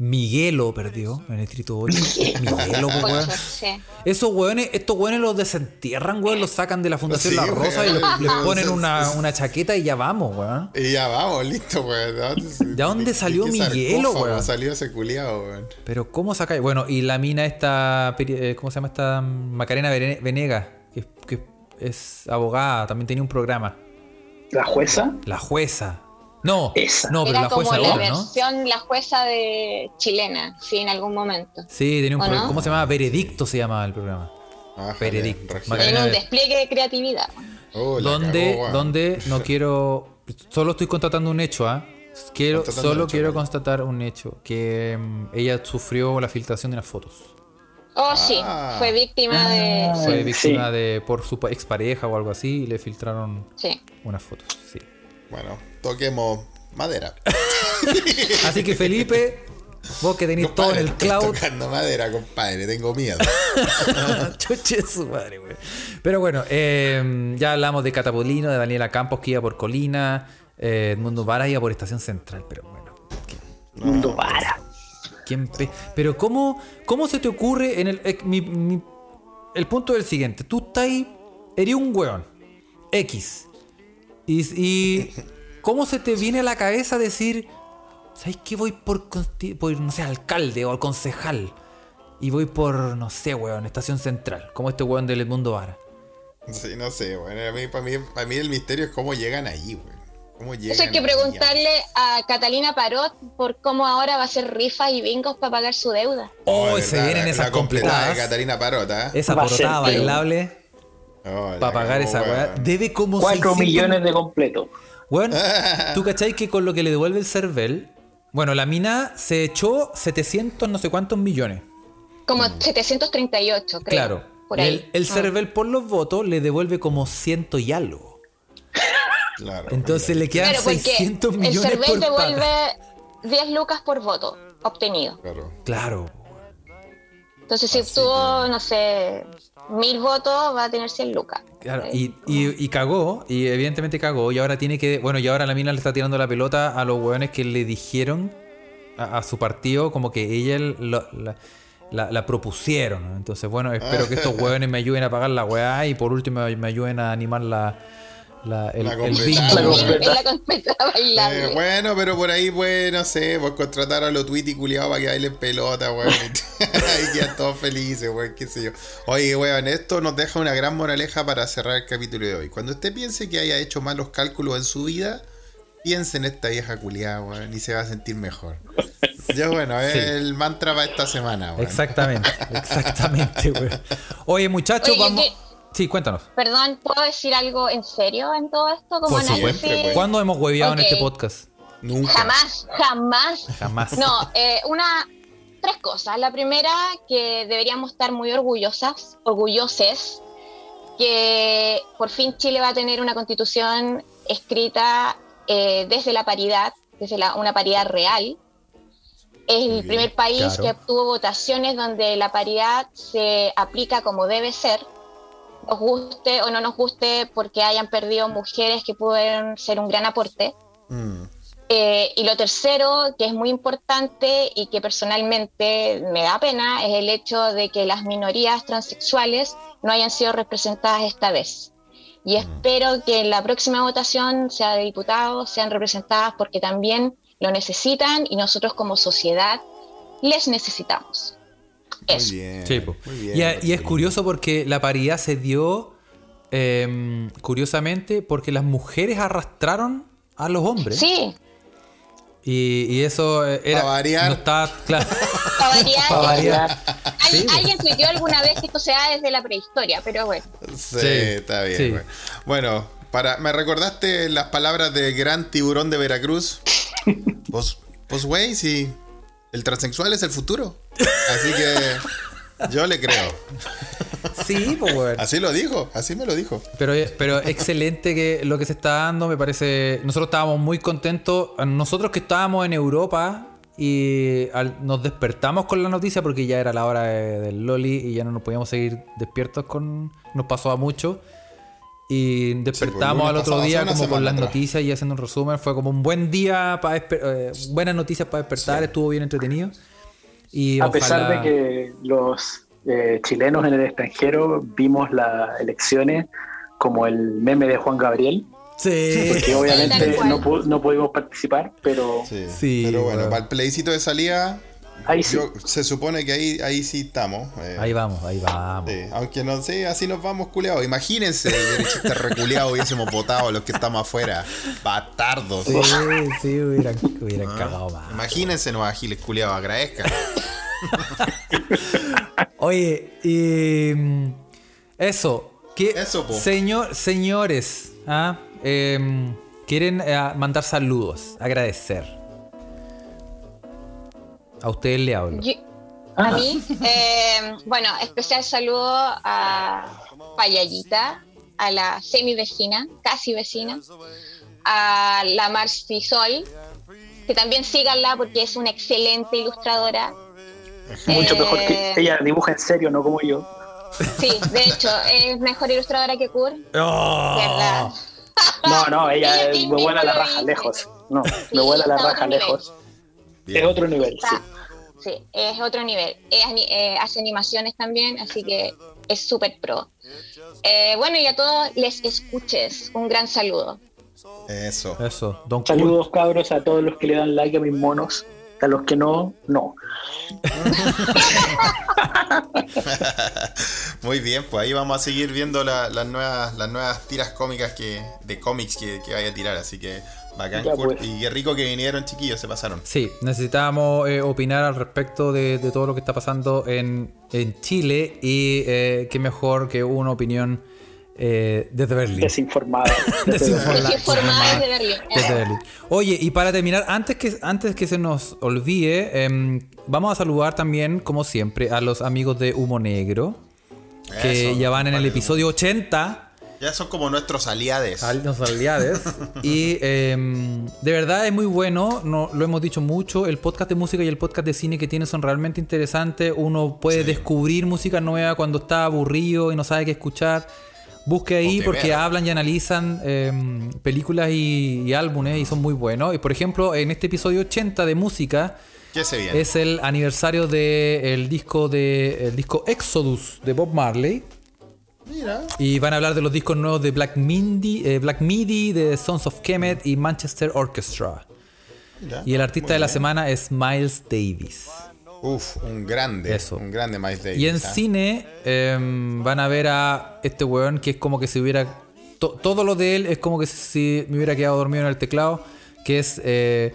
[SPEAKER 1] Miguelo perdió en el distrito
[SPEAKER 4] [laughs]
[SPEAKER 1] 8. Miguelo, pues, weón.
[SPEAKER 4] Ocho, sí.
[SPEAKER 1] Esos weones, estos weones los desentierran, weón, los sacan de la Fundación
[SPEAKER 2] Sí,
[SPEAKER 1] La
[SPEAKER 2] weón.
[SPEAKER 1] Rosa y les, les ponen
[SPEAKER 2] Sí,
[SPEAKER 1] una,
[SPEAKER 2] sí, sí.
[SPEAKER 1] una chaqueta y ya vamos, weón.
[SPEAKER 2] Y ya vamos, listo, pues, weón.
[SPEAKER 1] ¿De dónde salió
[SPEAKER 2] qué
[SPEAKER 1] mi hielo,
[SPEAKER 2] sarcófago
[SPEAKER 1] weón?
[SPEAKER 2] salió ese culiado, weón?
[SPEAKER 1] Pero ¿cómo saca? Bueno, y la mina esta, peri- eh, ¿cómo se llama esta? Macarena Vene- Venega, que, que es abogada, también tenía un programa.
[SPEAKER 3] La jueza,
[SPEAKER 1] La jueza. No,
[SPEAKER 3] Esa.
[SPEAKER 1] no, pero
[SPEAKER 4] Era
[SPEAKER 1] la
[SPEAKER 4] como
[SPEAKER 1] jueza
[SPEAKER 4] la
[SPEAKER 1] ahora, ¿no?
[SPEAKER 4] versión, la jueza de chilena, sí, en algún momento.
[SPEAKER 1] Sí, tenía un
[SPEAKER 4] ¿O
[SPEAKER 1] pro-
[SPEAKER 4] no?
[SPEAKER 1] ¿Cómo se llamaba? Veredicto se llamaba el programa.
[SPEAKER 2] Ah,
[SPEAKER 1] Veredicto.
[SPEAKER 2] joder,
[SPEAKER 1] Macarena.
[SPEAKER 4] En
[SPEAKER 1] a
[SPEAKER 4] un
[SPEAKER 1] ver.
[SPEAKER 4] despliegue de creatividad.
[SPEAKER 2] Oh, la
[SPEAKER 1] donde,
[SPEAKER 2] cagó, weón.
[SPEAKER 1] donde
[SPEAKER 2] [laughs]
[SPEAKER 1] no quiero. Solo estoy constatando un hecho, ¿ah? Quiero,
[SPEAKER 2] Constatando
[SPEAKER 1] solo
[SPEAKER 2] un hecho,
[SPEAKER 1] quiero
[SPEAKER 2] vale.
[SPEAKER 1] constatar un hecho. Que mm, ella sufrió la filtración de las fotos.
[SPEAKER 4] Oh, sí,
[SPEAKER 2] Ah.
[SPEAKER 4] fue víctima de.
[SPEAKER 1] Fue
[SPEAKER 3] Ah, sí.
[SPEAKER 1] víctima de. por su pa- expareja o algo así. Y le filtraron
[SPEAKER 4] Sí.
[SPEAKER 1] unas fotos. Sí.
[SPEAKER 2] Bueno, toquemos
[SPEAKER 1] [laughs]
[SPEAKER 2] madera.
[SPEAKER 1] Así que Felipe, vos que tenés todo en el
[SPEAKER 2] estoy
[SPEAKER 1] cloud. [laughs]
[SPEAKER 2] tocando madera, compadre. Tengo miedo. [laughs]
[SPEAKER 1] Choche su madre, güey. Pero bueno, eh, ya hablamos de Catapolino, de Daniela Campos que iba por Colina, eh, Edmundo Vara iba por Estación Central, pero bueno.
[SPEAKER 3] mundo vara.
[SPEAKER 1] ¿Quién pe- Pero ¿cómo, ¿cómo se te ocurre en el... eh, mi- mi- el punto es el siguiente. Tú estás... ahí, Eres un weón. X. Y, y ¿Cómo se te viene a la cabeza decir... ¿Sabes qué? Voy por, consti- por, no sé, alcalde o concejal. Y voy por, no sé, weón, estación central. Como este weón del Edmundo Vara.
[SPEAKER 2] Sí, no sé, bueno, a mí, para, mí, para mí el misterio es cómo llegan ahí, weón. ¿Cómo llegan
[SPEAKER 4] Eso hay que
[SPEAKER 2] ahí,
[SPEAKER 4] preguntarle a Catalina Parot por cómo ahora va a hacer rifas y bingos para pagar su deuda.
[SPEAKER 1] Oh,
[SPEAKER 2] de
[SPEAKER 1] se
[SPEAKER 2] verdad,
[SPEAKER 1] vienen
[SPEAKER 2] la-
[SPEAKER 1] esas
[SPEAKER 2] la completada
[SPEAKER 1] completadas.
[SPEAKER 2] de Catalina Parota. Oh,
[SPEAKER 1] Esa
[SPEAKER 3] Va a ser
[SPEAKER 1] portada
[SPEAKER 3] bien.
[SPEAKER 1] bailable para pagar esa weá. Debe como
[SPEAKER 3] Cuatro
[SPEAKER 1] 600
[SPEAKER 3] millones de completo.
[SPEAKER 1] Bueno, ¿tú cacháis que con lo que le devuelve el Cervel? Bueno, la mina se echó 700 no sé cuántos millones.
[SPEAKER 4] Como 738, creo.
[SPEAKER 1] Claro.
[SPEAKER 4] Por
[SPEAKER 1] Y
[SPEAKER 4] ahí. Ah.
[SPEAKER 1] El, el Cervel por los votos le devuelve como ciento y algo.
[SPEAKER 2] Claro.
[SPEAKER 1] Entonces le quedan
[SPEAKER 4] Claro, porque
[SPEAKER 1] 600
[SPEAKER 4] el
[SPEAKER 1] millones por
[SPEAKER 4] Cervel
[SPEAKER 1] pagar.
[SPEAKER 4] devuelve 10 lucas por voto obtenido.
[SPEAKER 2] claro.
[SPEAKER 1] Claro.
[SPEAKER 4] Entonces, si obtuvo, no sé, mil votos, va a tener 100 lucas. Eh,
[SPEAKER 1] Claro, y, y- y cagó, y evidentemente cagó, y ahora tiene que. Bueno, y ahora la mina le está tirando la pelota a los hueones que le dijeron a, a su partido, como que ella lo- la, la- la propusieron.
[SPEAKER 4] Ah.
[SPEAKER 1] Entonces, bueno, espero que estos hueones me ayuden a pagar la weá y por último me ayuden a animar la, La, el,
[SPEAKER 2] La
[SPEAKER 1] el
[SPEAKER 2] completa.
[SPEAKER 1] vínculo.
[SPEAKER 2] La completa.
[SPEAKER 4] la completa [laughs] bailable.
[SPEAKER 2] Eh, bueno, pero por ahí, pues, no sé, pues contratar a los Twitty culiados para que bailen pelota,
[SPEAKER 1] [laughs]
[SPEAKER 2] weón. y quedan todos felices, weón, qué sé yo. Oye, weón, esto nos deja una gran moraleja para cerrar el capítulo de hoy. Cuando usted piense que haya hecho malos cálculos en su vida, piense en esta vieja culiada, weón, y se va a sentir mejor. Yo, bueno, es
[SPEAKER 1] Sí.
[SPEAKER 2] el mantra para esta semana, weón.
[SPEAKER 1] Exactamente, exactamente, güey. Oye, muchachos,
[SPEAKER 4] Oye,
[SPEAKER 1] vamos.
[SPEAKER 4] ¿qué?
[SPEAKER 1] Sí, cuéntanos.
[SPEAKER 4] Perdón, ¿puedo decir algo en serio en todo esto? Como
[SPEAKER 1] Por
[SPEAKER 4] análisis.
[SPEAKER 2] supuesto, pues.
[SPEAKER 1] ¿Cuándo hemos hueveado
[SPEAKER 4] Ok.
[SPEAKER 1] en este podcast?
[SPEAKER 2] Nunca.
[SPEAKER 4] Jamás, jamás.
[SPEAKER 1] Jamás.
[SPEAKER 4] No, eh, una, tres cosas. La primera, que deberíamos estar muy orgullosas, orgulloses, que por fin Chile va a tener una constitución escrita eh, desde la paridad, desde la- una paridad real. Es el
[SPEAKER 2] bien,
[SPEAKER 4] primer país
[SPEAKER 1] claro.
[SPEAKER 4] que obtuvo votaciones donde la paridad se aplica como debe ser, nos guste o no nos guste porque hayan perdido mujeres que pudieron ser un gran aporte.
[SPEAKER 2] Mm.
[SPEAKER 4] Eh, y lo tercero, que es muy importante y que personalmente me da pena, es el hecho de que las minorías transexuales no hayan sido representadas esta vez. Y espero que en la próxima votación, sea de diputados, sean representadas porque también lo necesitan y nosotros como sociedad les necesitamos.
[SPEAKER 2] Muy
[SPEAKER 4] Eso.
[SPEAKER 2] bien.
[SPEAKER 1] Sí, po.
[SPEAKER 2] muy
[SPEAKER 1] y, a-
[SPEAKER 2] bien.
[SPEAKER 1] y es curioso porque la paridad se dio, eh, curiosamente, porque las mujeres arrastraron a los hombres.
[SPEAKER 4] Sí,
[SPEAKER 1] Y, y eso eh, era.
[SPEAKER 2] Pa' variar.
[SPEAKER 1] No estaba claro.
[SPEAKER 4] para
[SPEAKER 1] [laughs]
[SPEAKER 4] variar,
[SPEAKER 1] Pa' variar.
[SPEAKER 4] al-
[SPEAKER 1] Sí.
[SPEAKER 4] alguien tuiteó alguna vez que esto se da desde la prehistoria, pero bueno.
[SPEAKER 2] Sí,
[SPEAKER 1] Sí,
[SPEAKER 2] está bien.
[SPEAKER 1] sí.
[SPEAKER 2] güey. Bueno, para, ¿me recordaste las palabras de gran tiburón
[SPEAKER 1] [laughs]
[SPEAKER 2] de Veracruz? Pues, pues güey, sí. El transexual es el futuro. Así que yo le creo.
[SPEAKER 1] Sí, pues, güey.
[SPEAKER 2] Así lo dijo, así me lo dijo.
[SPEAKER 1] Pero, pero excelente que lo que se está dando, me parece. Nosotros estábamos muy contentos. Nosotros que estábamos en Europa y al- nos despertamos con la noticia porque ya era la hora de- del Loli y ya no nos podíamos seguir despiertos con. Nos pasó a mucho. Y despertamos
[SPEAKER 2] lunes
[SPEAKER 1] al otro
[SPEAKER 2] pasado,
[SPEAKER 1] día
[SPEAKER 2] hace una
[SPEAKER 1] como con
[SPEAKER 2] semana
[SPEAKER 1] las
[SPEAKER 2] atrás.
[SPEAKER 1] noticias y haciendo un resumen. Fue como un buen día para desper- eh, buenas noticias para despertar, estuvo bien entretenido. Y
[SPEAKER 3] A pesar de
[SPEAKER 1] ojalá-
[SPEAKER 3] que los eh, chilenos en el extranjero vimos las elecciones como el meme de Juan Gabriel,
[SPEAKER 1] Sí.
[SPEAKER 3] que
[SPEAKER 4] Tal
[SPEAKER 3] obviamente
[SPEAKER 4] cual.
[SPEAKER 3] no, pu- no pudimos participar, pero
[SPEAKER 2] Sí.
[SPEAKER 1] Sí,
[SPEAKER 2] Pero bueno,
[SPEAKER 1] güey.
[SPEAKER 2] para el plebiscito de salida,
[SPEAKER 3] ahí sí.
[SPEAKER 2] yo- se supone que ahí, ahí sí estamos. eh.
[SPEAKER 1] Ahí vamos, ahí vamos.
[SPEAKER 2] Sí, aunque no sé, así nos vamos culeados. Imagínense, derechistas reculeados hubiésemos votado los que estamos afuera. Bastardos. [laughs]
[SPEAKER 1] Sí, sí, hubieran, hubieran cagado
[SPEAKER 2] Ah,
[SPEAKER 1] más.
[SPEAKER 2] Imagínense, no agiles culiados, agradezcan.
[SPEAKER 1] [laughs] Oye, y. mm, Eso. que-
[SPEAKER 2] Eso, po.
[SPEAKER 1] Señor, señores, ¿ah? Em, quieren eh, mandar saludos, agradecer. A ustedes le hablo.
[SPEAKER 4] Yo-
[SPEAKER 3] Ah.
[SPEAKER 4] a mí, eh, bueno, especial saludo a Payallita, a la semi vecina, casi vecina, a la Marci Sol, que también síganla porque es una excelente ilustradora.
[SPEAKER 3] Mucho
[SPEAKER 4] Eh,
[SPEAKER 3] mejor que ella dibuja en serio, no como yo.
[SPEAKER 4] Sí, de hecho, es mejor ilustradora que Kur,
[SPEAKER 1] ¡Oh!
[SPEAKER 3] Ah.
[SPEAKER 4] ¿verdad?
[SPEAKER 3] No, no, ella
[SPEAKER 4] Ella
[SPEAKER 3] es-
[SPEAKER 4] misma
[SPEAKER 3] me vuela la
[SPEAKER 4] lo
[SPEAKER 3] raja
[SPEAKER 4] dice.
[SPEAKER 3] lejos. No,
[SPEAKER 4] Sí,
[SPEAKER 3] me vuela la
[SPEAKER 4] está a
[SPEAKER 3] raja
[SPEAKER 4] otro nivel.
[SPEAKER 3] lejos.
[SPEAKER 2] Bien.
[SPEAKER 3] Es otro nivel, sí.
[SPEAKER 4] Está- Sí, es otro nivel. Es ani- eh, hace animaciones también, así que es súper pro. Eh, bueno, y a todos les escuches. Un gran saludo.
[SPEAKER 2] Eso.
[SPEAKER 1] Eso, Don Kurt.
[SPEAKER 3] Saludos cabros a todos los que le dan like a mis monos, a los que no, no.
[SPEAKER 2] Muy bien, pues ahí vamos a seguir viendo la- las, nuevas, las nuevas tiras cómicas que, de cómics que, que vaya a tirar. Así que bacán,
[SPEAKER 3] Ya,
[SPEAKER 2] Kurt.
[SPEAKER 3] pues.
[SPEAKER 2] Y qué rico que vinieron, chiquillos, se pasaron.
[SPEAKER 1] Sí, necesitábamos eh, opinar al respecto de, de todo lo que está pasando en, en Chile y eh, qué mejor que una opinión eh, desde Berlín. [laughs]
[SPEAKER 3] Desinformada.
[SPEAKER 1] Desinformada. Hola,
[SPEAKER 4] Desinformados
[SPEAKER 1] mamá.
[SPEAKER 4] de Berlín.
[SPEAKER 1] Desde Berlín. Oye, y para terminar, antes que, antes que se nos olvide, em, vamos a saludar también, como siempre, a los amigos de Humo Negro, que
[SPEAKER 2] Eso,
[SPEAKER 1] ya van en el
[SPEAKER 2] vale.
[SPEAKER 1] episodio 80,
[SPEAKER 2] Ya son como nuestros aliados.
[SPEAKER 1] al- los aliades. y em, de verdad es muy bueno, no, lo hemos dicho mucho, el podcast de música y el podcast de cine que tienen son realmente interesantes. Uno puede descubrir música nueva cuando está aburrido y no sabe qué escuchar. Busque ahí
[SPEAKER 2] O te
[SPEAKER 1] porque
[SPEAKER 2] vea.
[SPEAKER 1] hablan y analizan em, películas y, y álbumes y son muy buenos. Y por ejemplo, en este episodio 80 de música
[SPEAKER 2] ¿Qué se viene?
[SPEAKER 1] es el aniversario del disco de el disco Exodus de Bob Marley.
[SPEAKER 2] Mira.
[SPEAKER 1] Y van a hablar de los discos nuevos de Black Midi, eh, Black Midi de Sons of Kemet y Manchester Orchestra.
[SPEAKER 2] mira.
[SPEAKER 1] Y el artista
[SPEAKER 2] Muy
[SPEAKER 1] de la
[SPEAKER 2] bien.
[SPEAKER 1] semana es Miles Davis.
[SPEAKER 2] Uf, un grande.
[SPEAKER 1] Eso.
[SPEAKER 2] Un grande Miles Davis.
[SPEAKER 1] Y en
[SPEAKER 2] ¿ah?
[SPEAKER 1] cine em, van a ver a este weón que es como que si hubiera. to- todo lo de él es como que si, si me hubiera quedado dormido en el teclado. Que es. Eh,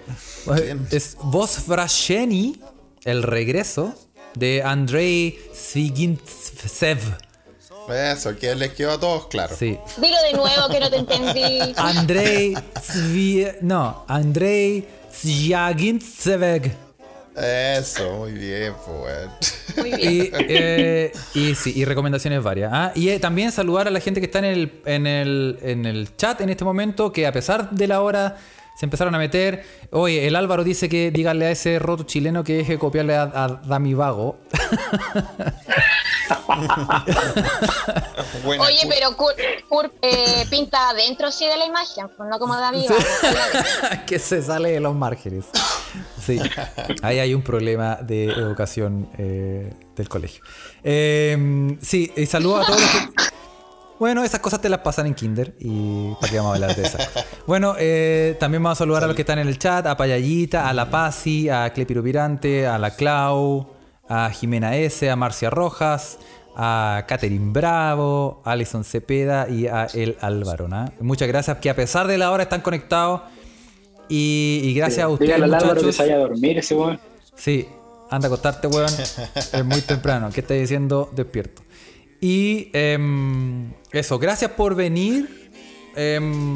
[SPEAKER 2] ¿Quién?
[SPEAKER 1] es Vosvrasheni, el regreso de Andrei Svigintsev.
[SPEAKER 2] Eso, que les quedó a todos claro.
[SPEAKER 1] Sí.
[SPEAKER 4] Dilo de nuevo que no te entendí.
[SPEAKER 1] Ah, Andrei Svi- No, Andrei Svigintsev.
[SPEAKER 2] Eso, muy bien, pues. [laughs]
[SPEAKER 4] Muy bien.
[SPEAKER 1] Y, eh, y sí, y recomendaciones varias. Ah, y eh, también saludar a la gente que está en el, en, el, en el chat en este momento, que a pesar de la hora se empezaron a meter. Oye, el Álvaro dice que díganle a ese roto chileno que deje de copiarle a, a Dami Vago. [laughs]
[SPEAKER 2] Buena
[SPEAKER 4] Oye,
[SPEAKER 2] cu-
[SPEAKER 4] pero Kurt, Kurt, eh, pinta adentro sí de la imagen, pues no como David. ¿vale?
[SPEAKER 1] que se sale de los márgenes. Sí, ahí hay un problema de educación eh, del colegio. Eh, sí, y saludo a todos los que... Bueno, esas cosas te las pasan en Kinder y para qué vamos a hablar de esas. cosas? Bueno, eh, también vamos a saludar a los que están en el chat, a Payallita, a La Pasi, a Clepiro Virante, a La Clau, a Jimena S, a Marcia Rojas, a Catherine Bravo, a Alison Cepeda y a El Álvaro. ¿no? Muchas gracias, que a pesar de la hora están conectados y, y gracias a ustedes.
[SPEAKER 3] Dígale al Álvaro que
[SPEAKER 1] muchachos.
[SPEAKER 3] se vaya a dormir ese weón.
[SPEAKER 1] Sí, anda a acostarte, weón. Es muy temprano. ¿Qué estás diciendo? Despierto. Y em, eso, gracias por venir. Em,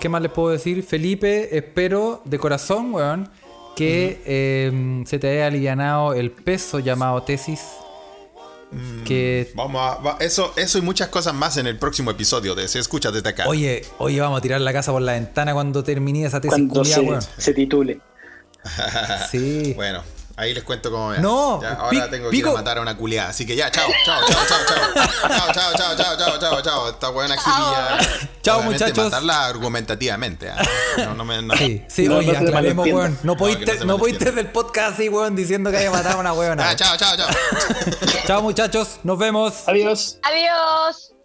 [SPEAKER 1] ¿Qué más les puedo decir? Felipe, espero de corazón, weón, que em, se te haya alivianado el peso llamado tesis. Que.
[SPEAKER 2] Vamos a. va- eso, eso y muchas cosas más en el próximo episodio de Se Escucha desde acá.
[SPEAKER 1] Oye, oye, vamos a tirar la casa por la ventana cuando termine esa tesis.
[SPEAKER 3] Cuando
[SPEAKER 1] culiá,
[SPEAKER 3] se,
[SPEAKER 1] weón.
[SPEAKER 3] se titule.
[SPEAKER 1] Sí.
[SPEAKER 2] Bueno, ahí les cuento cómo me va.
[SPEAKER 1] No,
[SPEAKER 2] Ya,
[SPEAKER 1] pi-
[SPEAKER 2] ahora tengo que ir
[SPEAKER 1] pico.
[SPEAKER 2] a matar a una culiada. Así que ya, chao, chao, chao, chao, chao. Chao, chao, chao, chao, chao, chao, chao. Esta buena jirilla.
[SPEAKER 1] Chao,
[SPEAKER 2] Obviamente,
[SPEAKER 1] muchachos.
[SPEAKER 2] matarla argumentativamente. ah. No, no me. No.
[SPEAKER 1] Sí, sí,
[SPEAKER 3] No,
[SPEAKER 1] oye,
[SPEAKER 3] no se
[SPEAKER 1] aclaremos,
[SPEAKER 3] malentienda.
[SPEAKER 1] weón. No
[SPEAKER 2] No,
[SPEAKER 1] podéis
[SPEAKER 2] que no
[SPEAKER 1] ter-
[SPEAKER 2] se
[SPEAKER 1] no podéis
[SPEAKER 2] malentienda.
[SPEAKER 1] ter del podcast así, weón, diciendo que haya matado a una weona.
[SPEAKER 2] Ah, chao, chao, chao.
[SPEAKER 1] Chao, muchachos, nos vemos.
[SPEAKER 3] Adiós.
[SPEAKER 4] Adiós.